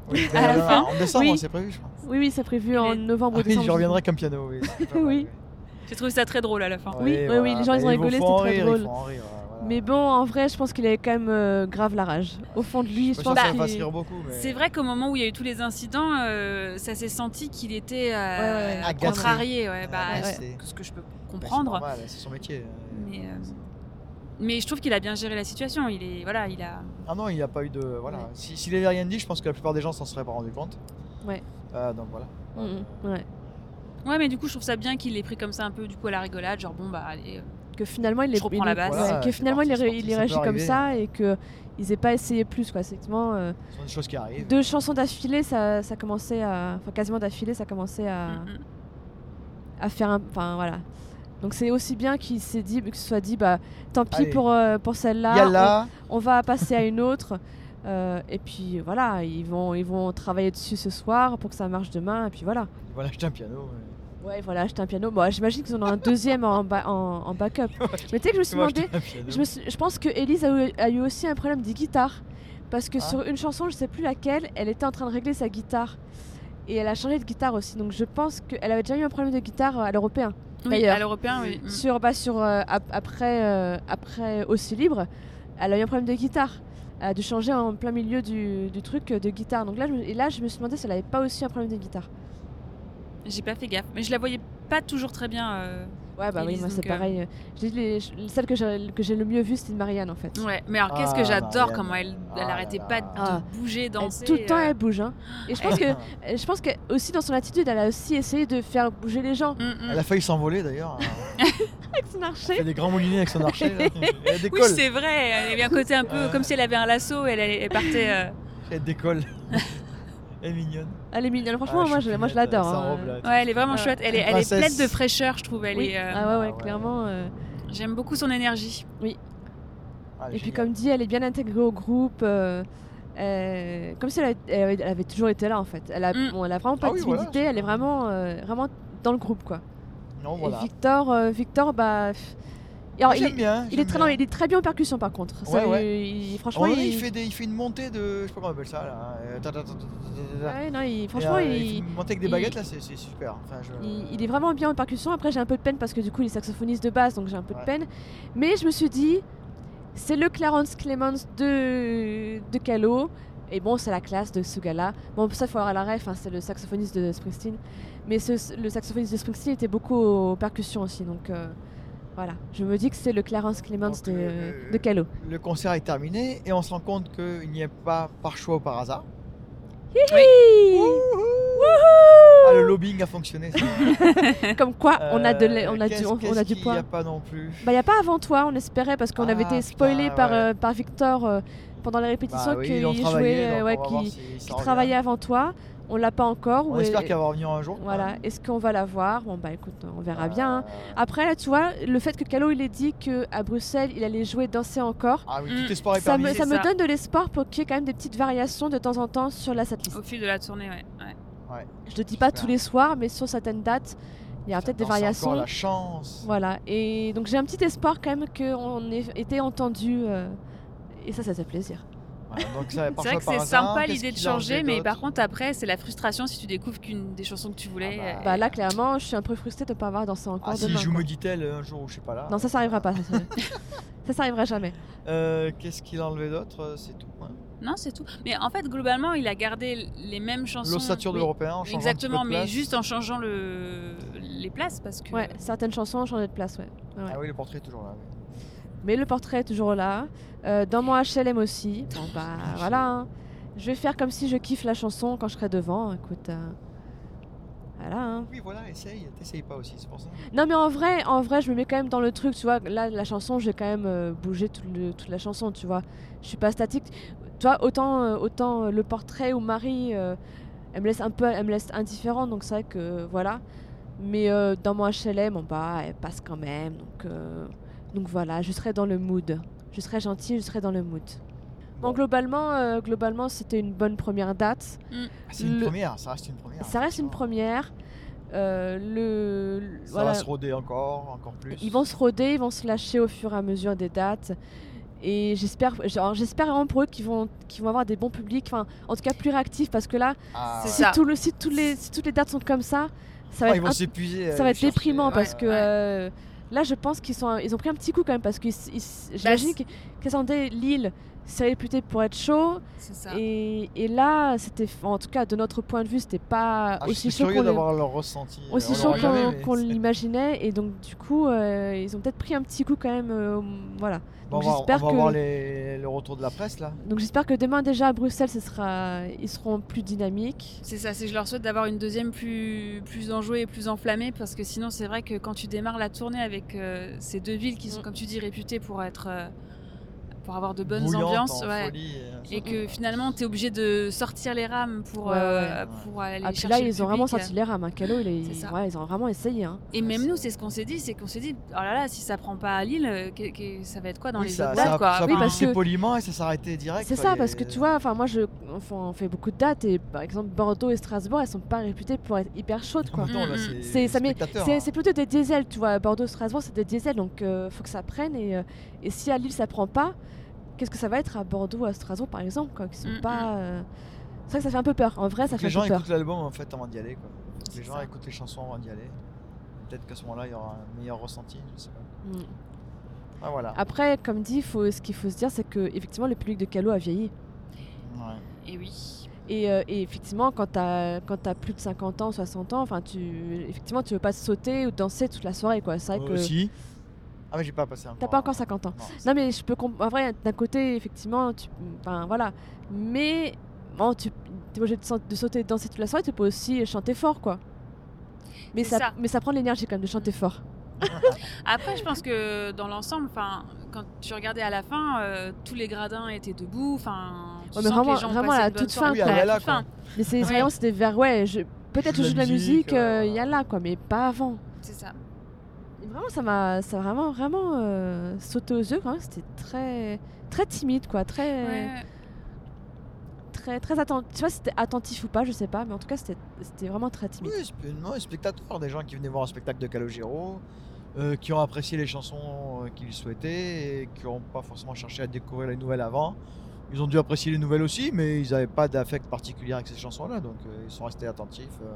Speaker 1: Oui,
Speaker 2: À la
Speaker 1: ben,
Speaker 2: fin.
Speaker 1: En décembre,
Speaker 3: Oui.
Speaker 1: c'est prévu, je crois.
Speaker 3: Oui, oui, c'est prévu en novembre ou
Speaker 1: Ah oui,
Speaker 3: décembre.
Speaker 1: je reviendrai comme piano. Oui,
Speaker 3: <laughs>
Speaker 1: c'est pas mal,
Speaker 3: Oui.
Speaker 2: J'ai trouvé ça très drôle à la fin.
Speaker 3: Oui, oui, oui, les gens, ils ont
Speaker 1: Mais
Speaker 3: rigolé,
Speaker 1: faut en
Speaker 3: c'était très
Speaker 1: rire,
Speaker 3: drôle.
Speaker 1: il faut en rire, voilà, voilà.
Speaker 3: Mais bon, en vrai, je pense qu'il avait quand même euh, grave la rage. Au fond de lui,
Speaker 1: Je
Speaker 3: je
Speaker 1: suis
Speaker 3: pense
Speaker 1: pas sûr que ça fasse
Speaker 3: qu'il- Mm,
Speaker 1: rire beaucoup. mais-
Speaker 2: C'est vrai qu'au moment où il y a eu tous les incidents, euh, ça s'est senti qu'il était euh,
Speaker 3: Ouais, ouais, ouais.
Speaker 1: Agacé.
Speaker 2: contrarié, ouais, bah,
Speaker 1: ouais,
Speaker 2: je-
Speaker 1: c'est-
Speaker 2: ce que je peux
Speaker 1: mais c'est
Speaker 2: comprendre.
Speaker 1: normal, C'est son métier.
Speaker 2: Mais, euh, mais je trouve qu'il a bien géré la situation. Il est, voilà, il a.
Speaker 1: Ah non, il n'y a pas eu de. Voilà. Si- S'il avait rien dit, je pense que la plupart des gens s'en seraient pas rendu compte.
Speaker 3: Ouais.
Speaker 1: Euh, donc voilà.
Speaker 3: Mm, mm, ouais.
Speaker 2: Ouais, mais du coup, je trouve ça bien qu'il ait pris comme ça un peu du coup à la rigolade, genre bon bah allez. euh,
Speaker 3: Que finalement, il est,
Speaker 2: Je reprends
Speaker 3: il
Speaker 2: la
Speaker 3: est-
Speaker 2: base.
Speaker 3: ouais,
Speaker 1: Voilà,
Speaker 3: que
Speaker 1: c'est
Speaker 3: finalement, il,
Speaker 1: parti,
Speaker 3: est-
Speaker 1: c'est
Speaker 3: il
Speaker 1: parti, ça
Speaker 3: réagit
Speaker 1: peut
Speaker 3: comme
Speaker 1: arriver.
Speaker 3: ça et que ils aient pas essayé plus, quoi. Effectivement, euh,
Speaker 1: Ce sont des choses qui arrivent.
Speaker 3: deux chansons d'affilée, ça, ça commençait à, enfin, quasiment d'affilée, ça commençait à,
Speaker 2: mm, mm.
Speaker 3: à faire un, enfin voilà. Donc c'est aussi bien qu'il s'est dit, que ce soit dit, bah tant pis
Speaker 1: Allez.
Speaker 3: pour euh, pour
Speaker 1: Yalla.
Speaker 3: celle-là. on va passer à une autre. Euh, et puis voilà, ils vont, ils vont travailler dessus ce soir pour que ça marche demain. Et puis voilà.
Speaker 1: Ils vont l'acheter un piano. ouais.
Speaker 3: Ouais, voilà, acheter un piano. Bon, j'imagine qu'ils en ont un deuxième en, ba- en,
Speaker 1: <laughs>
Speaker 3: en backup. Mais tu sais que je me suis
Speaker 1: Ils vont acheter
Speaker 3: demandé,
Speaker 1: un piano.
Speaker 3: je, me suis- je pense que Elise a eu, a eu aussi un problème des guitares. Parce que
Speaker 1: Ah.
Speaker 3: sur une chanson, je sais plus laquelle, elle était en train de régler sa guitare. Et elle a changé de guitare aussi. Donc je pense qu'elle avait déjà eu un problème de guitare euh, à l'européen.
Speaker 2: Oui,
Speaker 3: D'ailleurs.
Speaker 2: à l'européen, oui. mm.
Speaker 3: Sur, bah, sur, euh, ap- après, euh, après Aussi Libre, elle a eu un problème de guitare. euh, de changer en plein milieu du, du truc euh, de guitare. Donc là, je, me- et là, je me suis demandé si elle avait pas aussi un problème de guitare.
Speaker 2: J'ai pas fait gaffe, mais je la voyais pas toujours très bien. euh.
Speaker 3: Ouais, bah oui,
Speaker 2: Elise,
Speaker 3: moi c'est
Speaker 2: donc, euh,
Speaker 3: pareil. J'ai les- je- celle que j'ai que j'ai le mieux vue, c'était Marianne en fait.
Speaker 2: Ouais, mais alors qu'est-ce
Speaker 1: Ah,
Speaker 2: que j'adore
Speaker 1: Marianne.
Speaker 2: comment elle, elle
Speaker 1: Ah
Speaker 2: arrêtait
Speaker 1: là
Speaker 2: pas
Speaker 1: là.
Speaker 2: de
Speaker 3: Ah.
Speaker 2: bouger,
Speaker 3: Elle-
Speaker 2: danser.
Speaker 3: tout le temps,
Speaker 2: euh.
Speaker 3: elle bouge. hein. Et je pense que, je pense que aussi dans son attitude, elle a aussi essayé de faire bouger les gens.
Speaker 2: Mm, mm.
Speaker 1: Elle a failli s'envoler d'ailleurs. Elle
Speaker 3: Avec son archer.
Speaker 1: fait des grands moulinets avec son archer.
Speaker 3: <laughs>
Speaker 1: là. Elle
Speaker 2: Oui,
Speaker 1: décolle.
Speaker 2: c'est vrai. Elle avait un côté un peu
Speaker 1: <laughs> Euh.
Speaker 2: comme si elle avait un lasso. Elle, elle- elle partait. euh,
Speaker 1: elle décolle. <laughs> Elle est mignonne.
Speaker 3: Elle est mignonne. Franchement,
Speaker 1: Ah,
Speaker 3: moi, je, moi, je
Speaker 1: choupinette,
Speaker 3: l'adore.
Speaker 1: sa
Speaker 3: hein.
Speaker 1: robe, là.
Speaker 2: Ouais, elle est vraiment
Speaker 3: Ouais.
Speaker 2: chouette. Elle est,
Speaker 1: Une
Speaker 2: elle est pleine
Speaker 1: princesse.
Speaker 2: de fraîcheur, je trouve. Elle
Speaker 3: Oui.
Speaker 2: est, euh,
Speaker 3: Ah ouais, ouais,
Speaker 1: Ah ouais.
Speaker 3: clairement. euh,
Speaker 2: J'aime beaucoup son énergie.
Speaker 1: Ah, elle est
Speaker 3: Et puis,
Speaker 1: géniale.
Speaker 3: comme dit, elle est bien intégrée au groupe. euh, euh, comme si elle avait, elle avait- elle avait toujours été là, en fait. Elle a,
Speaker 2: Mm.
Speaker 3: bon, elle a vraiment pas
Speaker 1: Ah
Speaker 3: de
Speaker 1: oui, voilà,
Speaker 3: timidité. elle est vraiment, euh, vraiment dans le groupe, quoi.
Speaker 1: Non,
Speaker 3: Et
Speaker 1: voilà.
Speaker 3: Victor, euh, Victor, bah. pff, et
Speaker 1: Ah,
Speaker 3: alors, il,
Speaker 1: J'aime
Speaker 3: est,
Speaker 1: bien.
Speaker 3: il est
Speaker 1: j'aime
Speaker 3: très,
Speaker 1: bien.
Speaker 3: non, il est très bien en percussion, par contre.
Speaker 1: Ouais,
Speaker 3: Ça, il-
Speaker 1: ouais.
Speaker 3: il-
Speaker 1: À un
Speaker 3: franchement,
Speaker 1: moment donné, il... fait des- il fait une montée de. Je sais pas comment on appelle ça là. euh, ta, ta, ta, ta, ta, ta, ta, ta.
Speaker 3: Ouais, non, il-
Speaker 1: Et,
Speaker 3: franchement,
Speaker 1: euh,
Speaker 3: il,
Speaker 1: fait une montée avec des
Speaker 3: il-
Speaker 1: baguettes là, c'est c'est super. Enfin, je-
Speaker 3: Il, il est vraiment bien en percussion. Après, j'ai un peu de peine parce que du coup, il est saxophoniste de basse, donc j'ai un peu de
Speaker 1: Ouais.
Speaker 3: peine. Mais je me suis dit, c'est le Clarence Clemens de, de Calo. Et bon, c'est la classe de ce gars-là. Bon, ça, il faut avoir la ref, hein, c'est le saxophoniste de Springsteen. Mais ce- le saxophoniste de Springsteen était beaucoup aux percussions aussi, donc euh, voilà. Je me dis que c'est le Clarence Clemens
Speaker 1: Donc,
Speaker 3: de,
Speaker 1: le-
Speaker 3: de Calo.
Speaker 1: Le concert est terminé et on se rend compte qu'il n'y a pas par choix ou par hasard. Ah, le lobbying a fonctionné. ça.
Speaker 3: Comme quoi, <laughs> on a, de,
Speaker 1: Euh,
Speaker 3: la- on a, du,
Speaker 1: qu'est-ce-
Speaker 3: on, on a
Speaker 1: qu'est-ce
Speaker 3: du
Speaker 1: qu'il
Speaker 3: poids.
Speaker 1: y a pas non plus.
Speaker 3: Bah, y a pas avant toi, on espérait, parce qu'on avait
Speaker 1: Ah,
Speaker 3: été spoilé
Speaker 1: putain,
Speaker 3: par,
Speaker 1: ouais.
Speaker 3: euh, par Victor euh, pendant les répétitions
Speaker 1: Bah oui,
Speaker 3: qu'il
Speaker 1: ils l'ont travaillé,
Speaker 3: jouait, euh,
Speaker 1: donc
Speaker 3: ouais,
Speaker 1: on va
Speaker 3: qu'il-
Speaker 1: voir si ça
Speaker 3: qu'il
Speaker 1: revient.
Speaker 3: travaillait avant toi. On l'a pas encore.
Speaker 1: On
Speaker 3: ou-
Speaker 1: espère
Speaker 3: et-
Speaker 1: qu'il va revenir un jour.
Speaker 3: Voilà, est-ce qu'on va la voir Bon, bah écoute, on verra
Speaker 1: Euh,
Speaker 3: bien. hein. Après, là, tu vois, le fait que Calo il ait dit qu'à Bruxelles, il allait jouer danser encore,
Speaker 1: Ah oui,
Speaker 2: Mm.
Speaker 1: tout espoir est
Speaker 3: ça me,
Speaker 1: permis.
Speaker 2: c'est
Speaker 3: ça me
Speaker 2: ça.
Speaker 3: donne de l'espoir pour qu'il y ait quand même des petites variations de temps en temps sur la setlist.
Speaker 2: Au fil de la tournée, ouais. ouais.
Speaker 3: Je te dis pas
Speaker 1: j'espère.
Speaker 3: tous les soirs, mais sur certaines dates, il y aura Ah, peut-être des
Speaker 1: Putain, c'est
Speaker 3: variations.
Speaker 1: Encore la chance.
Speaker 3: Voilà, et donc j'ai un petit espoir quand même qu'on ait été entendu. euh, Et ça, ça fait plaisir.
Speaker 1: Voilà, donc
Speaker 3: <laughs>
Speaker 1: ça, par
Speaker 2: C'est vrai
Speaker 1: choix,
Speaker 2: que
Speaker 1: par
Speaker 2: c'est
Speaker 1: hasard,
Speaker 2: sympa
Speaker 1: qu'est-ce
Speaker 2: l'idée de
Speaker 1: qu'il a enlevé
Speaker 2: changer, mais
Speaker 1: d'autre
Speaker 2: par contre, après, c'est la frustration si tu découvres qu'une des chansons que tu voulais.
Speaker 1: Ah
Speaker 2: euh,
Speaker 3: Bah là, clairement, je suis un peu frustrée de ne pas avoir dansé encore
Speaker 1: Ah si,
Speaker 3: demain.
Speaker 1: je joue
Speaker 3: quoi.
Speaker 1: Moditel un jour où je sais pas là.
Speaker 3: Non, ça, ça arrivera pas. Ça,
Speaker 1: <laughs>
Speaker 3: ça, ça, ça arrivera jamais.
Speaker 1: Euh, Qu'est-ce qu'il a enlevé d'autre euh, C'est tout. hein.
Speaker 2: Non, c'est tout. Mais en fait, globalement, il a gardé les mêmes chansons.
Speaker 1: L'ossature de
Speaker 2: Oui,
Speaker 1: l'européen en changeant un petit peu
Speaker 2: Exactement,
Speaker 1: de
Speaker 2: mais
Speaker 1: place.
Speaker 2: juste en changeant le... les places parce que.
Speaker 3: Ouais, certaines chansons ont changé de place, ouais.
Speaker 1: Ah oui, le portrait est toujours là. oui.
Speaker 3: Mais le portrait est toujours là. Euh, dans mon HLM aussi. Bon, bah voilà. hein. Je vais faire comme si je kiffe la chanson quand je serai devant. Écoute. euh, Voilà. hein.
Speaker 1: Oui, voilà, essaye. T'essayes pas aussi, c'est pour ça.
Speaker 3: Non, mais en vrai, en vrai, je me mets quand même dans le truc, tu vois. Là, la chanson, j'ai quand même euh, bougé tout le- toute la chanson, tu vois. Je suis pas statique. Tu vois, autant, euh, autant euh, le portrait ou Marie, euh, elle me laisse un peu, elle me laisse indifférente, donc c'est vrai que euh, voilà. Mais euh, dans mon HLM, on bah, elle passe quand même, donc euh, donc voilà, je serai dans le mood. Je serai gentille, je serai dans le mood. Bon,
Speaker 1: Bon.
Speaker 3: globalement, euh, globalement, c'était une bonne première date.
Speaker 1: Ah, c'est une
Speaker 3: Le-
Speaker 1: première, ça reste une première.
Speaker 3: Ça reste une
Speaker 1: effectivement.
Speaker 3: première. Euh, le, le-
Speaker 1: Ça
Speaker 3: voilà.
Speaker 1: va se roder encore, encore plus.
Speaker 3: Ils vont se roder, ils vont se lâcher au fur et à mesure des dates. Et j'espère genre, j'espère vraiment pour eux qu'ils vont, qu'ils vont avoir des bons publics, enfin, en tout cas plus réactifs, parce que là,
Speaker 1: Ah,
Speaker 2: C'est
Speaker 1: ouais.
Speaker 3: si,
Speaker 2: ça.
Speaker 3: tout le- si toutes les, si toutes les dates sont comme ça, ça va
Speaker 1: Ah, ils
Speaker 3: être,
Speaker 1: vont
Speaker 3: un-
Speaker 1: s'épuiser. à
Speaker 3: ça va
Speaker 1: aller
Speaker 3: être
Speaker 1: chercher,
Speaker 3: déprimant,
Speaker 1: ouais,
Speaker 3: parce que
Speaker 1: ouais.
Speaker 3: euh, là, je pense qu'ils sont, ils ont pris un petit coup quand même, parce que
Speaker 2: Bah,
Speaker 3: j'imagine qu'ils qu'ils attendaient Lille, c'est réputé pour être chaud,
Speaker 2: C'est ça.
Speaker 3: et, et là, c'était, en tout cas, de notre point de vue, c'était pas
Speaker 1: Ah, je suis
Speaker 3: aussi chaud
Speaker 1: curieux
Speaker 3: qu'on le-
Speaker 1: d'avoir leur ressenti.
Speaker 3: aussi
Speaker 1: On
Speaker 3: chaud
Speaker 1: l'aura
Speaker 3: qu'on
Speaker 1: jamais, mais
Speaker 3: qu'on
Speaker 1: c'est-
Speaker 3: l'imaginait et donc du coup euh, ils ont peut-être pris un petit coup quand même euh, voilà
Speaker 1: Bon,
Speaker 3: Donc,
Speaker 1: on va,
Speaker 3: j'espère
Speaker 1: on va
Speaker 3: que-
Speaker 1: voir les- le retour de la presse là.
Speaker 3: donc j'espère que demain déjà à Bruxelles ce sera ils seront plus dynamiques
Speaker 2: C'est ça, c'est que je leur souhaite d'avoir une deuxième plus, plus enjouée et plus enflammée parce que sinon c'est vrai que quand tu démarres la tournée avec euh, ces deux villes qui sont
Speaker 3: Mm.
Speaker 2: comme tu dis réputées pour être euh, pour avoir de bonnes
Speaker 1: Bouillante,
Speaker 2: ambiances
Speaker 1: en
Speaker 2: ouais.
Speaker 1: hein, folie, euh,
Speaker 2: et
Speaker 1: surtout,
Speaker 2: que
Speaker 1: ouais.
Speaker 2: finalement tu es obligé de sortir les rames pour,
Speaker 3: Ouais, ouais,
Speaker 2: euh,
Speaker 1: ouais.
Speaker 2: pour aller
Speaker 3: ah puis
Speaker 2: chercher
Speaker 3: là
Speaker 2: le
Speaker 3: ils ont vraiment
Speaker 2: public.
Speaker 3: sorti les rames hein. Calo il est-
Speaker 2: C'est ça.
Speaker 3: ouais, ils ont vraiment essayé hein.
Speaker 2: Et
Speaker 1: Ouais,
Speaker 2: même
Speaker 1: c'est-
Speaker 2: nous, c'est ce qu'on s'est dit, c'est qu'on s'est dit, oh là là, si ça prend pas à Lille, euh, que- que- ça va être quoi dans
Speaker 1: Oui,
Speaker 2: les
Speaker 1: ça,
Speaker 2: autres
Speaker 1: ça,
Speaker 2: dates, quoi
Speaker 1: ça
Speaker 3: Oui, parce
Speaker 1: commençait
Speaker 3: que-
Speaker 1: poliment et ça s'arrêtait direct.
Speaker 3: c'est
Speaker 1: quoi,
Speaker 3: ça
Speaker 1: il y
Speaker 3: parce
Speaker 1: a-
Speaker 3: que tu vois enfin moi je enfin, on fait beaucoup de dates et par exemple Bordeaux et Strasbourg elles sont pas réputées pour être hyper chaudes
Speaker 1: En
Speaker 3: quoi
Speaker 1: même temps, là,
Speaker 2: Mm,
Speaker 1: c'est-
Speaker 3: C'est- ça met-
Speaker 1: spectateur,
Speaker 3: C'est
Speaker 1: hein.
Speaker 3: c'est plutôt des diesels, tu vois. Bordeaux, Strasbourg, c'est des diesels, donc euh, faut que ça prenne. Et, euh, et si à Lille ça prend pas, qu'est-ce que ça va être à Bordeaux, à Strasbourg par exemple, quoi, qui sont
Speaker 2: Mm,
Speaker 3: pas. euh, C'est vrai que ça fait un peu peur. En vrai,
Speaker 1: Faut
Speaker 3: ça
Speaker 1: que
Speaker 3: fait
Speaker 1: les
Speaker 3: un
Speaker 1: gens
Speaker 3: peu peur.
Speaker 1: écoutent l'album en fait avant d'y aller. Quoi.
Speaker 2: C'est
Speaker 1: Les gens
Speaker 2: ça.
Speaker 1: écoutent les chansons avant d'y aller. Peut-être qu'à ce moment-là, il y aura un meilleur ressenti. Je sais pas.
Speaker 3: Mm.
Speaker 1: Ah, voilà.
Speaker 3: Après, comme dit, faut, ce qu'il faut se dire, c'est que effectivement, le public de Calo a vieilli.
Speaker 1: Ouais.
Speaker 2: Et oui.
Speaker 3: Et, euh, et effectivement, quand t'as quand t'as plus de 50 ans, 60 ans, enfin, tu effectivement, tu veux pas sauter ou danser toute la soirée, quoi. C'est vrai
Speaker 1: Moi
Speaker 3: que
Speaker 1: aussi. Ah, mais j'ai pas passé encore.
Speaker 3: t'as pas encore 50 ans.
Speaker 1: Non.
Speaker 3: Non, mais je peux comprendre. En vrai, d'un côté, effectivement, tu, enfin, voilà. Mais bon, tu es obligé de, sa- de sauter, de danser toute la soirée. Tu peux aussi chanter fort, quoi. Mais
Speaker 2: C'est
Speaker 3: ça,
Speaker 2: ça.
Speaker 3: mais ça prend de l'énergie quand même de chanter fort.
Speaker 2: Après, je pense que dans l'ensemble, enfin, quand tu regardais à la fin, euh, tous les gradins étaient debout. Enfin, tu
Speaker 3: Ouais, mais
Speaker 2: sens que
Speaker 3: vraiment-
Speaker 2: les gens
Speaker 3: vraiment
Speaker 2: passaient
Speaker 3: à la
Speaker 2: une bonne
Speaker 3: toute fin,
Speaker 2: soirée.
Speaker 3: quoi. Oui, à
Speaker 2: À
Speaker 1: la
Speaker 2: la toute
Speaker 1: quoi.
Speaker 2: fin.
Speaker 3: Mais c'est vraiment c'était vers ouais, je, peut-être je
Speaker 1: Joue
Speaker 3: joue de la musique, euh, il y a là quoi, mais pas avant.
Speaker 2: C'est ça.
Speaker 3: Et vraiment ça m'a, ça a vraiment vraiment euh, sauté aux yeux quand même. C'était très très timide quoi, très
Speaker 2: Ouais.
Speaker 3: très très attentif. Je sais pas si c'était attentif ou pas, je sais pas, mais en tout cas c'était c'était vraiment très timide.
Speaker 1: Oui, sp- non, les spectateurs, des gens qui venaient voir un spectacle de Calogero, euh, qui ont apprécié les chansons euh, qu'ils souhaitaient et qui n'ont pas forcément cherché à découvrir les nouvelles avant. Ils ont dû apprécier les nouvelles aussi, mais ils n'avaient pas d'affect particulier avec ces chansons-là, donc euh, ils sont restés attentifs. euh.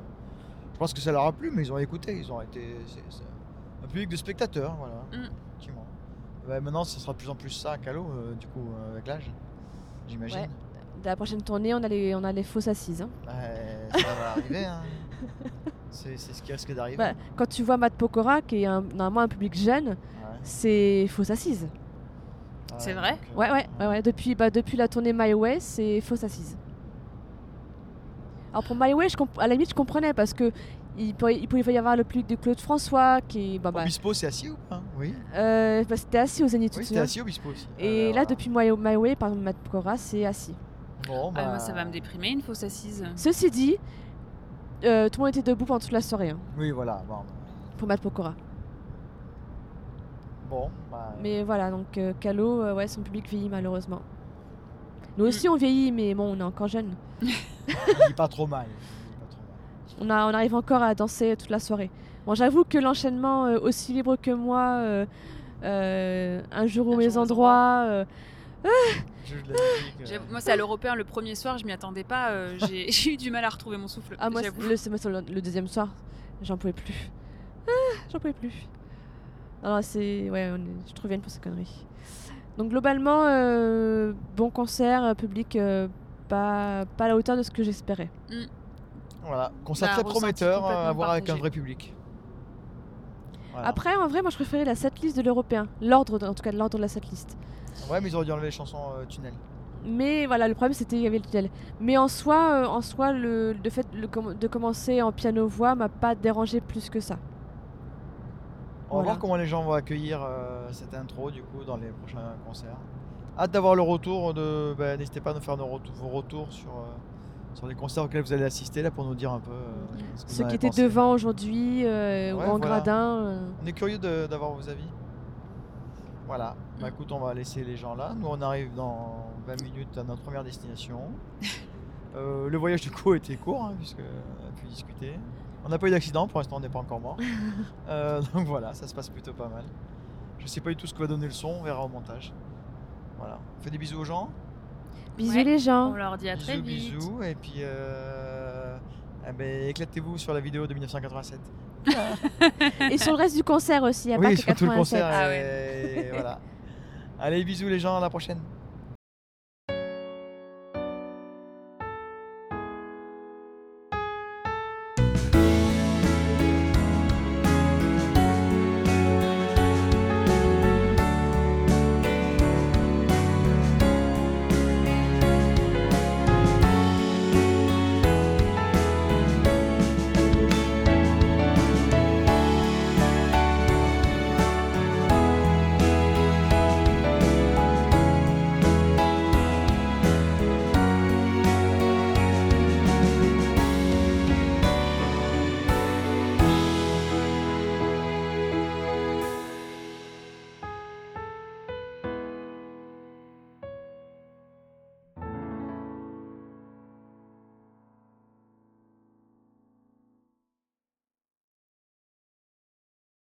Speaker 1: Je pense que ça leur a plu, mais ils ont écouté, ils ont été c'est- c'est un public de spectateurs, voilà.
Speaker 2: Mm.
Speaker 1: effectivement. Ouais, maintenant, ce sera de plus en plus ça à Calo, euh, du coup, euh, avec l'âge, j'imagine.
Speaker 3: Ouais. De la prochaine tournée, on a les on a les fausses assises. hein.
Speaker 1: Ouais, ça va arriver, hein. c'est c'est ce qui risque d'arriver.
Speaker 3: <laughs> Bah, quand tu vois Matt Pokora qui est un, normalement un public jeune,
Speaker 1: Ouais.
Speaker 3: c'est fausses assises.
Speaker 2: C'est vrai
Speaker 1: donc, euh,
Speaker 3: Ouais, ouais, ouais, ouais. Depuis, bah, depuis la tournée My Way, c'est fausse assise. Alors pour My Way, je comp- à la limite, je comprenais parce que il pourrait, il pouvait y avoir le public de Claude François qui. Bah, bah,
Speaker 1: Obispo, c'est assis ou pas Oui,
Speaker 3: euh, bah, c'était assis aux Zénith, tu
Speaker 1: oui
Speaker 3: te
Speaker 1: c'était
Speaker 3: souviens
Speaker 1: assis Obispo aussi.
Speaker 3: Et
Speaker 1: Ah,
Speaker 3: là,
Speaker 1: bah, voilà.
Speaker 3: depuis My, My Way, par Matt Pokora, c'est assis.
Speaker 1: Bon,
Speaker 2: Ah,
Speaker 1: bah,
Speaker 2: moi, ça va me déprimer une fausse assise.
Speaker 3: Ceci dit, euh, tout le monde était debout pendant toute la soirée hein,
Speaker 1: Oui, voilà. Bon, bah,
Speaker 3: pour Matt Pokora.
Speaker 1: bon bah,
Speaker 3: Mais voilà, donc euh, Calo, euh, ouais, son public vieillit malheureusement. Nous aussi, on vieillit, mais bon, on est encore jeunes.
Speaker 1: il est pas trop mal. il est pas trop mal.
Speaker 3: On, a- on arrive encore à danser toute la soirée. Bon, j'avoue que l'enchaînement euh, aussi libre que moi, euh, euh, un jour aux
Speaker 2: Un
Speaker 3: mes
Speaker 2: jour aux
Speaker 3: endroits, euh,
Speaker 1: Juge de la musique, euh,
Speaker 2: J'avoue- Moi, c'est à l'européen le premier soir, je m'y attendais pas. euh, j'ai <laughs> j'ai eu du mal à retrouver mon souffle.
Speaker 3: ah, moi,
Speaker 2: j'avoue.
Speaker 3: le, c'est- moi, sur le, le deuxième soir, j'en pouvais plus. Ah, j'en pouvais plus. Non, non, c'est. Ouais, on est- je te reviens pour ces conneries. Donc, globalement, euh, bon concert, euh, public euh, pas, pas à la hauteur de ce que j'espérais.
Speaker 1: Voilà, concert
Speaker 2: Bah,
Speaker 1: très
Speaker 2: ressenti
Speaker 1: prometteur euh, à
Speaker 2: complètement
Speaker 1: voir avec un
Speaker 2: partagé.
Speaker 1: vrai public. Voilà.
Speaker 3: Après, en vrai, moi, je préférais la setlist de l'européen. L'ordre, en tout cas, l'ordre de la setlist.
Speaker 1: Ouais, mais ils auraient dû enlever les chansons euh, tunnel.
Speaker 3: Mais voilà, le problème c'était qu'il y avait le tunnel. Mais en soi, euh, en soi le, le fait le com- de commencer en piano-voix m'a pas dérangé plus que ça.
Speaker 1: On va
Speaker 3: Voilà.
Speaker 1: voir comment les gens vont accueillir euh, cette intro du coup dans les prochains concerts. Hâte d'avoir le retour de. bah, N'hésitez pas à nous faire nos retou- vos retours sur, euh, sur les concerts auxquels vous allez assister là pour nous dire un peu. euh, ce que vous
Speaker 3: Ceux
Speaker 1: en
Speaker 3: qui
Speaker 1: avez
Speaker 3: étaient
Speaker 1: pensé.
Speaker 3: devant aujourd'hui,
Speaker 1: Ouais,
Speaker 3: euh, ou en
Speaker 1: voilà.
Speaker 3: gradin. euh.
Speaker 1: On est curieux de- d'avoir vos avis. Voilà. Bah
Speaker 2: Mm.
Speaker 1: écoute, on va laisser les gens là. Nous, on arrive dans 20 minutes à notre première destination.
Speaker 2: <laughs>
Speaker 1: Euh, le voyage du coup a été court, hein, puisqu'on a pu discuter. On n'a pas eu d'accident, pour l'instant on n'est pas encore
Speaker 2: <laughs>
Speaker 1: mort. Euh, donc voilà, ça se passe plutôt pas mal. Je sais pas du tout ce que va donner le son, on verra au montage. Voilà, on fait des bisous aux gens.
Speaker 3: Bisous
Speaker 2: Ouais.
Speaker 3: les gens.
Speaker 2: On leur dit à
Speaker 1: bisous,
Speaker 2: très vite.
Speaker 1: bisous. Et puis, euh, eh ben, éclatez-vous sur la vidéo de 1987.
Speaker 3: Et sur le reste du concert aussi, il n'y a pas
Speaker 1: oui,
Speaker 3: que
Speaker 1: sur tout le
Speaker 3: 87.
Speaker 1: concert.
Speaker 2: Ah
Speaker 1: et voilà. Allez, bisous les gens, à la prochaine.